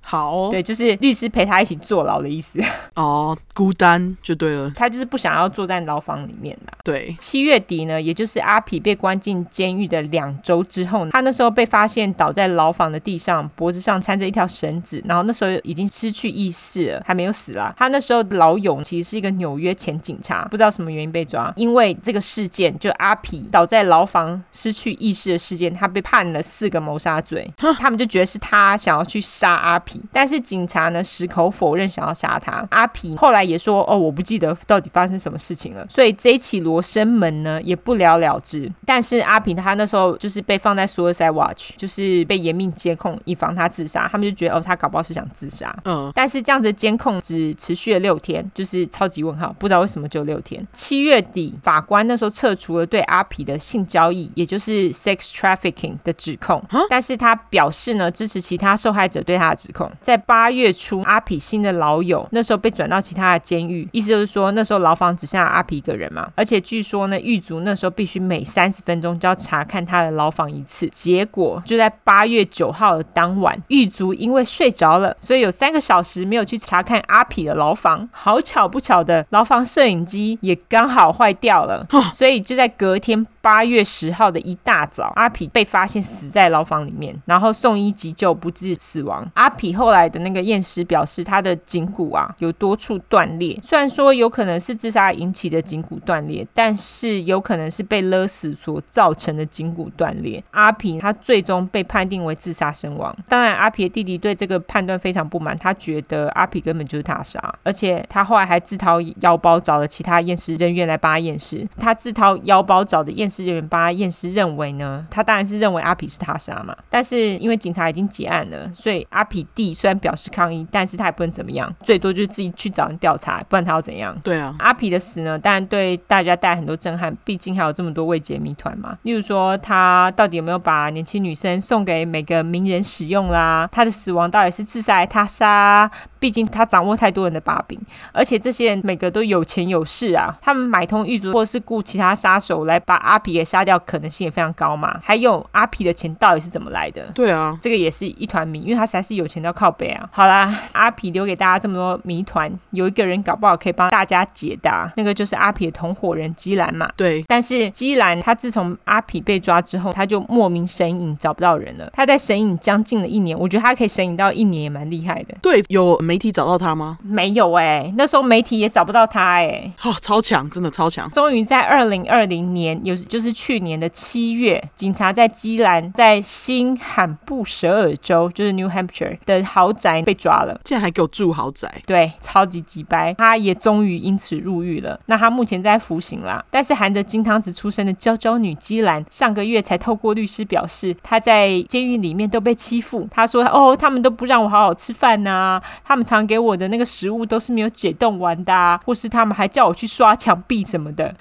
Speaker 1: 好哦
Speaker 2: 对，就是律师陪他一起坐牢的意思，
Speaker 1: 哦，孤单就对了，
Speaker 2: 他就是不想要坐在牢房里面啦。
Speaker 1: 对，
Speaker 2: 七月底呢，也就是阿皮被关进监狱的两周之后呢，他那时候被发现倒在牢房的地上，脖子上缠着一条绳子，然后那时候已经失去意识了，还没有死啦。他那时候老友其实是一个纽约前警察，不知道什么原因被抓，因为这个事件，就阿皮倒在牢房失去意识的事件，他被判了四个谋杀罪，他们就觉得是他想要去杀阿皮，但是警察呢矢口否认想要杀他。阿皮后来也说：“哦，我不记得到底发生什么事情了。”所以这一起罗生门呢也不了了之。但是阿皮他那时候就是被放在 suicide watch，就是被严密监控，以防他自杀。他们就觉得哦，他搞不好是想自杀。
Speaker 1: 嗯，
Speaker 2: 但是这样子的监控只持续了六天，就是超级问号，不知道为什么就六天。七月底，法官那时候撤除了对阿皮的性交易，也就是 sex trafficking 的指控，但是他表示呢支持其他受害者对他的指控。在八月初，阿皮新的老友那时候被转到其他的监狱，意思就是说那时候牢房只剩下阿皮一个人嘛，而且据说呢狱卒那时候必须每三十分钟就要查看他的牢房一次。结果就在八月九号的当晚，狱卒因为睡着了，所以有三个小时没有去查看阿皮的牢房。好巧不巧的，牢房摄影机也刚好坏掉了，所以就在隔天八月十号的一大早，阿皮被发现死在牢房里面，然后送医急救不治死亡。阿皮后来的那个验尸表示，他的颈骨啊有多处断裂，虽然说有可能是自杀引起的颈骨断裂，但是有可能是被勒死所造成的颈骨断裂。阿皮他最终被判定为自杀身亡。当然，阿皮的弟弟对这个判断非常不满，他觉得阿皮根本就是他杀，而且他后来还自掏腰包找了其他验尸人员来帮他验尸。他自掏腰包找的验尸人员帮他验尸，认为呢，他当然是认为阿皮是他杀嘛。但是因为警察已经结案了，所以阿皮弟虽然表示抗议，但是他也不能怎么样，最多就是自己去找人调查，不然他要怎样？
Speaker 1: 对啊，
Speaker 2: 阿皮的死呢，当然对大家带来很多震撼，毕竟还有这么多未解谜团嘛。例如说，他到底有没有把年轻女生送给每个名人使用啦？他的死亡到底是自杀还是他杀？毕竟他掌握太多人的把柄，而且这些人每个都有钱有势啊，他们买通狱卒或是雇其他杀手来把阿皮给杀掉可能性也非常高嘛。还有阿皮的钱到底是怎么来的？
Speaker 1: 对啊，
Speaker 2: 这个也是一团谜，因为他实在是有钱到靠北啊。好啦，阿皮留给大家这么多谜团，有一个人搞不好可以帮大家解答，那个就是阿皮的同伙人基兰嘛。
Speaker 1: 对，
Speaker 2: 但是基兰他自从阿皮被抓之后，他就莫名神隐，找不到人了。他在神隐将近了一年，我觉得他可以神隐到一年也蛮厉害的。
Speaker 1: 对，有媒体找到他吗？
Speaker 2: 没有哎、那时候媒体也找不到他哎、
Speaker 1: 哦，超强，真的超强。
Speaker 2: 终于在二零二零年，有就是去年的七月，警察在基兰在新罕布什尔州，就是 New Hampshire 的豪宅被抓了。
Speaker 1: 竟然还给我住豪宅，
Speaker 2: 对，超级鸡掰，他也终于因此入狱了。那他目前在服刑啦，但是含着金汤匙出生的娇娇女基兰，上个月才透过律师表示，她在监狱里面都被欺负。她说：“哦，他们都不让我好好吃饭呐、他们常给我的那个食物都是没有解冻完的、啊，或是他们还叫我去刷墙壁什么的。”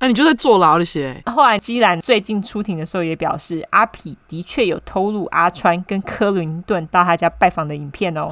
Speaker 1: 那、啊你就在坐牢了些。
Speaker 2: 后来，基兰最近出庭的时候也表示，阿皮的确有偷录阿川跟克林顿到他家拜访的影片哦。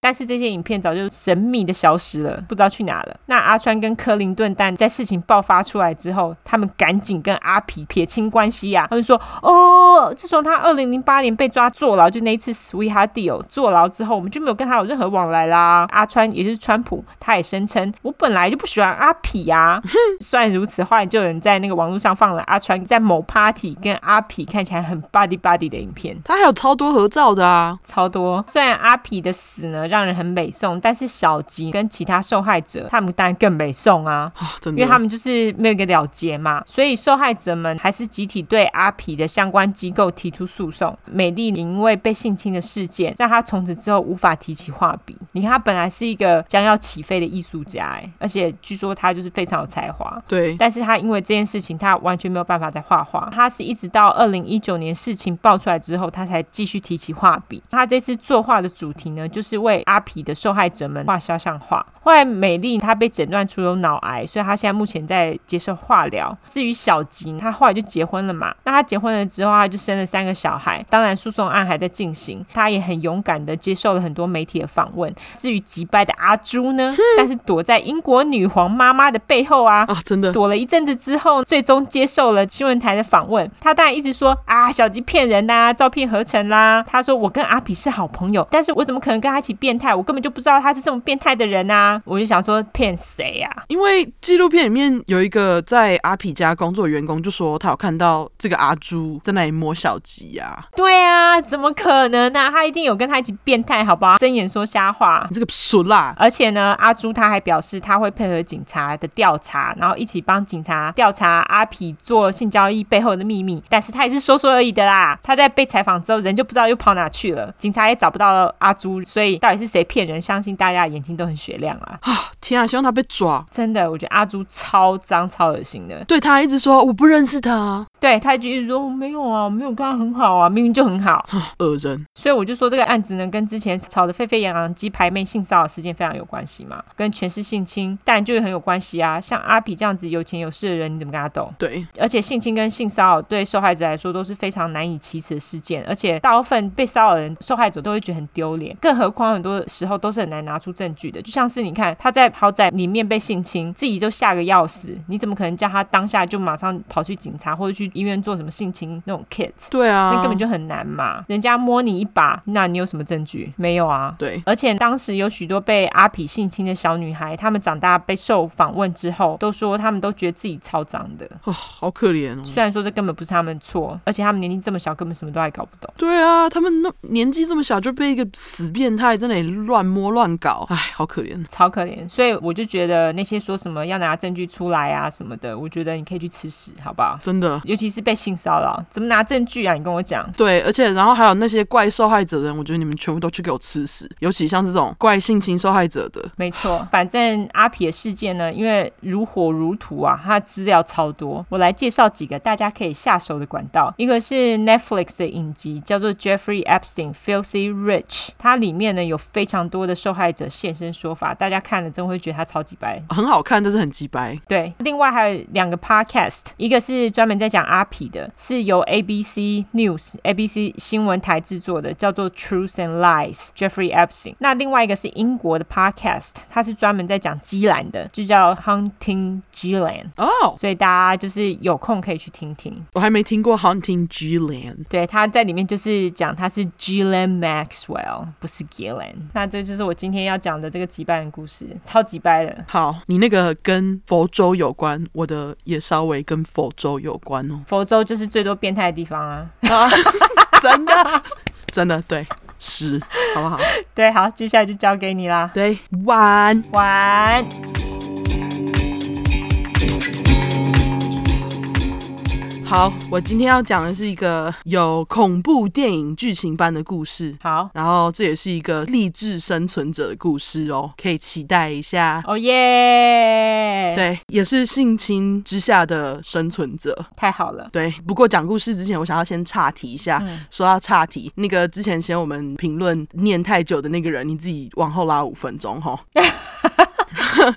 Speaker 2: 但是这些影片早就神秘的消失了，不知道去哪了。那阿川跟克林顿，但在事情爆发出来之后，他们赶紧跟阿皮撇清关系啊呀、他们说，哦，自从他二零零八年被抓坐牢，就那一次 Sweetheart Deal 哦坐牢之后，我们就没有跟他有任何往来啦。阿川，也就是川普，他也声称，我本来就不喜欢阿皮啊呀、虽然如此，后来就有人在那个网络上放了阿川在某 party 跟阿皮看起来很 buddy buddy 的影片。
Speaker 1: 他还有超多合照的啊，
Speaker 2: 超多，虽然阿皮的死呢让人很美颂，但是小吉跟其他受害者他们当然更美颂啊，
Speaker 1: 啊真
Speaker 2: 因
Speaker 1: 的。
Speaker 2: 为他们就是没有一个了结嘛，所以受害者们还是集体对阿皮的相关机构提出诉讼。美丽因为被性侵的事件，让她从此之后无法提起画笔。你看，她本来是一个将要起飞的艺术家，哎，而且据说她就是非常有才华。
Speaker 1: 对，
Speaker 2: 但是他因为这件事情，他完全没有办法再画画。他是一直到二零一九年事情爆出来之后，他才继续提起画笔。他这次作画的主题呢，就是为阿皮的受害者们画肖像画。后来美丽她被诊断出有脑癌，所以她现在目前在接受化疗。至于小吉，她后来就结婚了嘛。那她结婚了之后，她就生了三个小孩。当然，诉讼案还在进行。她也很勇敢的接受了很多媒体的访问。至于击败的阿朱呢，但是躲在英国女皇妈妈的背后啊，
Speaker 1: 啊，真的，
Speaker 2: 躲了一阵子之后，最终接受了新闻台的访问。他当然一直说啊，小吉骗人呐、照片合成啦。他说我跟阿比是好朋友，但是我怎么可能跟他一起变态？我根本就不知道他是这么变态的人啊！我就想说骗谁啊呀、
Speaker 1: 因为纪录片里面有一个在阿皮家工作的员工就说，他有看到这个阿朱在那里摸小吉啊，
Speaker 2: 对啊，怎么可能呢、他一定有跟他一起变态，好吧？睁眼说瞎话
Speaker 1: 你。这个损啦！
Speaker 2: 而且呢，阿朱他还表示他会配合警察的调查，然后一起帮警察调查阿皮做性交易背后的秘密。但是他也是说说而已的啦。他在被采访之后，人就不知道又跑哪去了，警察也找不到阿朱，所以到底是谁骗人，相信大家的眼睛都很雪亮啊！
Speaker 1: 天啊，希望他被抓。
Speaker 2: 真的，我觉得阿朱超脏、超恶心的。
Speaker 1: 对他还一直说我不认识他，
Speaker 2: 对他就一直说、哦没有啊，我没有跟他很好啊，明明就很好。
Speaker 1: 恶人。
Speaker 2: 所以我就说这个案子呢，跟之前吵得沸沸扬扬的鸡排妹性骚扰事件非常有关系嘛，跟全市性侵当然就是很有关系啊。像阿比这样子有钱有势的人，你怎么跟他斗？
Speaker 1: 对，
Speaker 2: 而且性侵跟性骚扰对受害者来说都是非常难以启齿的事件，而且大部分被骚扰的人受害者都会觉得很丢脸，更何况很多时候都是很难拿出证据的。就像是你看他在豪宅里面被性侵，自己就吓个要死，你怎么可能叫他当下就马上跑去警察或者去医院做什么性侵那种 kit？
Speaker 1: 对啊，
Speaker 2: 那根本
Speaker 1: 就
Speaker 2: 就很难嘛。人家摸你一把，那你有什么证据？没有啊。
Speaker 1: 对，
Speaker 2: 而且当时有许多被阿痞性侵的小女孩，她们长大被受访问之后，都说她们都觉得自己超脏的。
Speaker 1: 哦，好可怜哦。
Speaker 2: 虽然说这根本不是她们错，而且她们年纪这么小，根本什么都还搞不懂。
Speaker 1: 对啊，他们那年纪这么小就被一个死变态在那里乱摸乱搞，哎，好可怜。
Speaker 2: 超可怜，所以我就觉得那些说什么要拿证据出来啊什么的，我觉得你可以去吃屎，好不好？
Speaker 1: 真的。
Speaker 2: 尤其是被性骚扰，怎么拿证据啊？你跟我讲，
Speaker 1: 对，而且然后还有那些怪受害者的人，我觉得你们全部都去给我吃屎，尤其像这种怪性侵受害者的，
Speaker 2: 没错，反正阿皮的事件呢，因为如火如荼啊，它的资料超多，我来介绍几个大家可以下手的管道。一个是 Netflix 的影集，叫做《Jeffrey Epstein Filthy Rich》，它里面呢有非常多的受害者现身说法，大家看了真会觉得他超级白。
Speaker 1: 很好看，但是很鸡掰。
Speaker 2: 对，另外还有两个 podcast，一个是专门在讲阿皮的，是由 ABC News、ABC 新闻台制作的，叫做《Truth and Lies》Jeffrey Epstein。那另外一个是英国的 podcast，它是专门在讲基兰的，就叫 Hunting Gillan。
Speaker 1: 哦，
Speaker 2: 所以大家就是就是有空可以去听听。
Speaker 1: 我还没听过 Hunting Gillian。
Speaker 2: 对，他在里面就是讲他是 Gillian Maxwell，不是 Gillian。那这就是我今天要讲的这个击败人故事，超级掰的。
Speaker 1: 好，你那个跟佛州有关，我的也稍微跟佛州有关哦。
Speaker 2: 佛州就是最多变态的地方啊。
Speaker 1: 啊，真的，真的对，是，好不好？
Speaker 2: 对，好，接下来就交给你啦。
Speaker 1: 对，晚。
Speaker 2: 晚安。
Speaker 1: 好，我今天要讲的是一个有恐怖电影剧情般的故事，
Speaker 2: 好，
Speaker 1: 然后这也是一个励志生存者的故事哦，可以期待一下。
Speaker 2: 哦耶！，
Speaker 1: 对，也是性侵之下的生存者。
Speaker 2: 太好了。
Speaker 1: 对，不过讲故事之前，我想要先岔题一下。说到岔题，那个之前嫌我们评论念太久的那个人，你自己往后拉五分钟哈。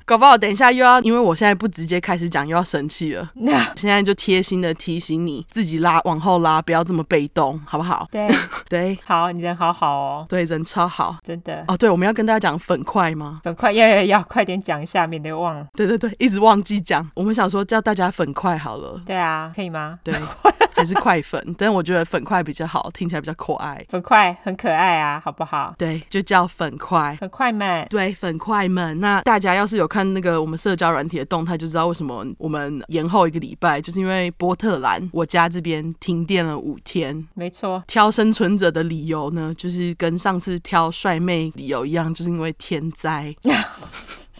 Speaker 1: 搞不好等一下又要，因为我现在不直接开始讲，又要生气了。现在就贴心的提醒你，自己拉往后拉，不要这么被动，好不 好？
Speaker 2: 对，
Speaker 1: 对
Speaker 2: 好，你人好好哦，
Speaker 1: 对，人超好
Speaker 2: 真的。
Speaker 1: 哦。对，我们要跟大家讲粉块吗？
Speaker 2: 很快要要要，快点讲一下，免得忘了。
Speaker 1: 对对对，一直忘记讲。我们想说叫大家粉块好了，
Speaker 2: 对啊，可以吗？
Speaker 1: 对，还是快粉，但我觉得粉块比较好，听起来比较可爱。
Speaker 2: 很快，很可爱啊，好不好？
Speaker 1: 对，就叫粉块。
Speaker 2: 很快慢，
Speaker 1: 对粉块们，那大家要是有看那个我们社交软体的动态，就知道为什么我们延后一个礼拜，就是因为波特兰我家这边停电了五天。
Speaker 2: 没错。
Speaker 1: 挑生存者的理由呢，就是跟上次挑帅妹理由一样，就是因为天灾。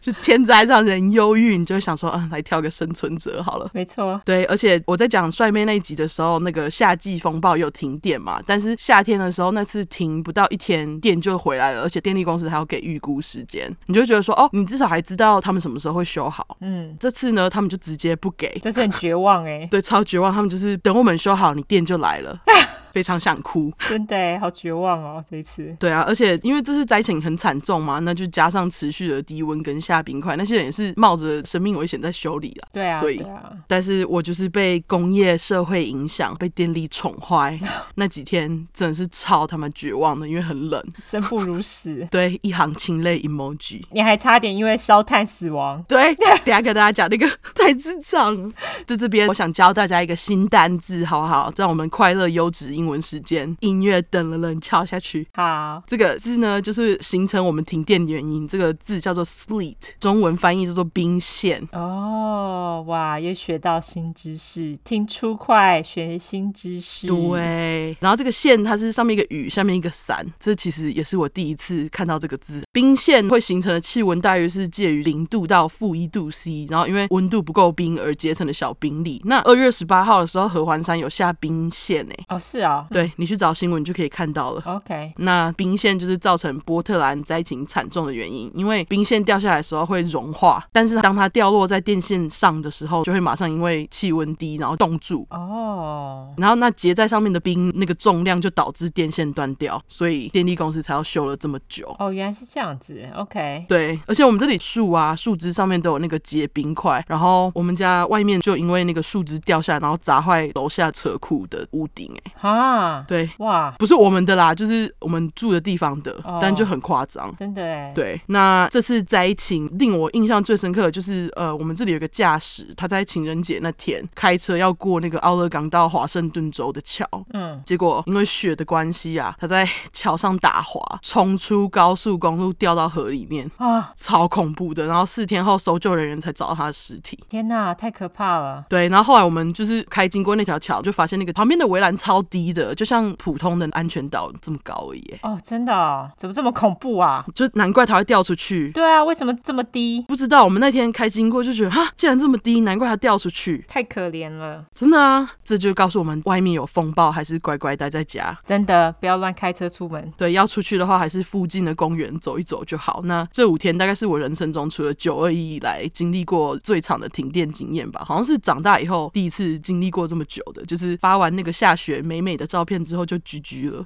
Speaker 1: 就天灾让人忧郁，你就会想说，嗯，来挑个生存者好了。
Speaker 2: 没错，
Speaker 1: 对，而且我在讲帅妹那一集的时候，那个夏季风暴有停电嘛，但是夏天的时候那次停不到一天，电就回来了，而且电力公司还要给预估时间，你就会觉得说，哦，你至少还知道他们什么时候会修好。
Speaker 2: 嗯，
Speaker 1: 这次呢，他们就直接不给，
Speaker 2: 真是很绝望 哎、
Speaker 1: 对，超绝望，他们就是等我们修好，你电就来了，
Speaker 2: 啊
Speaker 1: 非常想哭。
Speaker 2: 真的、欸、好绝望哦，这一次。
Speaker 1: 对啊，而且因为这次灾情很惨重嘛，那就加上持续的低温跟下冰块，那些人也是冒着生命危险在修理啦。
Speaker 2: 对啊，
Speaker 1: 所以
Speaker 2: 对啊，
Speaker 1: 但是我就是被工业社会影响，被电力宠 坏。那几天真的是超他妈绝望的，因为很冷。。
Speaker 2: 生不如死
Speaker 1: 对，一行清泪 emoji。
Speaker 2: 你还差点因为烧炭死亡，
Speaker 1: 对，等一下跟大家讲那个 太智障了。在这边，我想教大家一个新单字，好不好？让我们快乐优质英文时间。音乐等了冷敲下去。
Speaker 2: 好，
Speaker 1: 这个字呢，就是形成我们停电的原因。这个字叫做 sleet，中文翻译叫做冰线。
Speaker 2: 哦，哇，又学到新知识，听出快学新知识，，
Speaker 1: 对，然后这个线它是上面一个雨，下面一个伞，这其实也是我第一次看到这个字。冰线会形成的气温大约是介于零度到负一度 C，然后因为温度不够冰而结成的小冰粒。那二月十八号的时候，合欢山有下冰线诶、
Speaker 2: 哦，是哦
Speaker 1: 对你去找新闻你就可以看到了。
Speaker 2: ，OK，
Speaker 1: 那冰线就是造成波特兰灾情惨重的原因，因为冰线掉下来的时候会融化，但是当它掉落在电线上的时候，就会马上因为气温低然后冻住，
Speaker 2: 哦，
Speaker 1: 然后那结在上面的冰那个重量就导致电线断掉，所以电力公司才要修了这么久。
Speaker 2: 哦，原来是这样子，OK，
Speaker 1: 对，而且我们这里树啊，树枝上面都有那个结冰块，然后我们家外面就因为那个树枝掉下来，然后砸坏楼下车库的屋顶、哎，
Speaker 2: 啊，
Speaker 1: 对，
Speaker 2: 哇，
Speaker 1: 不是我们的啦，就是我们住的地方的
Speaker 2: 哦，
Speaker 1: 但就很夸张。
Speaker 2: 真的哎，，
Speaker 1: 对，那这次灾情令我印象最深刻的就是，呃，我们这里有个驾驶，他在情人节那天开车要过那个奥勒冈到华盛顿州的桥，
Speaker 2: 嗯，
Speaker 1: 结果因为雪的关系啊，他在桥上打滑，冲出高速公路掉到河里面，
Speaker 2: 啊，
Speaker 1: 超恐怖的。然后四天后，搜救人员才找到他的尸体。
Speaker 2: 天哪，太可怕了，
Speaker 1: 对，然后后来我们就是开经过那条桥，就发现那个旁边的围栏超低的，就像普通的安全岛这么高而已耶，
Speaker 2: 哦，真的哦，怎么这么恐怖啊？
Speaker 1: 就难怪它会掉出去。
Speaker 2: 对啊，为什么这么低？
Speaker 1: 不知道我们那天开经过就觉得，哈，竟然这么低，难怪它掉出去。
Speaker 2: 太可怜了，
Speaker 1: 真的啊，这就告诉我们外面有风暴，还是乖乖待在家。
Speaker 2: 真的不要乱开车出门。
Speaker 1: 对，要出去的话，还是附近的公园走一走就好。那这五天大概是我人生中除了九二一以来经历过最长的停电经验吧，好像是长大以后第一次经历过这么久的，就是发完那个下雪美美的照片之后就 GG 了。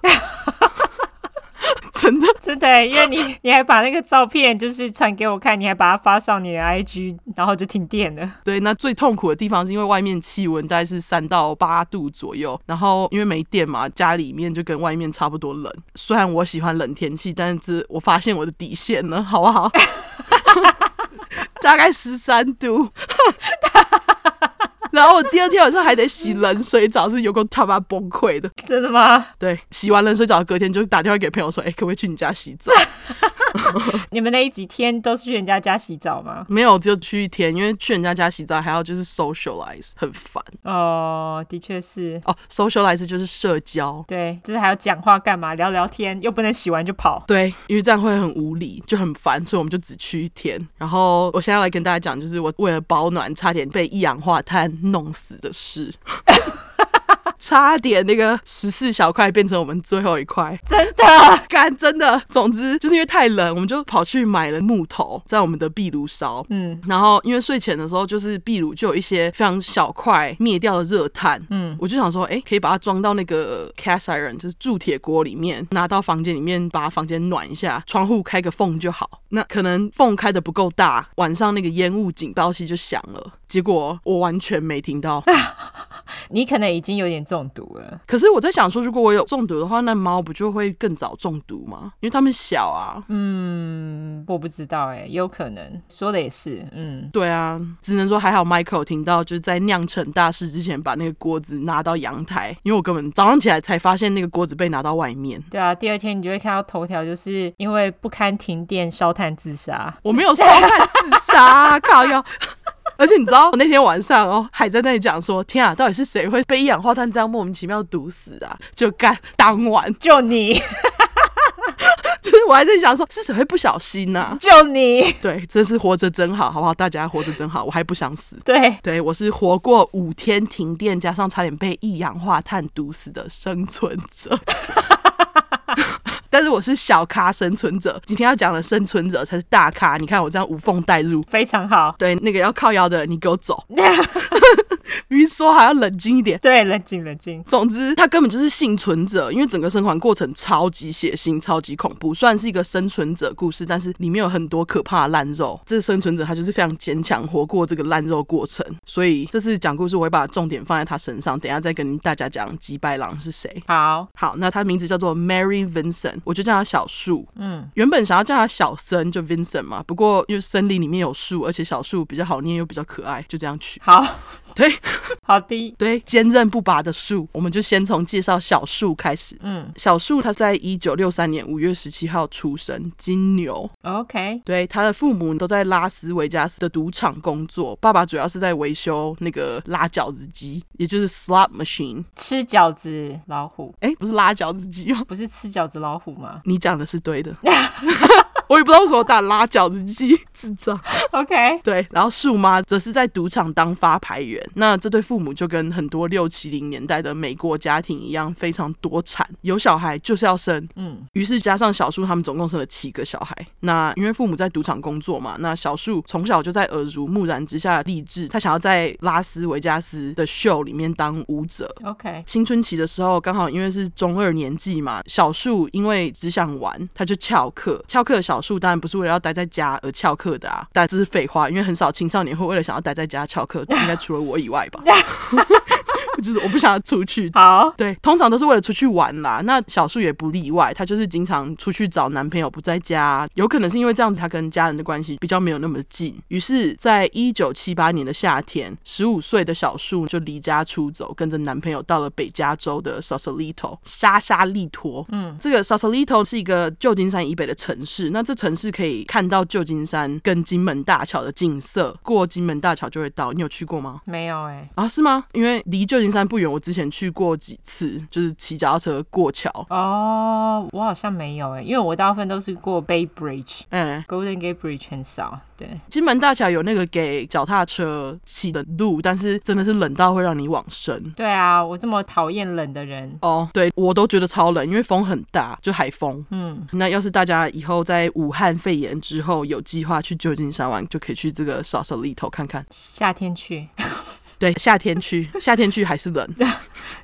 Speaker 1: 真的，
Speaker 2: 真的欸耶，因为你 你还把那个照片就是传给我看，你还把它发上你的 IG，然后就停电了。
Speaker 1: 对，那最痛苦的地方是因为外面气温大概是三到八度左右，然后因为没电嘛，家里面就跟外面差不多冷。虽然我喜欢冷天气，但是我发现我的底线了，好不 好？大概十三度。 然后我第二天晚上还得洗冷水澡，是有够他妈崩溃的。
Speaker 2: 真的吗？
Speaker 1: 对，洗完冷水澡隔天就打电话给朋友说，哎、可不可以去你家洗澡？
Speaker 2: 你们那几天都是去人家家洗澡吗？
Speaker 1: 没有，只有去一天，因为去人家家洗澡还要就是 socialize，很烦
Speaker 2: 哦，的确是。
Speaker 1: 哦。socialize 就是社交，
Speaker 2: 对，就是还要讲话干嘛？聊聊天，又不能洗完就跑。
Speaker 1: 对，因为这样会很无理，就很烦，所以我们就只去一天。然后我现在来跟大家讲，就是我为了保暖，差点被一氧化碳弄死的事。 差点那个十四小块变成我们最后一块，
Speaker 2: 真的，
Speaker 1: 干真的。总之就是因为太冷，我们就跑去买了木头，在我们的壁炉烧。
Speaker 2: 嗯，
Speaker 1: 然后因为睡前的时候，就是壁炉就有一些非常小块灭掉的热炭，嗯，我就想说，哎，可以把它装到那个 cast iron，就是铸铁锅里面，拿到房间里面，把房间暖一下，窗户开个缝就好。那可能缝开的不够大，晚上那个烟雾警报器就响了，结果我完全没听到。
Speaker 2: 你可能已经有点中毒了。
Speaker 1: 可是我在想说，如果我有中毒的话，那猫不就会更早中毒吗？因为它们小啊。
Speaker 2: 嗯，我不知道哎、有可能说的也是。嗯，
Speaker 1: 对啊，只能说还好 Michael 听到，就是在酿成大事之前把那个锅子拿到阳台，因为我根本早上起来才发现那个锅子被拿到外面。
Speaker 2: 对啊，第二天你就会看到头条，就是因为不堪停电烧炭自杀。
Speaker 1: 我没有烧炭自杀、啊靠腰。 而且你知道，我那天晚上哦，还在那里讲说，天啊，到底是谁会被一氧化碳这样莫名其妙毒死啊？就干当晚，
Speaker 2: 就你，
Speaker 1: 就是我还在想说，是谁会不小心呢、
Speaker 2: 就你，
Speaker 1: 对，真是活着真好，好不好？大家活着真好，我还不想死。
Speaker 2: 对，
Speaker 1: 对，我是活过五天停电，加上差点被一氧化碳毒死的生存者。 但是我是小咖生存者，今天要讲的生存者才是大咖。你看我这样无缝带入，
Speaker 2: 非常好。
Speaker 1: 对那个要靠腰的，你给我走。比说还要冷静一点。
Speaker 2: 对，冷静冷静。
Speaker 1: 总之，他根本就是幸存者，因为整个生还过程超级血腥、超级恐怖。虽然是一个生存者故事，但是里面有很多可怕的烂肉。这生存者他就是非常坚强，活过这个烂肉过程。所以这次讲故事，我会把重点放在他身上。等一下再跟大家讲吉白狼是谁。
Speaker 2: 好，
Speaker 1: 好，那他名字叫做 Mary Vincent，我就叫他小树。
Speaker 2: 嗯，
Speaker 1: 原本想要叫他小森，就 Vincent 嘛。不过因为森林里面有树，而且小树比较好念又比较可爱，就这样取。
Speaker 2: 好，
Speaker 1: 对，
Speaker 2: 好的，
Speaker 1: 对，坚韧不拔的树，我们就先从介绍小树开始。
Speaker 2: 嗯
Speaker 1: 小树他在一九六三年五月十七号出生，金牛。
Speaker 2: ，OK，
Speaker 1: 对，他的父母都在拉斯维加斯的赌场工作，爸爸主要是在维修那个拉饺子机，也就是 slot machine。
Speaker 2: 吃饺子老虎
Speaker 1: 哎，不是拉饺子机哦，
Speaker 2: 不是吃饺子老虎吗
Speaker 1: 你讲的是对的。 我也不知道为什么打拉饺子机，智障。
Speaker 2: ？OK，
Speaker 1: 对，然后树妈则是在赌场当发牌员。那这对父母就跟很多六七零年代的美国家庭一样，非常多产，有小孩就是要生。
Speaker 2: 嗯，
Speaker 1: 于是加上小树，他们总共生了七个小孩。那因为父母在赌场工作嘛，那小树从小就在耳濡目染之下立志，他想要在拉斯维加斯的秀里面当舞者。
Speaker 2: OK，
Speaker 1: 青春期的时候，刚好因为是中二年纪嘛，小树因为只想玩，他就翘课。翘课的小树当然不是为了要待在家而翘课的啊，但这是废话，因为很少青少年会为了想要待在家翘课，应该除了我以外吧。 就是我不想要出去。
Speaker 2: 好，
Speaker 1: 对，通常都是为了出去玩啦。那小树也不例外，她就是经常出去找男朋友不在家，有可能是因为这样子，她跟家人的关系比较没有那么近。于是，在一九七八年的夏天，十五岁的小树就离家出走，跟着男朋友到了北加州的 Sausalito 沙沙利托。嗯，这个 Sausalito 是一个旧金山以北的城市，那这城市可以看到旧金山跟金门大桥的景色，过金门大桥就会到。你有去过吗？
Speaker 2: 没有哎、
Speaker 1: 啊，是吗？因为离旧金山不远，我之前去过几次，就是骑脚踏车过桥。
Speaker 2: 哦，我好像没有哎、因为我大部分都是过 Bay Bridge。
Speaker 1: 嗯，
Speaker 2: Golden Gate Bridge 很少，对，
Speaker 1: 金门大桥有那个给脚踏车骑的路，但是真的是冷到会让你往生。
Speaker 2: 对啊，我这么讨厌冷的人，
Speaker 1: 哦，对我都觉得超冷，因为风很大，就海风。
Speaker 2: 嗯，
Speaker 1: 那要是大家以后在武汉肺炎之后有计划去旧金山玩，就可以去这个 Sausalito 看看。
Speaker 2: 夏天去，
Speaker 1: 对，夏天去，夏天去还是冷。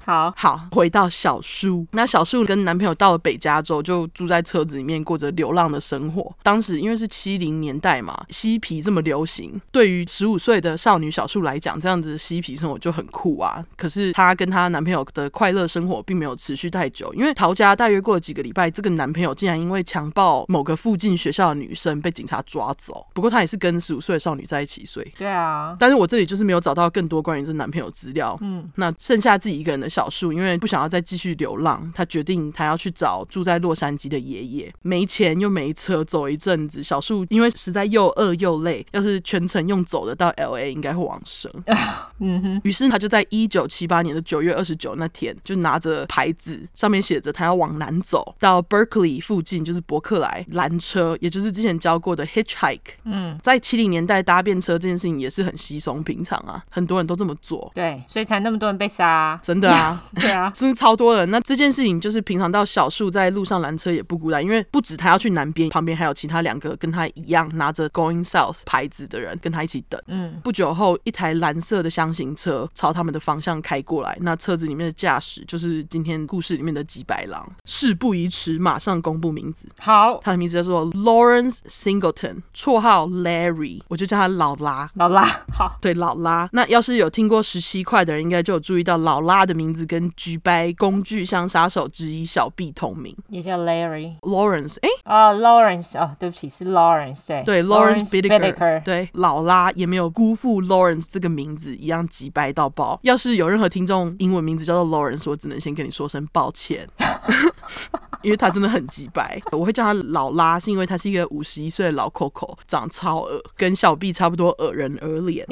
Speaker 2: 好，
Speaker 1: 好，回到小树，那小树跟男朋友到了北加州，就住在车子里面，过着流浪的生活。当时因为是七零年代嘛，嬉皮这么流行，对于十五岁的少女小树来讲，这样子的嬉皮生活就很酷啊。可是她跟她男朋友的快乐生活并没有持续太久，因为逃家大约过了几个礼拜，这个男朋友竟然因为强暴某个附近学校的女生被警察抓走。不过他也是跟十五岁的少女在一起，所以
Speaker 2: 对啊，
Speaker 1: 但是我这里就是没有找到更多关于这男朋友资料。
Speaker 2: 嗯，
Speaker 1: 那剩下自己一个人的小树，因为不想要再继续流浪，他决定他要去找住在洛杉矶的爷爷。没钱又没车，走一阵子，小树因为实在又饿又累，要是全程用走的到 L A，应该会往生。
Speaker 2: 嗯哼，
Speaker 1: 于是他就在一九七八年的九月二十九那天，就拿着牌子，上面写着他要往南走到 Berkeley 附近，就是伯克莱拦车，也就是之前教过的 hitchhike。
Speaker 2: 嗯，
Speaker 1: 在七零年代搭便车这件事情也是很稀松平常啊，很多人都这么做，
Speaker 2: 对，所以才那么多人被杀 啊、
Speaker 1: 真的啊。
Speaker 2: 对啊，
Speaker 1: 真是超多人。那这件事情就是平常到小树在路上拦车也不孤单，因为不止他要去南边，旁边还有其他两个跟他一样拿着 Going South 牌子的人跟他一起等。
Speaker 2: 嗯，
Speaker 1: 不久后，一台蓝色的箱型车朝他们的方向开过来，那车子里面的驾驶就是今天故事里面的吉白狼。事不宜迟，马上公布名字。
Speaker 2: 好，
Speaker 1: 他的名字叫做 Lawrence Singleton，绰号 Larry，我就叫他老拉。
Speaker 2: 老拉，好，
Speaker 1: 对老拉。那要是有听过十七块的人，应该就有注意到老拉的名字跟菊掰工具箱杀手之一小 B 同名。
Speaker 2: 也叫 Larry
Speaker 1: Lawrence，哎，
Speaker 2: 哦 l a w r e n c e 哦，对不起，是 Lawrence，对，
Speaker 1: 对
Speaker 2: Lawrence
Speaker 1: ，Lawrence
Speaker 2: Bittaker，
Speaker 1: Bittaker，对老拉也没有辜负 Lawrence 这个名字，一样急掰到爆。要是有任何听众英文名字叫做 Lawrence，我只能先跟你说声抱歉。 因为他真的很鸡掰，我会叫他老拉，是因为他是一个五十一岁的老 Coco，长超恶，跟小 B 差不多，恶人恶脸，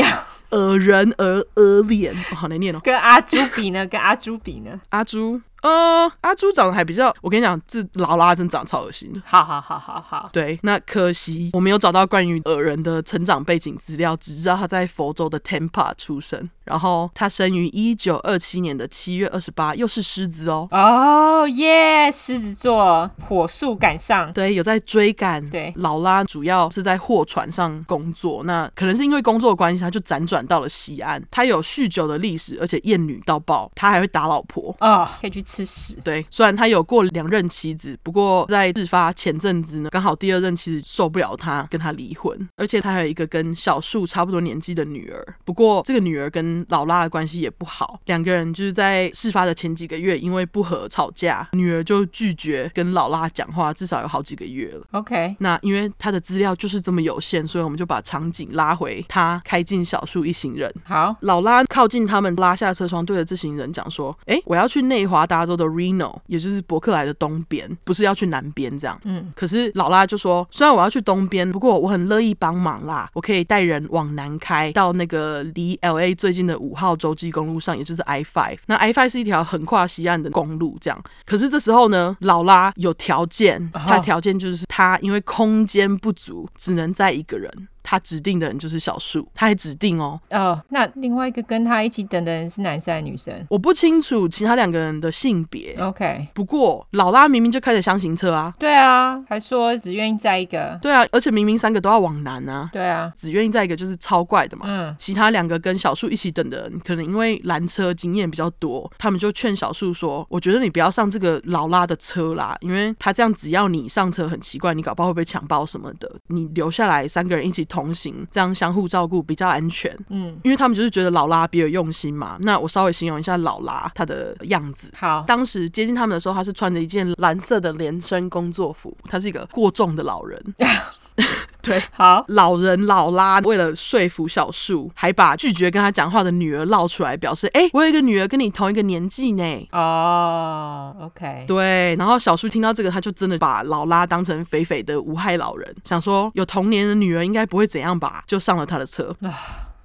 Speaker 1: 恶人而恶脸，哦好难念哦。
Speaker 2: 跟阿朱比呢？ 跟阿朱比呢？
Speaker 1: 阿朱，呃，阿朱长得还比较，我跟你讲，这劳拉真长得超恶心的。
Speaker 2: 好好好好好，
Speaker 1: 对，那可惜我没有找到关于耳人的成长背景资料，只知道他在佛州的 Tampa 出生，然后他生于一九二七年的七月二十八，又是狮子哦。
Speaker 2: 哦耶，狮子座火速赶上，
Speaker 1: 对，有在追赶。
Speaker 2: 对
Speaker 1: 劳拉主要是在货船上工作，那可能是因为工作的关系，他就辗转到了西岸。他有酗酒的历史，而且厌女到爆，他还会打老婆。
Speaker 2: 哦，可以去吃屎，
Speaker 1: 对，虽然他有过两任妻子，不过在事发前阵子呢，刚好第二任妻子受不了他，跟他离婚，而且他还有一个跟小树差不多年纪的女儿。不过这个女儿跟老拉的关系也不好，两个人就是在事发的前几个月因为不和吵架，女儿就拒绝跟老拉讲话，至少有好几个月了。
Speaker 2: ，OK，
Speaker 1: 那因为他的资料就是这么有限，所以我们就把场景拉回他开进小树一行人。
Speaker 2: 好，
Speaker 1: 老拉靠近他们，拉下车窗，对着这行人讲说：“诶，我要去内华达州的 Reno，也就是伯克莱的东边，不是要去南边这样。”
Speaker 2: 嗯，
Speaker 1: 可是老拉就说：“虽然我要去东边，不过我很乐意帮忙啦，我可以带人往南开到那个离 L A 最近的五号洲际公路上，也就是 I five。那 I five 是一条横跨西岸的公路，这样。可是这时候呢，老拉有条件，
Speaker 2: 哦
Speaker 1: 他的条件就是他因为空间不足，只能载一个人。”他指定的人就是小树，他还指定哦，
Speaker 2: 哦，那另外一个跟他一起等的人是男生还是女生
Speaker 1: 我不清楚其他两个人的性别。
Speaker 2: ？OK，
Speaker 1: 不过老拉明明就开着箱型车啊，
Speaker 2: 对啊，还说只愿意载一个，
Speaker 1: 对啊，而且明明三个都要往南啊，
Speaker 2: 对啊，
Speaker 1: 只愿意在一个就是超怪的嘛。
Speaker 2: 嗯，
Speaker 1: 其他两个跟小树一起等的人，可能因为拦车经验比较多，他们就劝小树说：“我觉得你不要上这个劳拉的车啦，因为他这样只要你上车很奇怪，你搞不好会被强暴什么的。你留下来三个人一起同行，这样相互照顾比较安全。”
Speaker 2: 嗯，
Speaker 1: 因为他们就是觉得劳拉别有用心嘛。那我稍微形容一下劳拉她的样子，
Speaker 2: 好，
Speaker 1: 当时接近他们的时候，他是穿着一件蓝色的连身工作服，他是一个过重的老人。对，
Speaker 2: 好，
Speaker 1: 老人老拉为了说服小树，还把拒绝跟他讲话的女儿捞出来，表示：“哎、我有一个女儿跟你同一个年纪呢。”
Speaker 2: 哦，OK，
Speaker 1: 对，然后小树听到这个，他就真的把老拉当成肥肥的无害老人，想说有童年的女儿应该不会怎样吧，就上了他的车。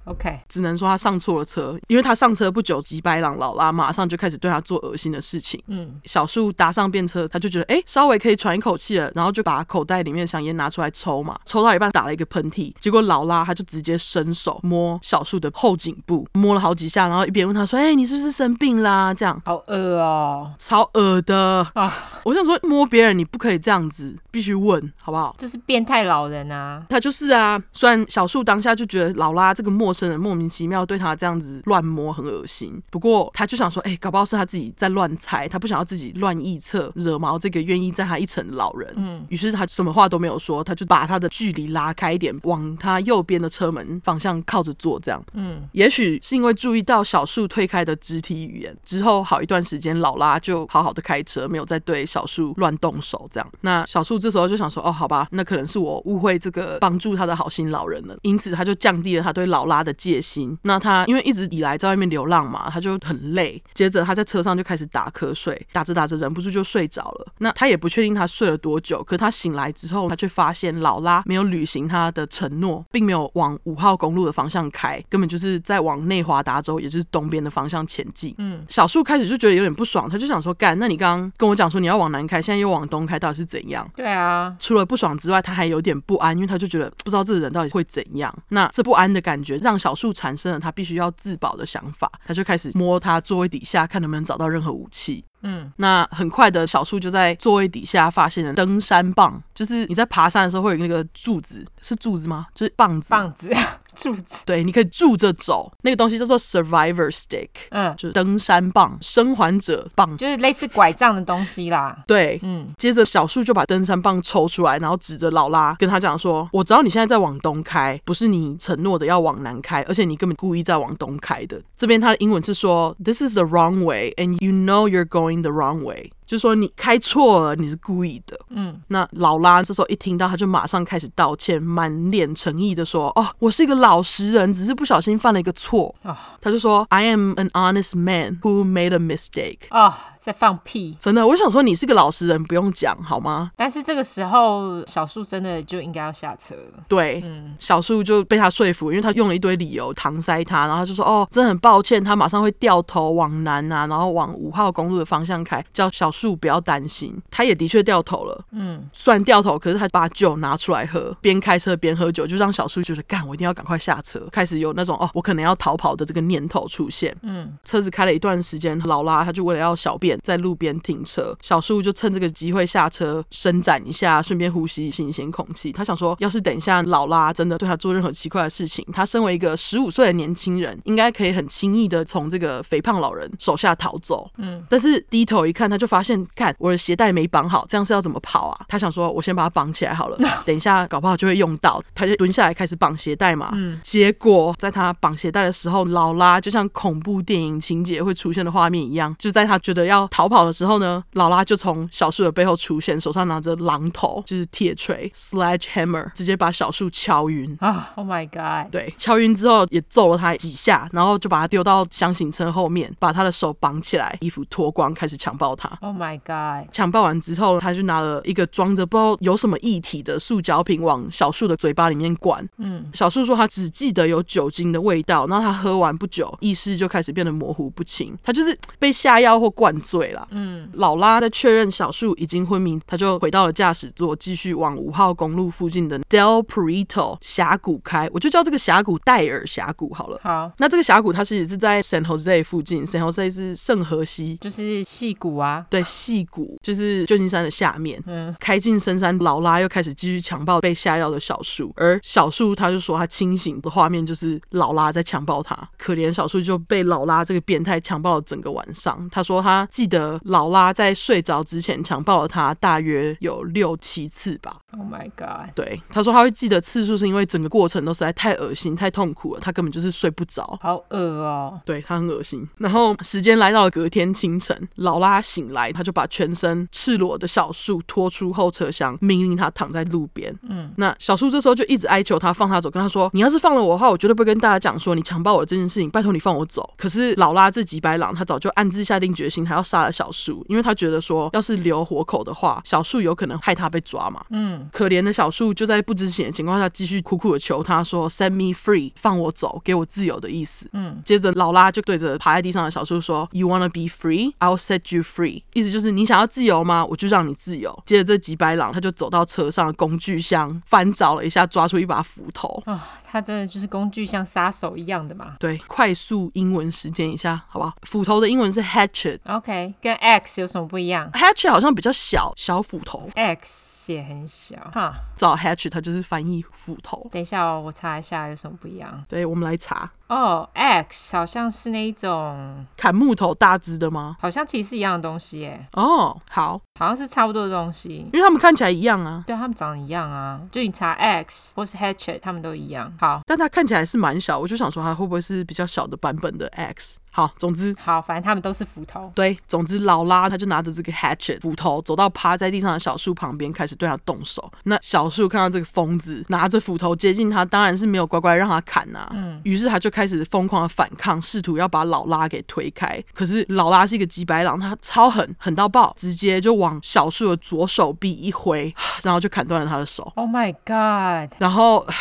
Speaker 2: OK，
Speaker 1: 只能说他上错了车，因为他上车不久，吉白朗老拉马上就开始对他做恶心的事情。
Speaker 2: 嗯，
Speaker 1: 小树搭上便车，他就觉得哎、诶稍微可以喘一口气了，然后就把口袋里面的香烟拿出来抽嘛，抽到一半打了一个喷嚏，结果劳拉他就直接伸手摸小树的后颈部，摸了好几下，然后一边问他说：“哎、你是不是生病啦？”这样。
Speaker 2: 好饿哦，
Speaker 1: 超恶的
Speaker 2: 啊
Speaker 1: 我想说摸别人你不可以这样子，必须问好不好？
Speaker 2: 就是变态老人啊，
Speaker 1: 他就是啊，虽然小树当下就觉得劳拉这个陌生人莫名其妙对他这样子乱摸很恶心，不过他就想说，哎、搞不好是他自己在乱猜，他不想要自己乱臆测，惹毛这个愿意在他一层的老人。
Speaker 2: 嗯，
Speaker 1: 于是他什么话都没有说，他就把他的距离拉开一点，往他右边的车门方向靠着坐，这样。
Speaker 2: 嗯，
Speaker 1: 也许是因为注意到小树推开的肢体语言之后，好一段时间，老拉就好好的开车，没有再对小树乱动手这样。那小树这时候就想说，哦，好吧，那可能是我误会这个帮助他的好心老人了，因此他就降低了他对老拉的戒心。那他因为一直以来在外面流浪嘛，他就很累。接着他在车上就开始打瞌睡，打着打着忍不住就睡着了。那他也不确定他睡了多久，可他醒来之后，他却发现老拉没有履行他的承诺，并没有往五号公路的方向开，根本就是在往内华达州，也就是东边的方向前进。嗯，小树开始就觉得有点不爽，他就想说：“干，那你刚刚跟我讲说你要往南开，现在又往东开，到底是怎样？”
Speaker 2: 对啊，
Speaker 1: 除了不爽之外，他还有点不安，因为他就觉得呃不知道这个人到底会怎样。那这不安的感觉让小树产生了他必须要自保的想法，他就开始摸他座位底下，看能不能找到任何武器。
Speaker 2: 嗯，
Speaker 1: 那很快的小树就在座位底下发现了登山棒，就是你在爬山的时候会有那个柱子，是柱子吗？就是棒子。
Speaker 2: 棒子、 柱子，
Speaker 1: 对，你可以柱着走，那个东西叫做 survivor stick，
Speaker 2: 嗯，
Speaker 1: 就是登山棒、生还者棒。
Speaker 2: 就是类似拐杖的东西啦。
Speaker 1: 对，
Speaker 2: 嗯，
Speaker 1: 接着小树就把登山棒抽出来，然后指着劳拉跟他讲说：“我知道你现在在往东开，不是你承诺的要往南开，而且你根本故意在往东开的。”这边他的英文是说：“This is the wrong way, and you know you're going the wrong way。”就说你开错了，你是故意的。
Speaker 2: 嗯，
Speaker 1: 那劳拉这时候一听到，他就马上开始道歉，满脸诚意的说：“哦，我是一个老实人，只是不小心犯了一个错。
Speaker 2: 哦
Speaker 1: 他就说：“I am an honest man who made a mistake。”
Speaker 2: 哦，在放屁。
Speaker 1: 真的，我想说你是个老实人，不用讲好吗？
Speaker 2: 但是这个时候，小树真的就应该要下车了。
Speaker 1: 对，
Speaker 2: 嗯
Speaker 1: 小树就被他说服，因为他用了一堆理由搪塞他，然后他就说：“哦，真的很抱歉，他马上会掉头往南啊，然后往五号公路的方向开，叫小树不要担心。”他也的确掉头了，
Speaker 2: 嗯，
Speaker 1: 虽然掉头，可是他把酒拿出来喝，边开车边喝酒，就让小树觉得干，我一定要赶快下车，开始有那种哦，我可能要逃跑的这个念头出现。
Speaker 2: 嗯，
Speaker 1: 车子开了一段时间，劳拉他就为了要小便，在路边停车，小树就趁这个机会下车伸展一下，顺便呼吸新鲜空气。他想说，要是等一下劳拉真的对他做任何奇怪的事情，他身为一个十五岁的年轻人，应该可以很轻易的从这个肥胖老人手下逃走。但是低头一看，他就发现，看我的鞋带没绑好，这样是要怎么跑啊？他想说，我先把它绑起来好了，等一下搞不好就会用到。他就蹲下来开始绑鞋带嘛。
Speaker 2: 嗯
Speaker 1: 结果在他绑鞋带的时候，劳拉就像恐怖电影情节会出现的画面一样，就在他觉得要逃跑的时候呢，劳拉就从小树的背后出现，手上拿着榔头，就是铁锤 （sledgehammer），直接把小树敲晕。
Speaker 2: 啊，Oh my god！
Speaker 1: 对，敲晕之后也揍了他几下，然后就把他丢到箱型车后面，把他的手绑起来，衣服脱光，开始强暴他。
Speaker 2: Oh my god！
Speaker 1: 强暴完之后，他就拿了一个装着不知道有什么液体的塑胶瓶往小树的嘴巴里面灌。
Speaker 2: 嗯，
Speaker 1: 小树说他只记得有酒精的味道，然后他喝完不久，意识就开始变得模糊不清，他就是被下药或灌醉了。嗯，老拉在确认小树已经昏迷，他就回到了驾驶座，继续往五号公路附近的 Del Prieto 峡谷开，我就叫这个峡谷戴尔峡谷好了。
Speaker 2: 好，
Speaker 1: 那这个峡谷它其实是在 San Jose 附近，San Jose 是圣河西，
Speaker 2: 就是戏骨啊。
Speaker 1: 对，戏谷就是旧金山的下面。
Speaker 2: 嗯，
Speaker 1: 开进深山，劳拉又开始继续强暴被下药的小树，而小树他就说他清醒的画面就是劳拉在强暴他，可怜小树就被劳拉这个变态强暴了整个晚上。他说他记得劳拉在睡着之前强暴了他大约有六七次吧。
Speaker 2: Oh my god！
Speaker 1: 对，他说他会记得次数是因为整个过程都实在太恶心、太痛苦了，他根本就是睡不着。
Speaker 2: 好恶哦、
Speaker 1: 对他很恶心。然后时间来到了隔天清晨，劳拉醒来，他就把全身赤裸的小树拖出后车厢，命令他躺在路边。嗯，那小树这时候就一直哀求他放他走，跟他说：“你要是放了我的话，我绝对不会跟大家讲说你强暴我的这件事情，拜托你放我走。”可是劳拉这几百朗，他早就暗自下定决心，他要杀了小树，因为他觉得说，要是留活口的话，小树有可能害他被抓嘛。
Speaker 2: 嗯，
Speaker 1: 可怜的小树就在不知情的情况下，继续苦苦的求他说：“Set me free，放我走，给我自由的意思。”
Speaker 2: 嗯，
Speaker 1: 接着劳拉就对着趴在地上的小树说：“You wanna be free? I'll set you free。”意思就是你想要自由吗？我就让你自由。接着这几百朗他就走到车上的工具箱，翻找了一下，抓出一把斧头。
Speaker 2: 啊、他真的就是工具像杀手一样的嘛。
Speaker 1: 对，快速英文时间一下，好不好？斧头的英文是 hatchet。
Speaker 2: OK，跟 X 有什么不一样
Speaker 1: Hatchet 好像比较小，小斧头。
Speaker 2: ？X 也很小哈。
Speaker 1: 找 hatchet，它就是翻译斧头。
Speaker 2: 等一下哦，我查一下有什么不一样。
Speaker 1: 对，我们来查。
Speaker 2: 哦，axe 好像是那一种，
Speaker 1: 砍木头大只的吗？
Speaker 2: 好像其实是一样的东西耶，
Speaker 1: 哦，好，
Speaker 2: 好像是差不多的东西。
Speaker 1: 因为他们看起来一样啊，
Speaker 2: 对啊，他们长得一样啊，就你查 axe 或是 hatchet，他们都一样。好，
Speaker 1: 但它看起来是蛮小，我就想说它会不会是比较小的版本的 X？好，总之
Speaker 2: 好，反正他们都是斧头。
Speaker 1: 对，总之劳拉他就拿着这个 hatchet 斧头走到趴在地上的小树旁边，开始对他动手。那小树看到这个疯子拿着斧头接近他，当然是没有乖乖让他砍呐、嗯，于是他就开始疯狂的反抗，试图要把老拉给推开。可是老拉是一个鸡白狼，他超狠，狠到爆，直接就往小树的左手臂一挥，然后就砍断了他的手。
Speaker 2: Oh my god！
Speaker 1: 然后呃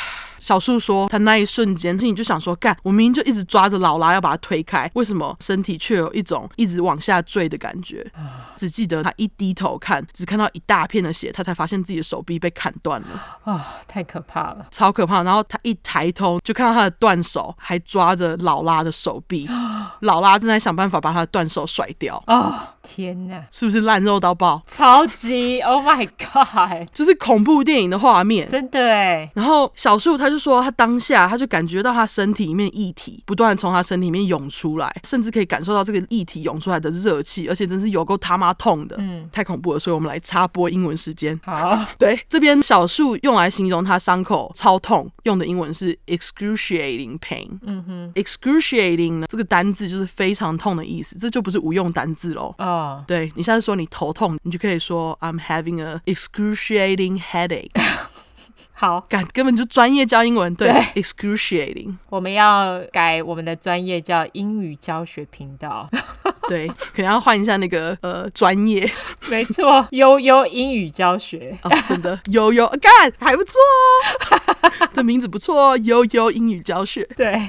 Speaker 1: 小树说，他那一瞬间心里就想说，干，我明明就一直抓着劳拉要把他推开，为什么身体却有一种一直往下坠的感觉？只记得他一低头看，只看到一大片的血，他才发现自己的手臂被砍断了，
Speaker 2: 啊、太可怕了。
Speaker 1: 超可怕。然后他一抬头就看到他的断手还抓着劳拉的手臂，劳拉正在想办法把他的断手甩掉，
Speaker 2: 哦，天哪，
Speaker 1: 是不是烂肉到爆？
Speaker 2: 超级！Oh my god！
Speaker 1: 就是恐怖电影的画面。
Speaker 2: 真的哎，
Speaker 1: 然后小树他就说，他当下他就感觉到他身体里面液体不断地从他身体里面涌出来，甚至可以感受到这个液体涌出来的热气，而且真是有够他妈痛的，嗯，太恐怖了。所以我们来插播英文时间。
Speaker 2: 好
Speaker 1: 对，这边小树用来形容他伤口超痛，用的英文是 excruciating pain。嗯哼，excruciating 呢这个单字就是非常痛的意思，这就不是无用单字喽。
Speaker 2: 哦，
Speaker 1: 对你现在说你头痛，你就可以说 I'm having a excruciating headache。
Speaker 2: 好，
Speaker 1: 干根本就专业教英文，对
Speaker 2: 对
Speaker 1: ，excruciating，
Speaker 2: 我们要改我们的专业叫英语教学频道，
Speaker 1: 对，可能要换一下那个呃专业
Speaker 2: 没错，悠悠英语教学。
Speaker 1: 哦，真的悠悠干还不错哦， 这名字不错哦，悠悠英语教学，
Speaker 2: 对，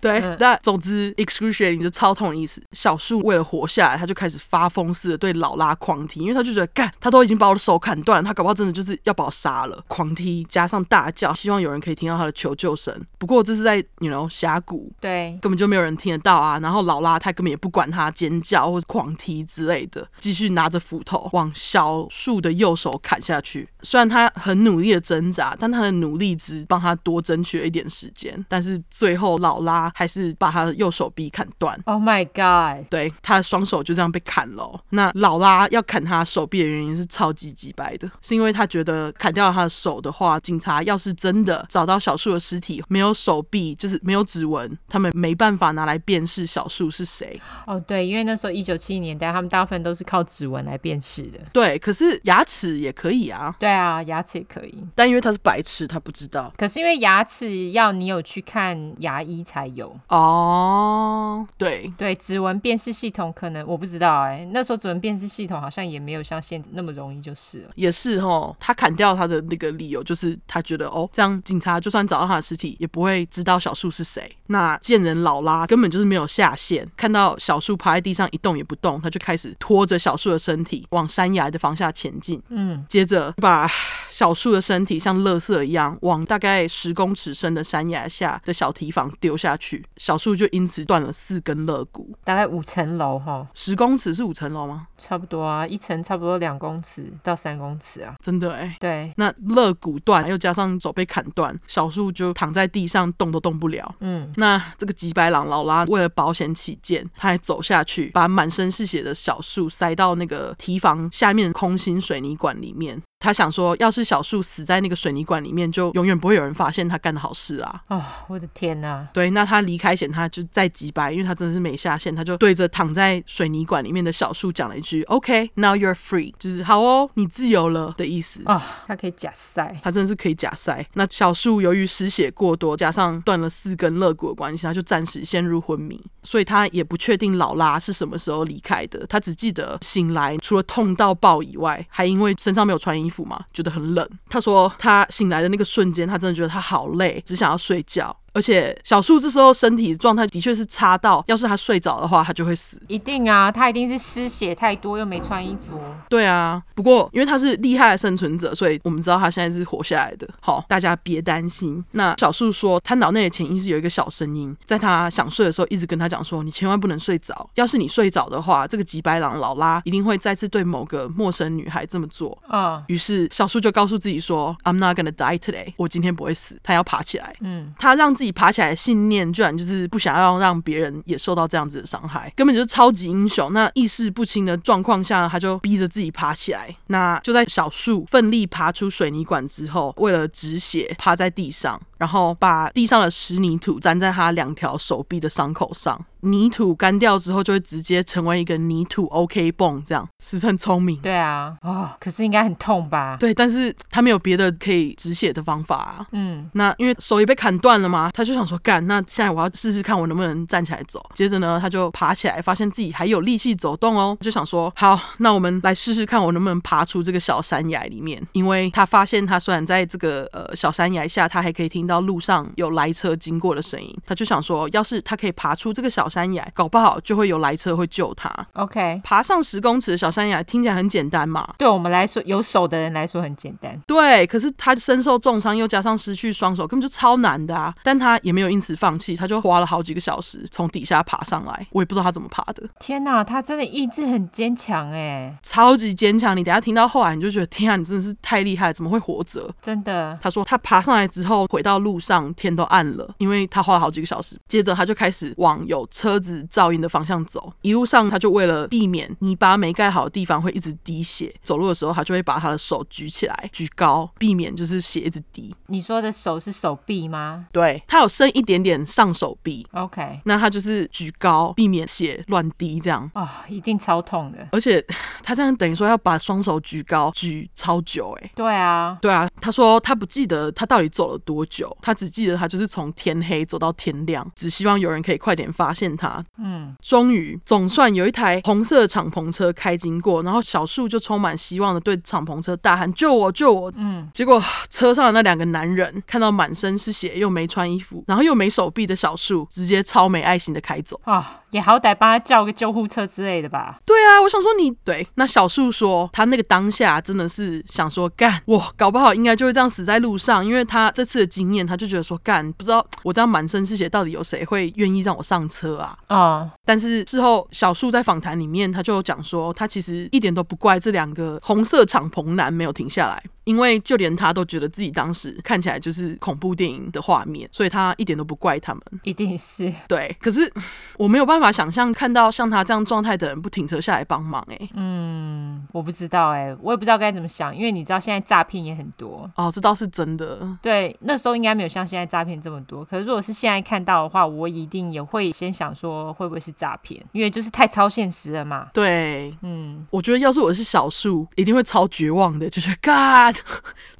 Speaker 1: 对，
Speaker 2: 嗯
Speaker 1: 那总之 excruciating 就超痛的意思。小树为了活下来，他就开始发疯似的对老拉狂踢，因为他就觉得干，他都已经把我的手砍断了，他搞不好真的就是要把我杀了。狂踢加上大叫，希望有人可以听到他的求救声。不过这是在 you know 峡谷，
Speaker 2: 对，
Speaker 1: 根本就没有人听得到啊。然后老拉他根本也不管他尖叫或者狂踢之类的，继续拿着斧头往小树的右手砍下去。虽然他很努力的挣扎，但他的努力只帮他多争取了一点时间。但是最后老拉还是把他的右手臂砍断。
Speaker 2: Oh my god！
Speaker 1: 对，他的双手就这样被砍了哦。那老拉要砍他手臂的原因是超级击败的，是因为他觉得砍掉他的手的话，警察要是真的找到小树的尸体，没有手臂，就是没有指纹，他们没办法拿来辨识小树是谁。
Speaker 2: 哦，对，因为那时候一九七零年代，他们大部分都是靠指纹来辨识的。
Speaker 1: 对，可是牙齿也可以啊，
Speaker 2: 对啊，牙齿也可以，
Speaker 1: 但因为他是白痴，他不知道。
Speaker 2: 可是因为牙齿要你有去看牙医才有。
Speaker 1: 哦，对，
Speaker 2: 对，指纹辨识系统可能我不知道哎、那时候指纹辨识系统好像也没有像现在那么容易就是了。
Speaker 1: 也是哦。他砍掉他的那个理由就是他觉得哦，这样警察就算找到他的尸体，也不会知道小树是谁。那见人老拉根本就是没有下线，看到小树趴在地上一动也不动，他就开始拖着小树的身体往山崖的方向前进。
Speaker 2: 嗯，
Speaker 1: 接着把小树的身体像垃圾一样往大概十公尺深的山崖下的小堤防丢下去，小树就因此断了四根肋骨。
Speaker 2: 大概五层楼哈，
Speaker 1: 十公尺是五层楼吗？
Speaker 2: 差不多啊，一层差不多两公尺到三公尺啊。
Speaker 1: 真的哎、
Speaker 2: 对，
Speaker 1: 那肋骨断，又加上手被砍断，小树就躺在地上动都动不了。
Speaker 2: 嗯，
Speaker 1: 那这个吉白狼劳拉为了保险起见，他还走下去，把满身是血的小树塞到那个堤防下面空心水泥管里面。他想说，要是小树死在那个水泥管里面，就永远不会有人发现他干的好事啊。
Speaker 2: 哦，我的天呐、
Speaker 1: 对，那他离开前，他就再急白，因为他真的是没下线，他就对着躺在水泥管里面的小树讲了一句：“OK，now、you're free，就是好哦，你自由了的意思。”
Speaker 2: 哦，它可以假塞。
Speaker 1: 他真的是可以假塞。那小树由于失血过多，加上断了四根肋骨的关系，他就暂时陷入昏迷，所以他也不确定老拉是什么时候离开的。他只记得醒来，除了痛到爆以外，还因为身上没有穿衣服嘛，觉得很冷。他说他醒来的那个瞬间，他真的觉得他好累，只想要睡觉。而且小树这时候身体状态的确是差到，要是他睡着的话，他就会死。
Speaker 2: 一定啊，它一定是失血太多又没穿衣服。
Speaker 1: 对啊，不过因为他是厉害的生存者，所以我们知道他现在是活下来的。好，大家别担心。那小树说，他脑内的潜意识有一个小声音，在他想睡的时候，一直跟他讲说，你千万不能睡着。要是你睡着的话，这个吉白狼老拉一定会再次对某个陌生女孩这么做。
Speaker 2: 嗯
Speaker 1: 于是小树就告诉自己说，I'm not gonna die today，我今天不会死。他要爬起来，
Speaker 2: 嗯，
Speaker 1: 他让自己。自己爬起来的信念，居然就是不想要让别人也受到这样子的伤害，根本就是超级英雄。那意识不清的状况下，他就逼着自己爬起来。那就在小树奋力爬出水泥管之后，为了止血，趴在地上，然后把地上的湿泥土粘在他两条手臂的伤口上。泥土干掉之后，就会直接成为一个泥土 OK 泵，这样是不是很聪明？
Speaker 2: 对啊，哦，可是应该很痛吧？
Speaker 1: 对，但是他没有别的可以止血的方法啊。
Speaker 2: 嗯，
Speaker 1: 那因为手也被砍断了嘛，他就想说干，那现在我要试试看我能不能站起来走。接着呢，他就爬起来，发现自己还有力气走动哦，就想说好，那我们来试试看我能不能爬出这个小山崖里面。因为他发现他虽然在这个呃小山崖下，他还可以听到路上有来车经过的声音，他就想说，要是他可以爬出这个小山崖，搞不好就会有来车会救他。
Speaker 2: OK，
Speaker 1: 爬上十公尺的小山崖听起来很简单嘛，
Speaker 2: 对我们来说，有手的人来说很简单。
Speaker 1: 对，可是他身受重伤，又加上失去双手，根本就超难的啊！但他也没有因此放弃，他就花了好几个小时从底下爬上来。我也不知道他怎么爬的，
Speaker 2: 天哪，他真的意志很坚强哎，
Speaker 1: 超级坚强。你等一下听到后来，你就觉得天啊，你真的是太厉害了，怎么会活着？
Speaker 2: 真的。
Speaker 1: 他说他爬上来之后，回到路上，天都暗了，因为他花了好几个小时。接着他就开始往有车子噪音的方向走，一路上他就为了避免泥巴没盖好的地方会一直滴血，走路的时候他就会把他的手举起来，举高，避免就是血一直滴。
Speaker 2: 你说的手是手臂吗
Speaker 1: 对，他有伸一点点上手臂，
Speaker 2: ？OK，
Speaker 1: 那他就是举高，避免血乱滴这样。
Speaker 2: 哦，一定超痛的。
Speaker 1: 而且他这样等于说要把双手举高，举超久欸诶、
Speaker 2: 对啊，
Speaker 1: 对啊，他说他不记得他到底走了多久，他只记得他就是从天黑走到天亮，只希望有人可以快点发现他。
Speaker 2: 嗯，
Speaker 1: 终于，总算有一台红色的敞篷车开经过，然后小树就充满希望的对敞篷车大喊：“救我，救我！”
Speaker 2: 嗯，
Speaker 1: 结果车上的那两个男人看到满身是血又没穿衣服，然后又没手臂的小树，直接超没爱心的开走。
Speaker 2: 哦，也好歹帮他叫个救护车之类的吧。
Speaker 1: 对啊，我想说你对那小树说，他那个当下真的是想说干，我搞不好应该就会这样死在路上，因为他这次的经验，他就觉得说干，不知道我这样满身是血，到底有谁会愿意让我上车啊？
Speaker 2: 哦，
Speaker 1: 但是事后，小树在访谈里面，他就有讲说，他其实一点都不怪这两个红色敞篷男没有停下来，因为就连他都觉得自己当时看起来就是恐怖电影的画面，所以他一点都不怪他们。
Speaker 2: 一定是。
Speaker 1: 对，可是我没有办法想象看到像他这样状态的人不停车下来帮忙、欸，
Speaker 2: 嗯，我不知道哎、我也不知道该怎么想，因为你知道现在诈骗也很多。
Speaker 1: 哦，这倒是真的。
Speaker 2: 对，那时候应该没有像现在诈骗这么多。可是如果是现在看到的话，我一定也会先想说会不会是诈骗，因为就是太超现实了嘛。
Speaker 1: 对，
Speaker 2: 嗯，
Speaker 1: 我觉得要是我是小树，一定会超绝望的，就是 God，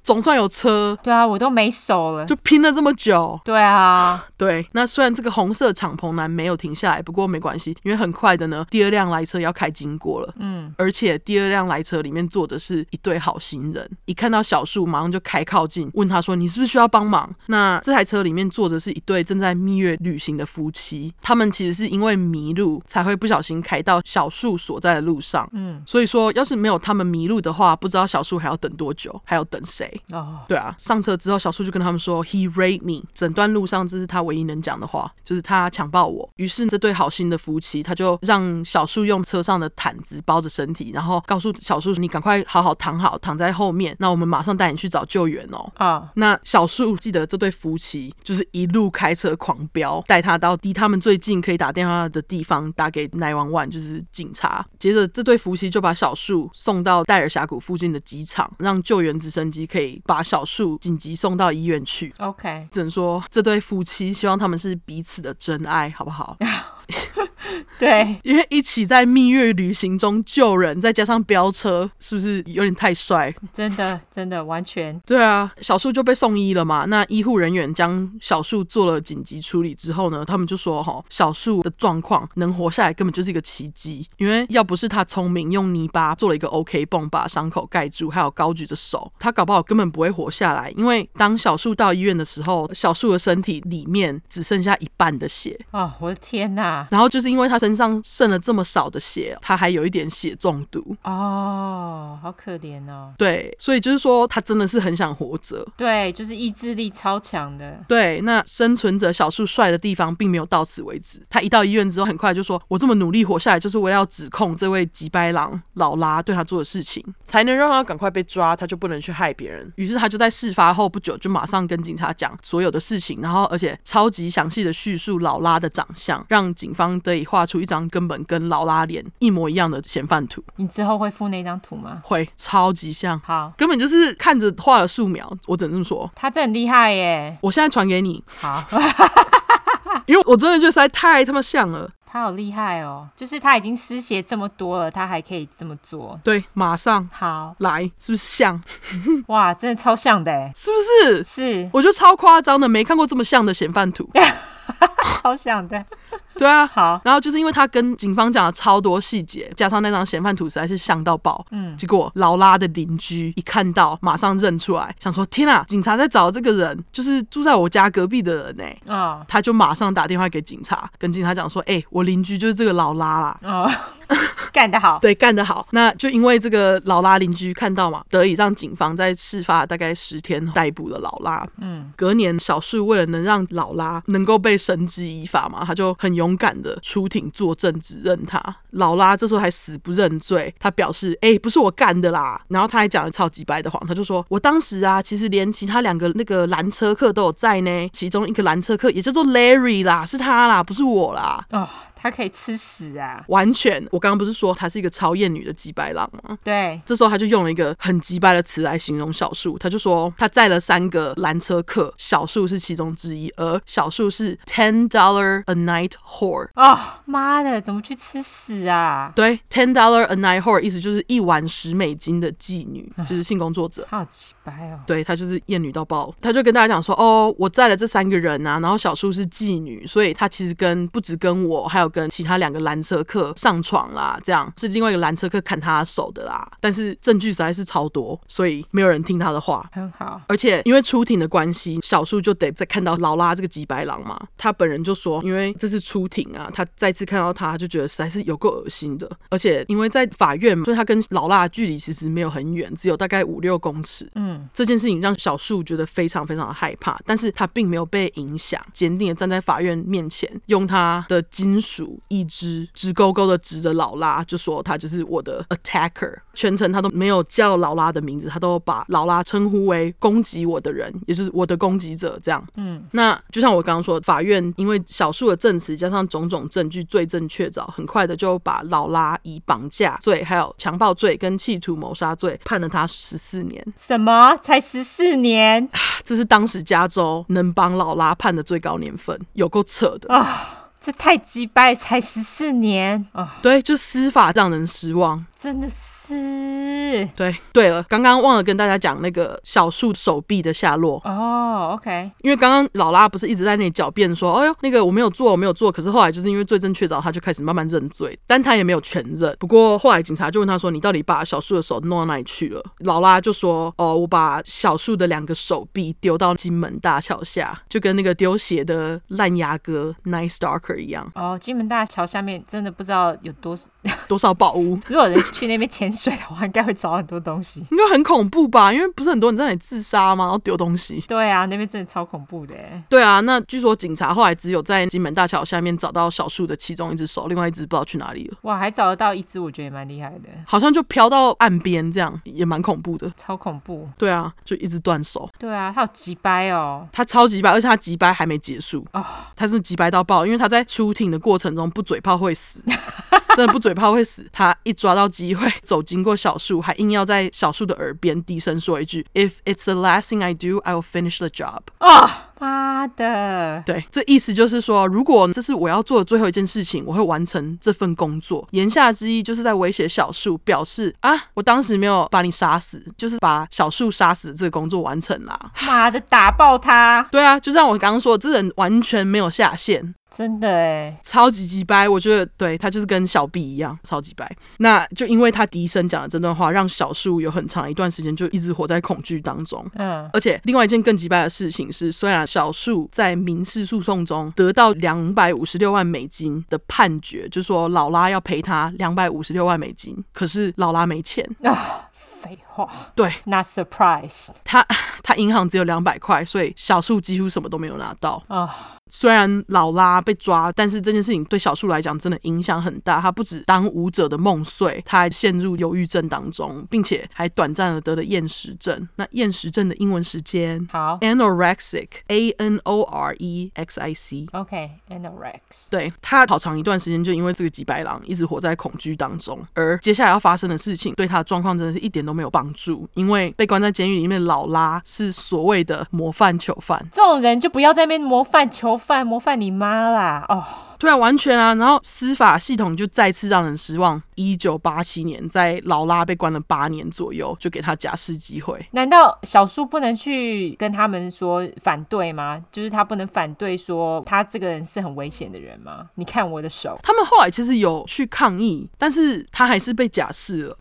Speaker 1: 总算有车，
Speaker 2: 对啊，我都没手了。
Speaker 1: 就拼了这么久。
Speaker 2: 对啊，
Speaker 1: 对，那虽然这个红色敞篷男没有停下来，不过没关系，因为很快的呢，第二辆来车要开经过了。
Speaker 2: 嗯，
Speaker 1: 而且第二辆来车里面坐的是一对好心人，一看到小树，马上就开靠近，问他说：“你是不是需要帮忙？”那这台车里面坐着是一对正在蜜月旅行的夫妻，他们其实是因为迷路才会不小心开到小树所在的路上。
Speaker 2: 嗯，
Speaker 1: 所以说要是没有他们迷路的话，不知道小树还要等多久，还要等谁。
Speaker 2: 哦，
Speaker 1: 对啊，上车之后，小树就跟他们说，He raped me。整段路上，这是他唯一能讲的话，就是他强暴我。于是这对好心的夫妻，他就让小树用车上的毯子包着身体，然后告诉小树，你赶快好好躺好，躺在后面，那我们马上带你去找救援哦。
Speaker 2: 哦，
Speaker 1: 那小树记得这对夫妻就是一路开车狂飙，带他到离他们最近可以打电话的地方，打给 nine one one 就是警察。接着这对夫妻就把小树送到戴尔峡谷附近的机场，让救援直升机可以把小树紧急送到医院去。
Speaker 2: OK，
Speaker 1: 只能说这对夫妻希望他们是彼此的真爱，好不好？
Speaker 2: 对，
Speaker 1: 因为一起在蜜月旅行中救人，再加上飙车，是不是有点太帅？
Speaker 2: 真的真的完全
Speaker 1: 对啊，小树就被送医了嘛。那医护人员将小树做了紧急处理之后呢，他们就说哈、小树的状况能活下来根本就是一个奇迹，因为要不是他聪明，用泥巴做了一个 OK 泵把伤口盖住，还有高举着手，他搞不好根本不会活下来。因为当小树到医院的时候，小树的身体里面只剩下一半的血，
Speaker 2: 哦，我的天哪，
Speaker 1: 然后就是因为他身上剩了这么少的血，他还有一点血中毒。
Speaker 2: 哦，好可怜哦。
Speaker 1: 对，所以就是说他真的是很想活着。
Speaker 2: 对，就是意志力超强的。
Speaker 1: 对，那生存者小树帅的地方并没有到此为止。他一到医院之后，很快就说：“我这么努力活下来，就是为了要指控这位吉白狼老拉对他做的事情，才能让他赶快被抓，他就不能去害别人。”于是他就在事发后不久就马上跟警察讲所有的事情，然后而且超级详细的叙述老拉的长相，让警方得以画出一张根本跟老拉脸一模一样的嫌犯图，
Speaker 2: 你之后会附那张图吗？
Speaker 1: 会超级像，
Speaker 2: 好，
Speaker 1: 根本就是看着画了素描，我只能这么说。
Speaker 2: 他真的很厉害耶。
Speaker 1: 我现在传给你，
Speaker 2: 好，
Speaker 1: 因为我真的觉得实在太他妈像了。
Speaker 2: 他好厉害哦，就是他已经失血这么多了，他还可以这么做。
Speaker 1: 对，马上
Speaker 2: 好
Speaker 1: 来，是不是像？
Speaker 2: 哇，真的超像的耶，
Speaker 1: 是不是？
Speaker 2: 是
Speaker 1: 我觉得超夸张的，没看过这么像的嫌犯图。
Speaker 2: 超像的。
Speaker 1: 对啊。
Speaker 2: 好，
Speaker 1: 然后就是因为他跟警方讲了超多细节，加上那张嫌犯图实在是像到爆，嗯，结果劳拉的邻居一看到马上认出来，想说天啊，警察在找这个人，就是住在我家隔壁的人呢、欸
Speaker 2: 哦
Speaker 1: 他就马上打电话给警察，跟警察讲说，哎、我邻居就是这个劳拉啦，
Speaker 2: 哦，干得好。
Speaker 1: 对，干得好。那就因为这个劳拉邻居看到嘛，得以让警方在事发大概十天后逮捕了劳拉。嗯，隔年小树为了能让劳拉能够被绳之以法嘛，他就很勇敢的出庭作证，指认他。劳拉这时候还死不认罪，他表示：“哎、不是我干的啦。”然后他还讲了超级白的谎，他就说：“我当时啊，其实连其他两个那个拦车客都有在呢，其中一个拦车客也叫做 Larry 啦，是他啦，不是我啦。”
Speaker 2: 哦，他可以吃屎啊！
Speaker 1: 完全，我刚刚不是说她是一个超艳女的鸡白狼吗？
Speaker 2: 对，
Speaker 1: 这时候他就用了一个很鸡掰的词来形容小树，他就说他载了三个拦车客，小树是其中之一，而小树是 ten dollar a night whore。
Speaker 2: 哦，妈的，怎么去吃屎啊？
Speaker 1: 对，ten dollar a night whore 意思就是一晚十美金的妓女，就是性工作者。
Speaker 2: 他好奇白哦。
Speaker 1: 对她就是艳女到爆，她就跟大家讲说，哦，我载了这三个人啊，然后小树是妓女，所以她其实跟不止跟我，还有跟其他两个拦车客上床啦，这样是另外一个拦车客砍她的手的啦，但是证据实在是超多，所以没有人听她的话。
Speaker 2: 很好，
Speaker 1: 而且因为出庭的关系，小树就得再看到劳拉这个吉白狼嘛。他本人就说，因为这次出庭啊，他再次看到他，就觉得实在是有够恶心的。而且因为在法院嘛，所以他跟劳拉的距离其实没有很远，只有大概五六公尺。嗯，这件事情让小树觉得非常非常的害怕，但是他并没有被影响，坚定的站在法院面前，用他的金属一只直勾勾的指着劳拉，就说他就是我的 attacker。全程他都没有叫劳拉的名字，他都把劳拉称呼为攻击我的人，也就是我的攻击者这样。嗯，那就像我刚刚说，法院因为小数的证词加上种种证据，罪证确凿，很快的就把劳拉以绑架罪、还有强暴罪跟企图谋杀罪判了他十四年。
Speaker 2: 什么才十四年
Speaker 1: 这是当时加州能帮劳拉判的最高年份，有够扯的。
Speaker 2: 啊、这太鸡掰，才十四年啊、
Speaker 1: 对，就司法让人失望。
Speaker 2: 真的是
Speaker 1: 对，对了，刚刚忘了跟大家讲那个小树手臂的下落，
Speaker 2: 哦，OK，
Speaker 1: 因为刚刚老拉不是一直在那里狡辩说，哎呦，那个我没有做，我没有做。可是后来就是因为罪证确凿，他就开始慢慢认罪，但他也没有全认。不过后来警察就问他说，你到底把小树的手弄到哪里去了？老拉就说，哦，我把小树的两个手臂丢到金门大桥下，就跟那个丢鞋的烂牙哥 Night Stalker 一样，
Speaker 2: 哦，金门大桥下面真的不知道有多，
Speaker 1: 多少宝物。
Speaker 2: 如果有人去那边潜水的话，应该会找很多东西。
Speaker 1: 应该很恐怖吧？因为不是很多人在那里自杀吗？然后丢东西。
Speaker 2: 对啊，那边真的超恐怖的欸耶，
Speaker 1: 对啊，那据说警察后来只有在金门大桥下面找到小树的其中一只手，另外一只不知道去哪里了。
Speaker 2: 哇，还找得到一只，我觉得也蛮厉害的，
Speaker 1: 好像就飘到岸边，这样也蛮恐怖的。
Speaker 2: 超恐怖。
Speaker 1: 对啊，就一直断手，
Speaker 2: 对啊，他好鸡掰哦，
Speaker 1: 他超级白，而且他急白还没结束
Speaker 2: 哦
Speaker 1: 他是急白到爆，因为他在出庭的过程中不嘴炮会死，真的不嘴炮会死。他一抓到机会走经过小树，还硬要在小树的耳边低声说一句：“If it's the last thing I do, I will finish the job。”
Speaker 2: 啊、妈的，
Speaker 1: 对，这意思就是说，如果这是我要做的最后一件事情，我会完成这份工作。言下之意就是在威胁小树，表示啊，我当时没有把你杀死，就是把小树杀死这个工作完成啦。
Speaker 2: 妈的，打爆他，
Speaker 1: 对啊，就像我刚刚说，这人完全没有下限，
Speaker 2: 真的哎，
Speaker 1: 超级鸡掰。我觉得对他就是跟小 B 一样，超级掰。那就因为他低声讲的这段话，让小树有很长一段时间就一直活在恐惧当中。
Speaker 2: 嗯，
Speaker 1: 而且另外一件更鸡掰的事情是，虽然少数在民事诉讼中得到两百五十六万美金的判决，就说劳拉要赔他两百五十六万美金，可是劳拉没钱，
Speaker 2: 啊，废话
Speaker 1: 对
Speaker 2: ，not surprised
Speaker 1: 他他银行只有两百块，所以小树几乎什么都没有拿到。
Speaker 2: 啊，
Speaker 1: 虽然老拉被抓，但是这件事情对小树来讲真的影响很大。他不止当舞者的梦碎，他还陷入忧郁症当中，并且还短暂的得了厌食症。那厌食症的英文时间
Speaker 2: 好
Speaker 1: anorexic，a n o r e x i c。
Speaker 2: ，OK，anorex，
Speaker 1: 对他好长一段时间就因为这个几白狼一直活在恐惧当中，而接下来要发生的事情对他的状况真的是一点都没有帮助，因为被关在监狱里面的老拉是所谓的模范囚犯，
Speaker 2: 这种人就不要在那边模范囚犯，模范你妈啦，哦，
Speaker 1: 对啊，完全啊。然后司法系统就再次让人失望。一九八七年，在劳拉被关了八年左右，就给他假释机会。
Speaker 2: 难道小树不能去跟他们说反对吗？就是他不能反对说他这个人是很危险的人吗？你看我的手，
Speaker 1: 他们后来其实有去抗议，但是他还是被假释了。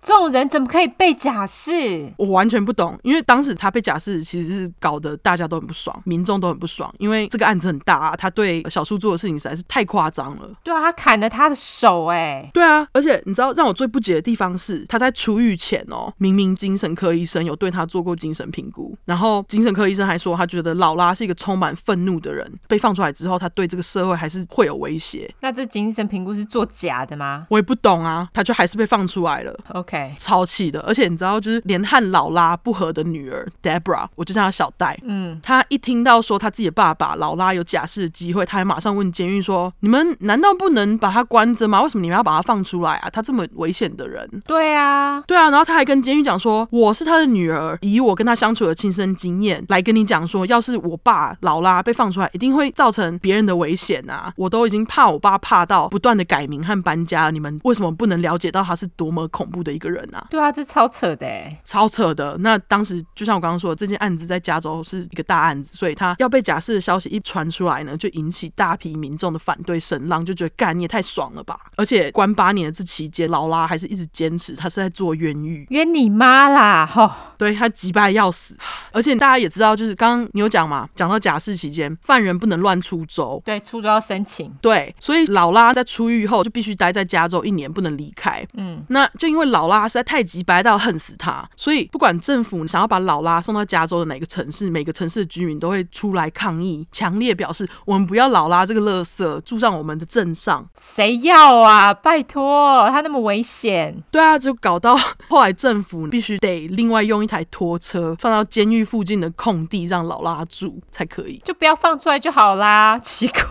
Speaker 2: 这种人怎么可以被假释？
Speaker 1: 我完全不懂，因为当时他被假释，其实是搞得大家都很不爽，民众都很不爽，因为这个案子很大、啊，他对小树做的事情实在是太夸张了。
Speaker 2: 对啊，他砍了他的手、哎，
Speaker 1: 对啊，而且你知道让我最不解的地方是，他在出狱前哦，明明精神科医生有对他做过精神评估，然后精神科医生还说他觉得劳拉是一个充满愤怒的人，被放出来之后，他对这个社会还是会有威胁。
Speaker 2: 那这精神评估是作假的吗
Speaker 1: 我也不懂啊，他就还是被放出来了。
Speaker 2: ？OK，
Speaker 1: 超气的，而且你知道，就是连和劳拉不和的女儿 Debra，我就叫她小戴。嗯，她一听到说她自己的爸爸劳拉有假释的机会，她还马上问监狱说：“你们难道不能把他关着吗？为什么你们要把他放出来啊？他这么危险的人。”
Speaker 2: 对啊，
Speaker 1: 对啊，然后他还跟监狱讲说，我是他的女儿，以我跟他相处的亲身经验来跟你讲说，要是我爸劳拉被放出来，一定会造成别人的危险啊！我都已经怕我爸怕到不断的改名和搬家，你们为什么不能了解到他是多么恐怖的一个人啊？
Speaker 2: 对啊，这超扯的、哎，
Speaker 1: 超扯的。那当时就像我刚刚说的，这件案子在加州是一个大案子，所以他要被假释的消息一传出来呢，就引起大批民众的反对声浪，就觉得干你也太爽了吧！而且关八年的这期间，劳拉还是一直坚持他是在做冤狱。
Speaker 2: 冤你妈啦！吼、
Speaker 1: 对他急败要死， 而且大家也知道，就是刚刚你有讲嘛，讲到假释期间，犯人不能乱出州。
Speaker 2: 对，出州要申请，
Speaker 1: 对，所以老拉在出狱后就必须待在加州一年，不能离开。嗯，那就因为老拉实在太急白到恨死他，所以不管政府想要把老拉送到加州的哪个城市，每个城市的居民都会出来抗议，强烈表示我们不要老拉这个垃圾住上我们的镇上。
Speaker 2: 谁要啊？拜托，他那么危险，
Speaker 1: 对啊，就搞到后来政府必须得另外用一台拖车放到监狱附近的空地让老拉住才可以。啊
Speaker 2: 就不要放出来就好啦。奇怪，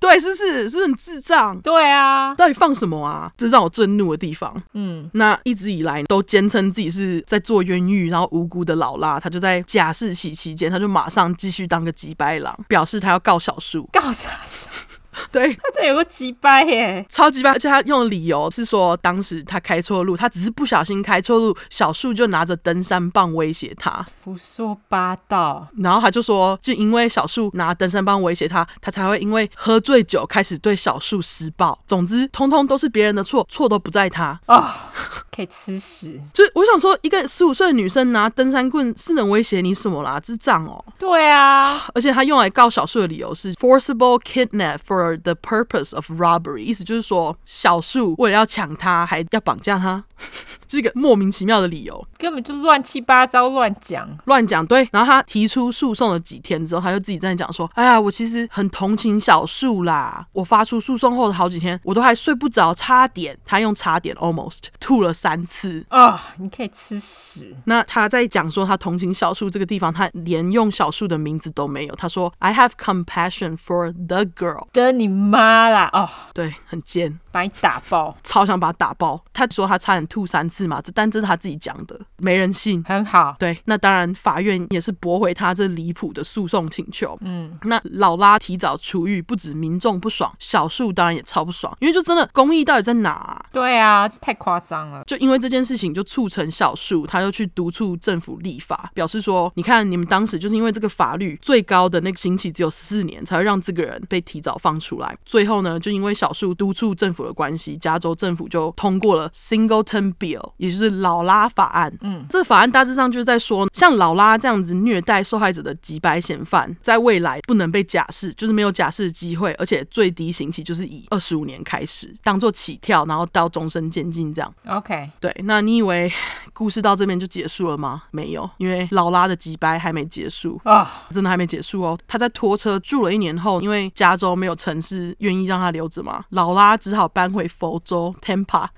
Speaker 1: 对，是不是？是不是很智障？
Speaker 2: 对啊，
Speaker 1: 到底放什么啊？这是让我最怒的地方。
Speaker 2: 嗯，
Speaker 1: 那一直以来都坚称自己是在做冤狱，然后无辜的老拉，他就在假释期期间，他就马上继续当个鸡掰狼，表示他要告小树。
Speaker 2: 告诉他什么，
Speaker 1: 对，
Speaker 2: 他这有个鸡掰哎耶，
Speaker 1: 超级掰，而且他用的理由是说，当时他开错路，他只是不小心开错路，小树就拿着登山棒威胁他，
Speaker 2: 胡说八道。
Speaker 1: 然后他就说，就因为小树拿登山棒威胁他，他才会因为喝醉酒开始对小树施暴。总之，通通都是别人的错，错都不在他。
Speaker 2: 哦，可以吃屎！
Speaker 1: 就我想说，一个十五岁的女生拿登山棍是能威胁你什么啦？智障哦！
Speaker 2: 对啊，
Speaker 1: 而且她用来告小树的理由是 forcible kidnap for the purpose of robbery，意思就是说小树为了要抢她，还要绑架她， 这是一个莫名其妙的理由，
Speaker 2: 根本就乱七八糟乱讲。
Speaker 1: 乱讲对。然后她提出诉讼了几天之后，她就自己在那讲说：“哎呀，我其实很同情小树啦。我发出诉讼后的好几天，我都还睡不着，差点，她用差点 almost 吐了三次。”
Speaker 2: 哦，你可以吃屎！
Speaker 1: 那他在讲说他同情小树这个地方，他连用小树的名字都没有。他说 I have compassion for the girl，
Speaker 2: 得你妈啦！哦，
Speaker 1: 对，很贱，
Speaker 2: 把你打爆，
Speaker 1: 超想把他打爆。他说他差点吐三次嘛，这但这是他自己讲的，没人信。
Speaker 2: 很好。
Speaker 1: 对，那当然，法院也是驳回他这离谱的诉讼请求。嗯，那老拉提早出狱，不止民众不爽，小树当然也超不爽，因为就真的公益到底在哪啊、
Speaker 2: 对啊，这太夸张了。
Speaker 1: 就因为这件事情，就促成小树，他又去督促政府立法，表示说：你看，你们当时就是因为这个法律最高的那个刑期只有十四年，才会让这个人被提早放出来。最后呢，就因为小树督促政府府的关系，加州政府就通过了 Singleton Bill，也就是老拉法案。嗯，这法案大致上就是在说，像老拉这样子虐待受害者的几百嫌犯，在未来不能被假释，就是没有假释机会，而且最低刑期就是以二十五年开始当做起跳，然后到终身监禁这样。
Speaker 2: OK，
Speaker 1: 对，那你以为 故事到这边就结束了吗？没有，因为劳拉的击败还没结束，
Speaker 2: 啊、
Speaker 1: 真的还没结束哦。他在拖车住了一年后，因为加州没有城市愿意让他留着嘛，劳拉只好搬回佛州 Tampa，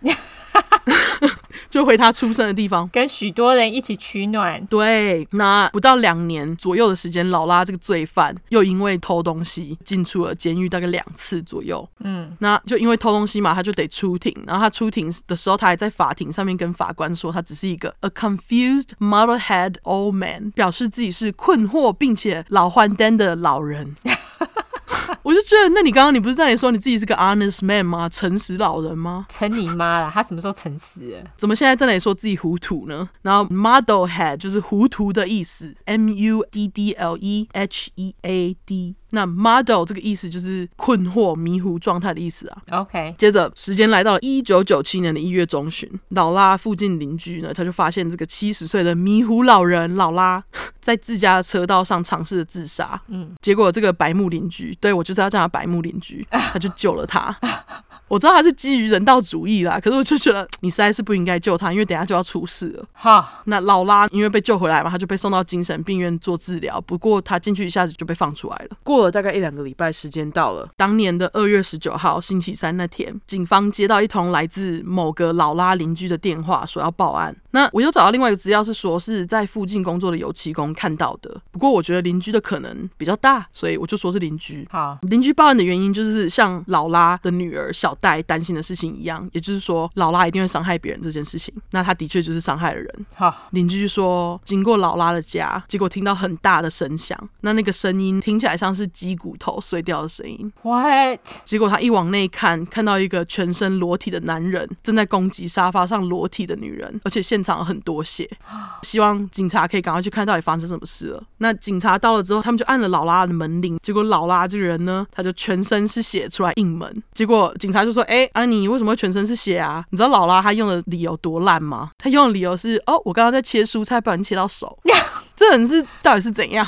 Speaker 1: 就回他出生的地方。
Speaker 2: 跟许多人一起取暖。
Speaker 1: 对，那不到两年左右的时间，劳拉这个罪犯又因为偷东西进出了监狱，大概两次左右。
Speaker 2: 嗯，
Speaker 1: 那就因为偷东西嘛，他就得出庭。然后他出庭的时候，他还在法庭上面跟法官说，他只是一个 a confused muddlehead old man，表示自己是困惑并且老欢灯的老人。我就觉得，那你刚刚你不是在你说你自己是个 honest man 吗？诚实老人吗？
Speaker 2: 成你妈了，他什么时候诚实了？
Speaker 1: 怎么现在在那里说自己糊涂呢？然后 muddlehead 就是糊涂的意思，m u d d l e h e a d。那 muddle 这个意思就是困惑、迷糊状态的意思啊。
Speaker 2: OK，
Speaker 1: 接着，时间来到了一九九七年的一月中旬，老拉附近邻居呢，他就发现这个七十岁的迷糊老人老拉 在自家的车道上尝试了自杀。嗯，结果这个白目邻居，对我就是要叫他白目邻居，他就救了他。我知道他是基于人道主义啦，可是我就觉得你实在是不应该救他，因为等一下就要出事了。
Speaker 2: 哈，
Speaker 1: 那劳拉因为被救回来嘛，他就被送到精神病院做治疗。不过他进去一下子就被放出来了。过了大概一两个礼拜，时间到了，当年的二月十九号星期三那天，警方接到一通来自某个劳拉邻居的电话，说要报案。那我又找到另外一个资料，是说是在附近工作的油漆工看到的。不过我觉得邻居的可能比较大，所以我就说是邻居。
Speaker 2: 好，
Speaker 1: 邻居报案的原因就是像劳拉的女儿小戴担心的事情一样，也就是说劳拉一定会伤害别人这件事情。那他的确就是伤害了人。
Speaker 2: 好，
Speaker 1: 邻居说经过劳拉的家，结果听到很大的声响，那那个声音听起来像是鸡骨头碎掉的声音。
Speaker 2: What？
Speaker 1: 结果他一往内看，看到一个全身裸体的男人正在攻击沙发上裸体的女人，而且现场有很多血。希望警察可以赶快去看到底发生什么事了。那警察到了之后，他们就按了劳拉的门铃，结果劳拉这个人呢，他就全身是血出来应门。结果警察就说：“哎、安妮，为什么会全身是血啊？你知道劳拉她用的理由多烂吗？她用的理由是：哦，我刚刚在切蔬菜，不小心切到手。 这人是到底是怎样？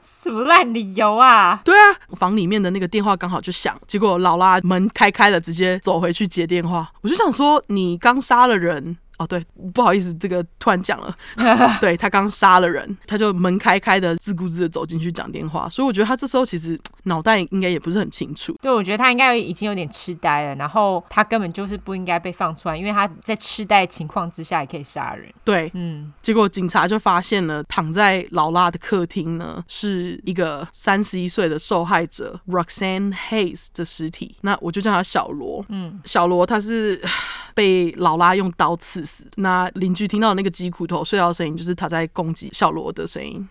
Speaker 2: 什么烂理由啊？
Speaker 1: 对啊，房里面的那个电话刚好就响，结果劳拉门开开了，直接走回去接电话。我就想说，你刚杀了人。哦，对，不好意思，这个突然讲了，对他刚杀了人，他就门开开的，自顾自的走进去讲电话，所以我觉得他这时候其实脑袋应该也不是很清楚，
Speaker 2: 对，我觉得他应该已经有点痴呆了，然后他根本就是不应该被放出来，因为他在痴呆的情况之下也可以杀人。
Speaker 1: 对，
Speaker 2: 嗯，
Speaker 1: 结果警察就发现了，躺在劳拉的客厅呢，是一个三十一岁的受害者 Roxanne Hayes 的尸体。那我就叫他小罗。嗯，小罗他是被劳拉用刀刺死。那邻居听到那个鸡骨头碎掉的声音，就是他在攻击小罗的声音。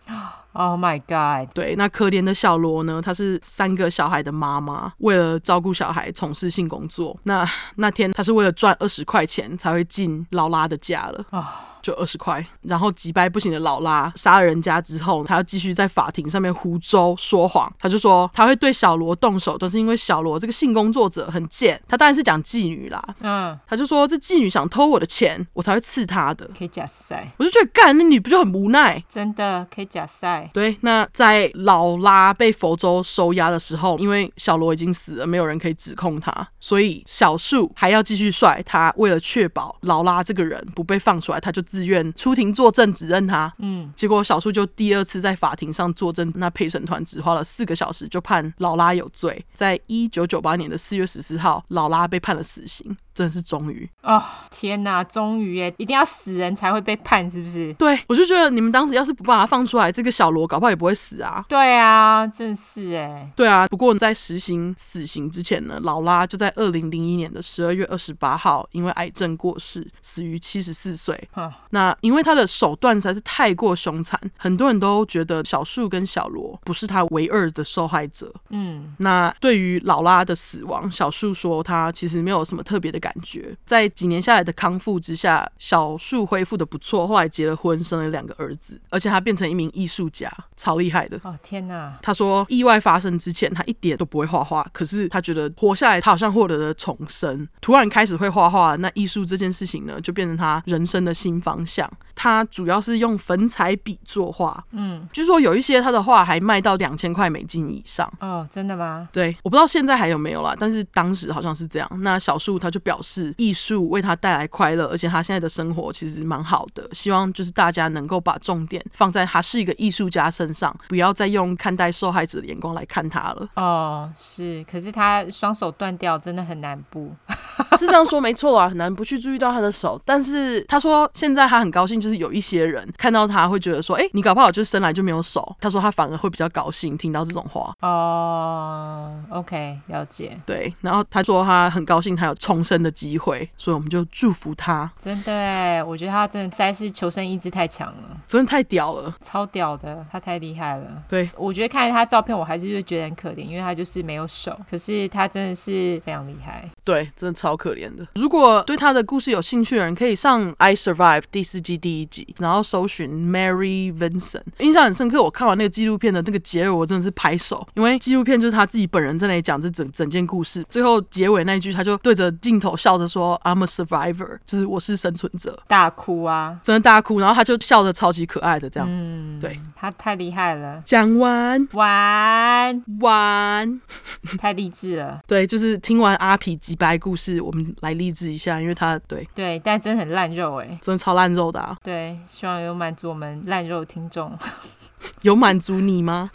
Speaker 2: Oh my god！
Speaker 1: 对，那可怜的小罗呢，她是三个小孩的妈妈，为了照顾小孩从事性工作。那那天她是为了赚二十块钱才会进劳拉的家了。
Speaker 2: 啊、
Speaker 1: 就二十块，然后击败不行的老拉杀了人家之后，他要继续在法庭上面胡诌说谎，他就说他会对小罗动手，但是因为小罗这个性工作者很贱，他当然是讲妓女啦，
Speaker 2: 嗯，
Speaker 1: 他就说这妓女想偷我的钱，我才会刺她的。
Speaker 2: 可以假赛，
Speaker 1: 我就觉得干，那你不就很无奈？
Speaker 2: 真的可以假赛。
Speaker 1: 对，那在老拉被佛州收押的时候，因为小罗已经死了，没有人可以指控他，所以小树还要继续帅他。为了确保劳拉这个人不被放出来，他就自愿出庭作证，指认他。
Speaker 2: 嗯，
Speaker 1: 结果小树就第二次在法庭上作证，那陪审团只花了四个小时就判劳拉有罪。在一九九八年的四月十四号，劳拉被判了死刑，真的是终于。
Speaker 2: 哦，天哪，终于耶，一定要死人才会被判，是不是？
Speaker 1: 对我就觉得你们当时要是不把他放出来，这个小罗搞不好也不会死啊。
Speaker 2: 对啊，正是哎，
Speaker 1: 对啊，不过在实行死刑之前呢，劳拉就在二零零一年的十二月二十八号因为癌症过世，死于七十四岁。
Speaker 2: 哼
Speaker 1: 那因为他的手段实在是太过凶残，很多人都觉得小树跟小罗不是他唯二的受害者。
Speaker 2: 嗯，
Speaker 1: 那对于劳拉的死亡，小树说他其实没有什么特别的感感觉。在几年下来的康复之下，小树恢复的不错，后来结了婚，生了两个儿子，而且他变成一名艺术家，超厉害的。
Speaker 2: 哦天哪，
Speaker 1: 他说，意外发生之前，他一点都不会画画，可是他觉得活下来，他好像获得了重生。突然开始会画画，那艺术这件事情呢，就变成他人生的新方向。他主要是用粉彩笔作画，嗯，据说有一些他的画还卖到两千块美金以上。
Speaker 2: 哦真的吗？
Speaker 1: 对，我不知道现在还有没有啦，但是当时好像是这样。那小树他就表示，艺术为他带来快乐，而且他现在的生活其实蛮好的。希望就是大家能够把重点放在他是一个艺术家身上，不要再用看待受害者的眼光来看他了。
Speaker 2: 哦是，可是他双手断掉真的很难不。
Speaker 1: 是这样说没错啊，很难不去注意到他的手。但是他说现在他很高兴，就是有一些人看到他会觉得说，哎、你搞不好就生来就没有手。他说他反而会比较高兴听到这种话。
Speaker 2: 哦，OK，了解，
Speaker 1: 对，然后他说他很高兴他有重生的机会，所以我们就祝福他，
Speaker 2: 真的哎，我觉得他真的实在是求生意志太强了，
Speaker 1: 真的太屌了。
Speaker 2: 超屌的，他太厉害了。
Speaker 1: 对，
Speaker 2: 我觉得看他照片，我还是会觉得很可怜，因为他就是没有手，可是他真的是非常厉害。
Speaker 1: 对，真的超可怜的。如果对他的故事有兴趣的人，可以上《I Survive》第四季第一集，然后搜寻 Mary Vincent。印象很深刻，我看完那个纪录片的那个结尾，我真的是拍手，因为纪录片就是他自己本人在那里讲这整整件故事。最后结尾那一句，他就对着镜头笑着说：“I'm a survivor”，就是我是生存者。
Speaker 2: 大哭啊！
Speaker 1: 真的大哭，然后他就笑得超级可爱的这样。
Speaker 2: 嗯，
Speaker 1: 对，
Speaker 2: 他太厉害了，
Speaker 1: 讲完
Speaker 2: 玩
Speaker 1: 完，
Speaker 2: 太励志了。
Speaker 1: 对，就是听完阿皮几白故事，我们来励志一下，因为他对
Speaker 2: 对，但真的很烂肉哎。
Speaker 1: 真的超烂肉的、啊，
Speaker 2: 对，希望有满足我们烂肉听众。
Speaker 1: 有满足你吗？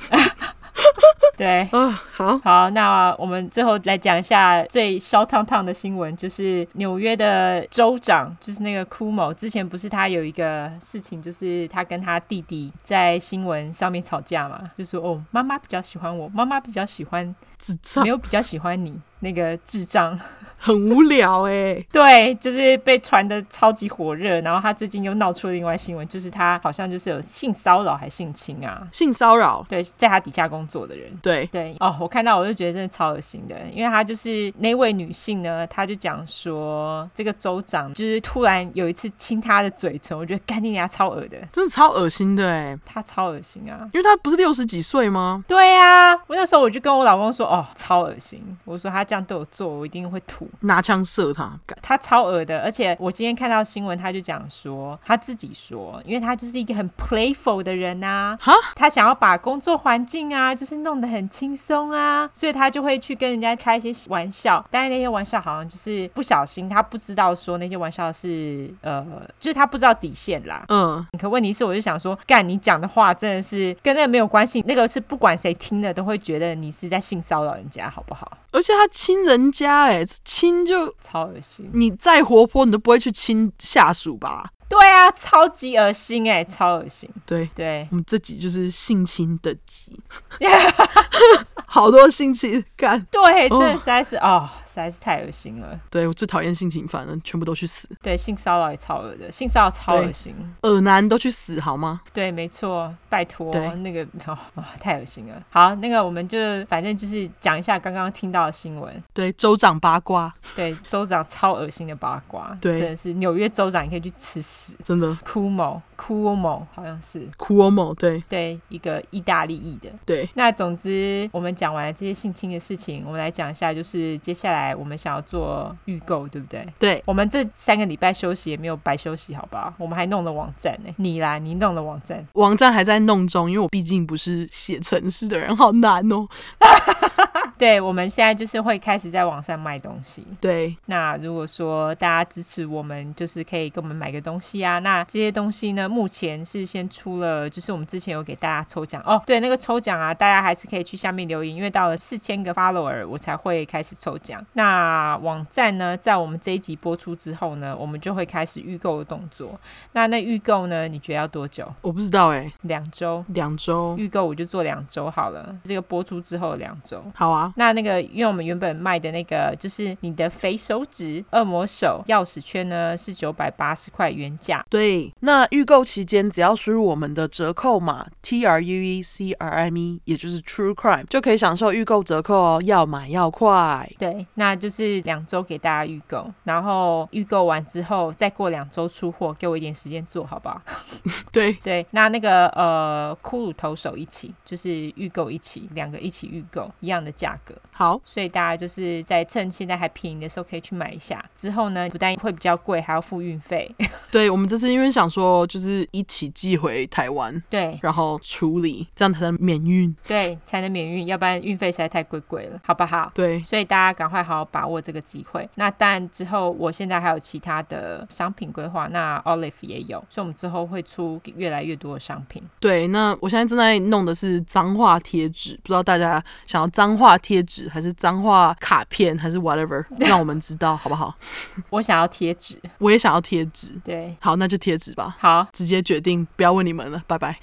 Speaker 2: 对，
Speaker 1: 啊、好，
Speaker 2: 好，那我们最后来讲一下最烧烫烫的新闻，就是纽约的州长，就是那个库某，之前不是他有一个事情，就是他跟他弟弟在新闻上面吵架嘛，就说哦，妈妈比较喜欢我，妈妈比较喜欢，
Speaker 1: 智障
Speaker 2: 没，有比较喜欢你。那个智障，
Speaker 1: 很无聊哎、
Speaker 2: 对，就是被传的超级火热，然后他最近又闹出了另外新闻，就是他好像就是有性骚扰还性侵啊，
Speaker 1: 性骚扰，
Speaker 2: 对，在他底下工作的人，
Speaker 1: 对，
Speaker 2: 对哦，我看到我就觉得真的超恶心的，因为她就是那位女性呢，她就讲说这个州长就是突然有一次亲她的嘴唇，我觉得干你娘超恶的，
Speaker 1: 真的超恶心的哎、
Speaker 2: 她超恶心啊！
Speaker 1: 因为他不是六十几岁吗？
Speaker 2: 对啊，我那时候我就跟我老公说，哦，超恶心，我说他这样对我做，我一定会吐。
Speaker 1: 拿枪射他，干
Speaker 2: 他超恶的，而且我今天看到新闻，他就讲说他自己说，因为他就是一个很 playful 的人呐、
Speaker 1: 哈，
Speaker 2: 他想要把工作环境啊，就是弄得很轻松啊，所以他就会去跟人家开一些玩笑，但是那些玩笑好像就是不小心，他不知道说那些玩笑是呃，就是他不知道底线啦。
Speaker 1: 嗯，
Speaker 2: 可问题是，我就想说，干你讲的话真的是跟那个没有关系，那个是不管谁听了都会觉得你是在性骚扰人家，好不好？
Speaker 1: 而且他亲人家哎、亲就
Speaker 2: 超恶心。
Speaker 1: 你再活泼，你都不会去亲下属吧？
Speaker 2: 对啊，超级恶心哎、超恶心。
Speaker 1: 对，
Speaker 2: 对，
Speaker 1: 我们这集就是性侵的集， 好多性侵，干，
Speaker 2: 对，
Speaker 1: 哦
Speaker 2: 这实在是哦，实在是太恶心了。
Speaker 1: 对我最讨厌性侵犯了，全部都去死，
Speaker 2: 对，性骚扰也超恶的，性骚扰超恶
Speaker 1: 对
Speaker 2: 心。
Speaker 1: 耳男都去死好吗？
Speaker 2: 对，没错，拜托
Speaker 1: 对，
Speaker 2: 那个哦哦，太恶心了。好，那个我们就反正就是讲一下刚刚听到的新闻。
Speaker 1: 对，州长八卦，
Speaker 2: 对，州长超恶心的八卦，
Speaker 1: 对
Speaker 2: 真的是纽约州长，你可以去吃屎。
Speaker 1: 真的，
Speaker 2: 库某，库某好像是
Speaker 1: 酷欧某，对
Speaker 2: 对一个意大利裔的。
Speaker 1: 对，
Speaker 2: 那总之，我们讲完了这些性侵的事情，我们来讲一下，就是接下来我们想要做预购，对不对？
Speaker 1: 对，
Speaker 2: 我们这三个礼拜休息也没有白休息，好不好？我们还弄了网站呢、你啦，你弄了网站，
Speaker 1: 网站还在弄中，因为我毕竟不是写程式的人，好难哦。
Speaker 2: 对，我们现在就是会开始在网上卖东西。
Speaker 1: 对，
Speaker 2: 那如果说大家支持我们，就是可以给我们买个东西啊。那这些东西呢，目前是先出了，就是我们之前有给大家抽奖哦。对，那个抽奖啊，大家还是可以去下面留言，因为到了四千个 follower 我才会开始抽奖。那网站呢，在我们这一集播出之后呢，我们就会开始预购的动作。那那预购呢，你觉得要多久？
Speaker 1: 我不知道哎、
Speaker 2: 两周。
Speaker 1: 两周，
Speaker 2: 预购我就做两周好了，这个播出之后两周。
Speaker 1: 好啊。啊，
Speaker 2: 那那个，因为我们原本卖的那个就是你的肥手指恶魔手钥匙圈呢，是九百八十块原价。
Speaker 1: 对，那预购期间只要输入我们的折扣码 T R U E C R M E，也就是 True Crime，就可以享受预购折扣哦，要买要快。
Speaker 2: 对，那就是两周给大家预购，然后预购完之后再过两周出货，给我一点时间做好不 好？
Speaker 1: 对，
Speaker 2: 对，那那个呃骷髅头手一起，就是预购一起，两个一起预购一样的价格，
Speaker 1: 好，
Speaker 2: 所以大家就是在趁现在还便宜的时候可以去买一下。之后呢，不但会比较贵，还要付运费。
Speaker 1: 对我们这次因为想说就是一起寄回台湾，
Speaker 2: 对
Speaker 1: 然后处理，这样才能免运。
Speaker 2: 对，才能免运，要不然运费实在太贵贵了，好不好？
Speaker 1: 对，
Speaker 2: 所以大家赶快好好把握这个机会。那当然之后，我现在还有其他的商品规划，那 Olive 也有，所以我们之后会出越来越多的商品。
Speaker 1: 对，那我现在正在弄的是脏话贴纸，不知道大家想要脏话贴纸还是脏话卡片还是 whatever，让我们知道好不好？
Speaker 2: 我想要贴纸，
Speaker 1: 我也想要贴纸，
Speaker 2: 对，
Speaker 1: 好，那就贴纸吧，
Speaker 2: 好，
Speaker 1: 直接决定，不要问你们了，拜拜。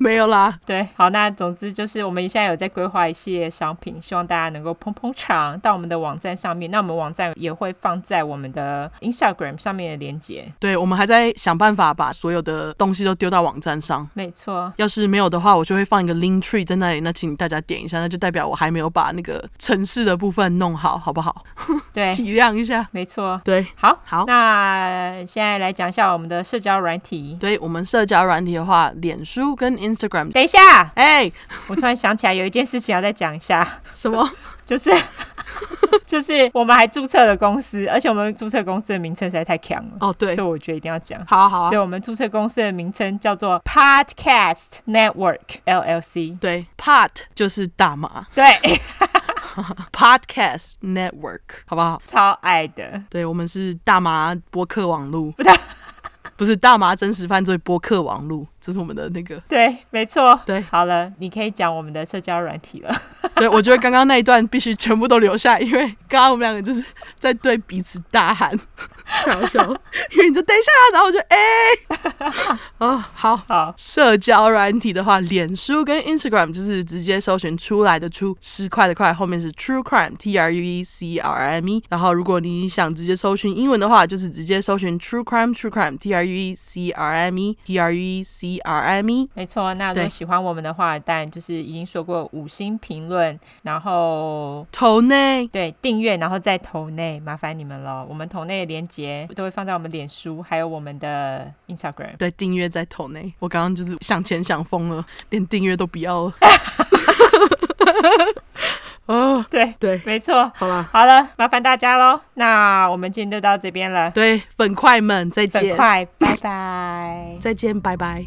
Speaker 1: 没有啦，
Speaker 2: 对，好，那总之就是我们现在有在规划一系列商品，希望大家能够捧捧场到我们的网站上面。那我们网站也会放在我们的 Instagram 上面的链接。
Speaker 1: 对我们还在想办法把所有的东西都丢到网站上。
Speaker 2: 没错，
Speaker 1: 要是没有的话，我就会放一个 link tree 在那里，那请大家点一下，那就代表我还没有把那个城市的部分弄好，好不好？
Speaker 2: 对，
Speaker 1: 体谅一下。
Speaker 2: 没错。
Speaker 1: 对，
Speaker 2: 好，
Speaker 1: 好
Speaker 2: 那现在来讲一下我们的社交软体。
Speaker 1: 对我们社交软体的话，脸书跟 Instagram，
Speaker 2: 等一下，
Speaker 1: 哎、
Speaker 2: 我突然想起来有一件事情要再讲一下，
Speaker 1: 什么？
Speaker 2: 就是 就是我们还注册了公司，而且我们注册公司的名称实在太强了，
Speaker 1: 哦，对
Speaker 2: 所，以我觉得一定要讲。
Speaker 1: 好啊好啊
Speaker 2: 对，我们注册公司的名称叫做 Podcast Network LLC。
Speaker 1: 对，pot 就是大麻
Speaker 2: 对，
Speaker 1: ，podcast network，好不好？
Speaker 2: 超爱的。
Speaker 1: 对，我们是大麻播客网路，不是大麻真实犯罪播客网路，这是我们的那个。
Speaker 2: 对，没错。
Speaker 1: 对
Speaker 2: 好了，你可以讲我们的社交软 体了。
Speaker 1: 对，我觉得刚刚那一段必须全部都留下，因为 刚刚我们两个就是在对彼此大喊，太好笑了。 因为你就等一下，然后我就哎， 啊、好。
Speaker 2: 好，
Speaker 1: 社交软体的话，脸书跟 Instagram 就是直接搜寻出来的出十块的块，后面是 True Crime T R U E C R M E。然后如果你想直接搜寻英文的话，就是直接搜寻 True Crime True Crime T R U E C R M E T R U E C R M E。
Speaker 2: 没错。那如果
Speaker 1: 对
Speaker 2: 喜欢我们的话，当然就是已经说过五星评论，然后
Speaker 1: 头内
Speaker 2: 对，订阅，然后在投内，麻烦你们了。我们投内的连接都会放在我们脸书，还有我们的 Instagram。
Speaker 1: 对，订阅在头内。我刚刚就是想钱想疯了，连订阅都不要了。哦，
Speaker 2: 对，
Speaker 1: 对，
Speaker 2: 没错。
Speaker 1: 好啦，
Speaker 2: 好了，麻烦大家喽。那我们今天就到这边了，
Speaker 1: 对粉块们再
Speaker 2: 粉
Speaker 1: 见，
Speaker 2: 块，拜拜。
Speaker 1: 再见，拜拜。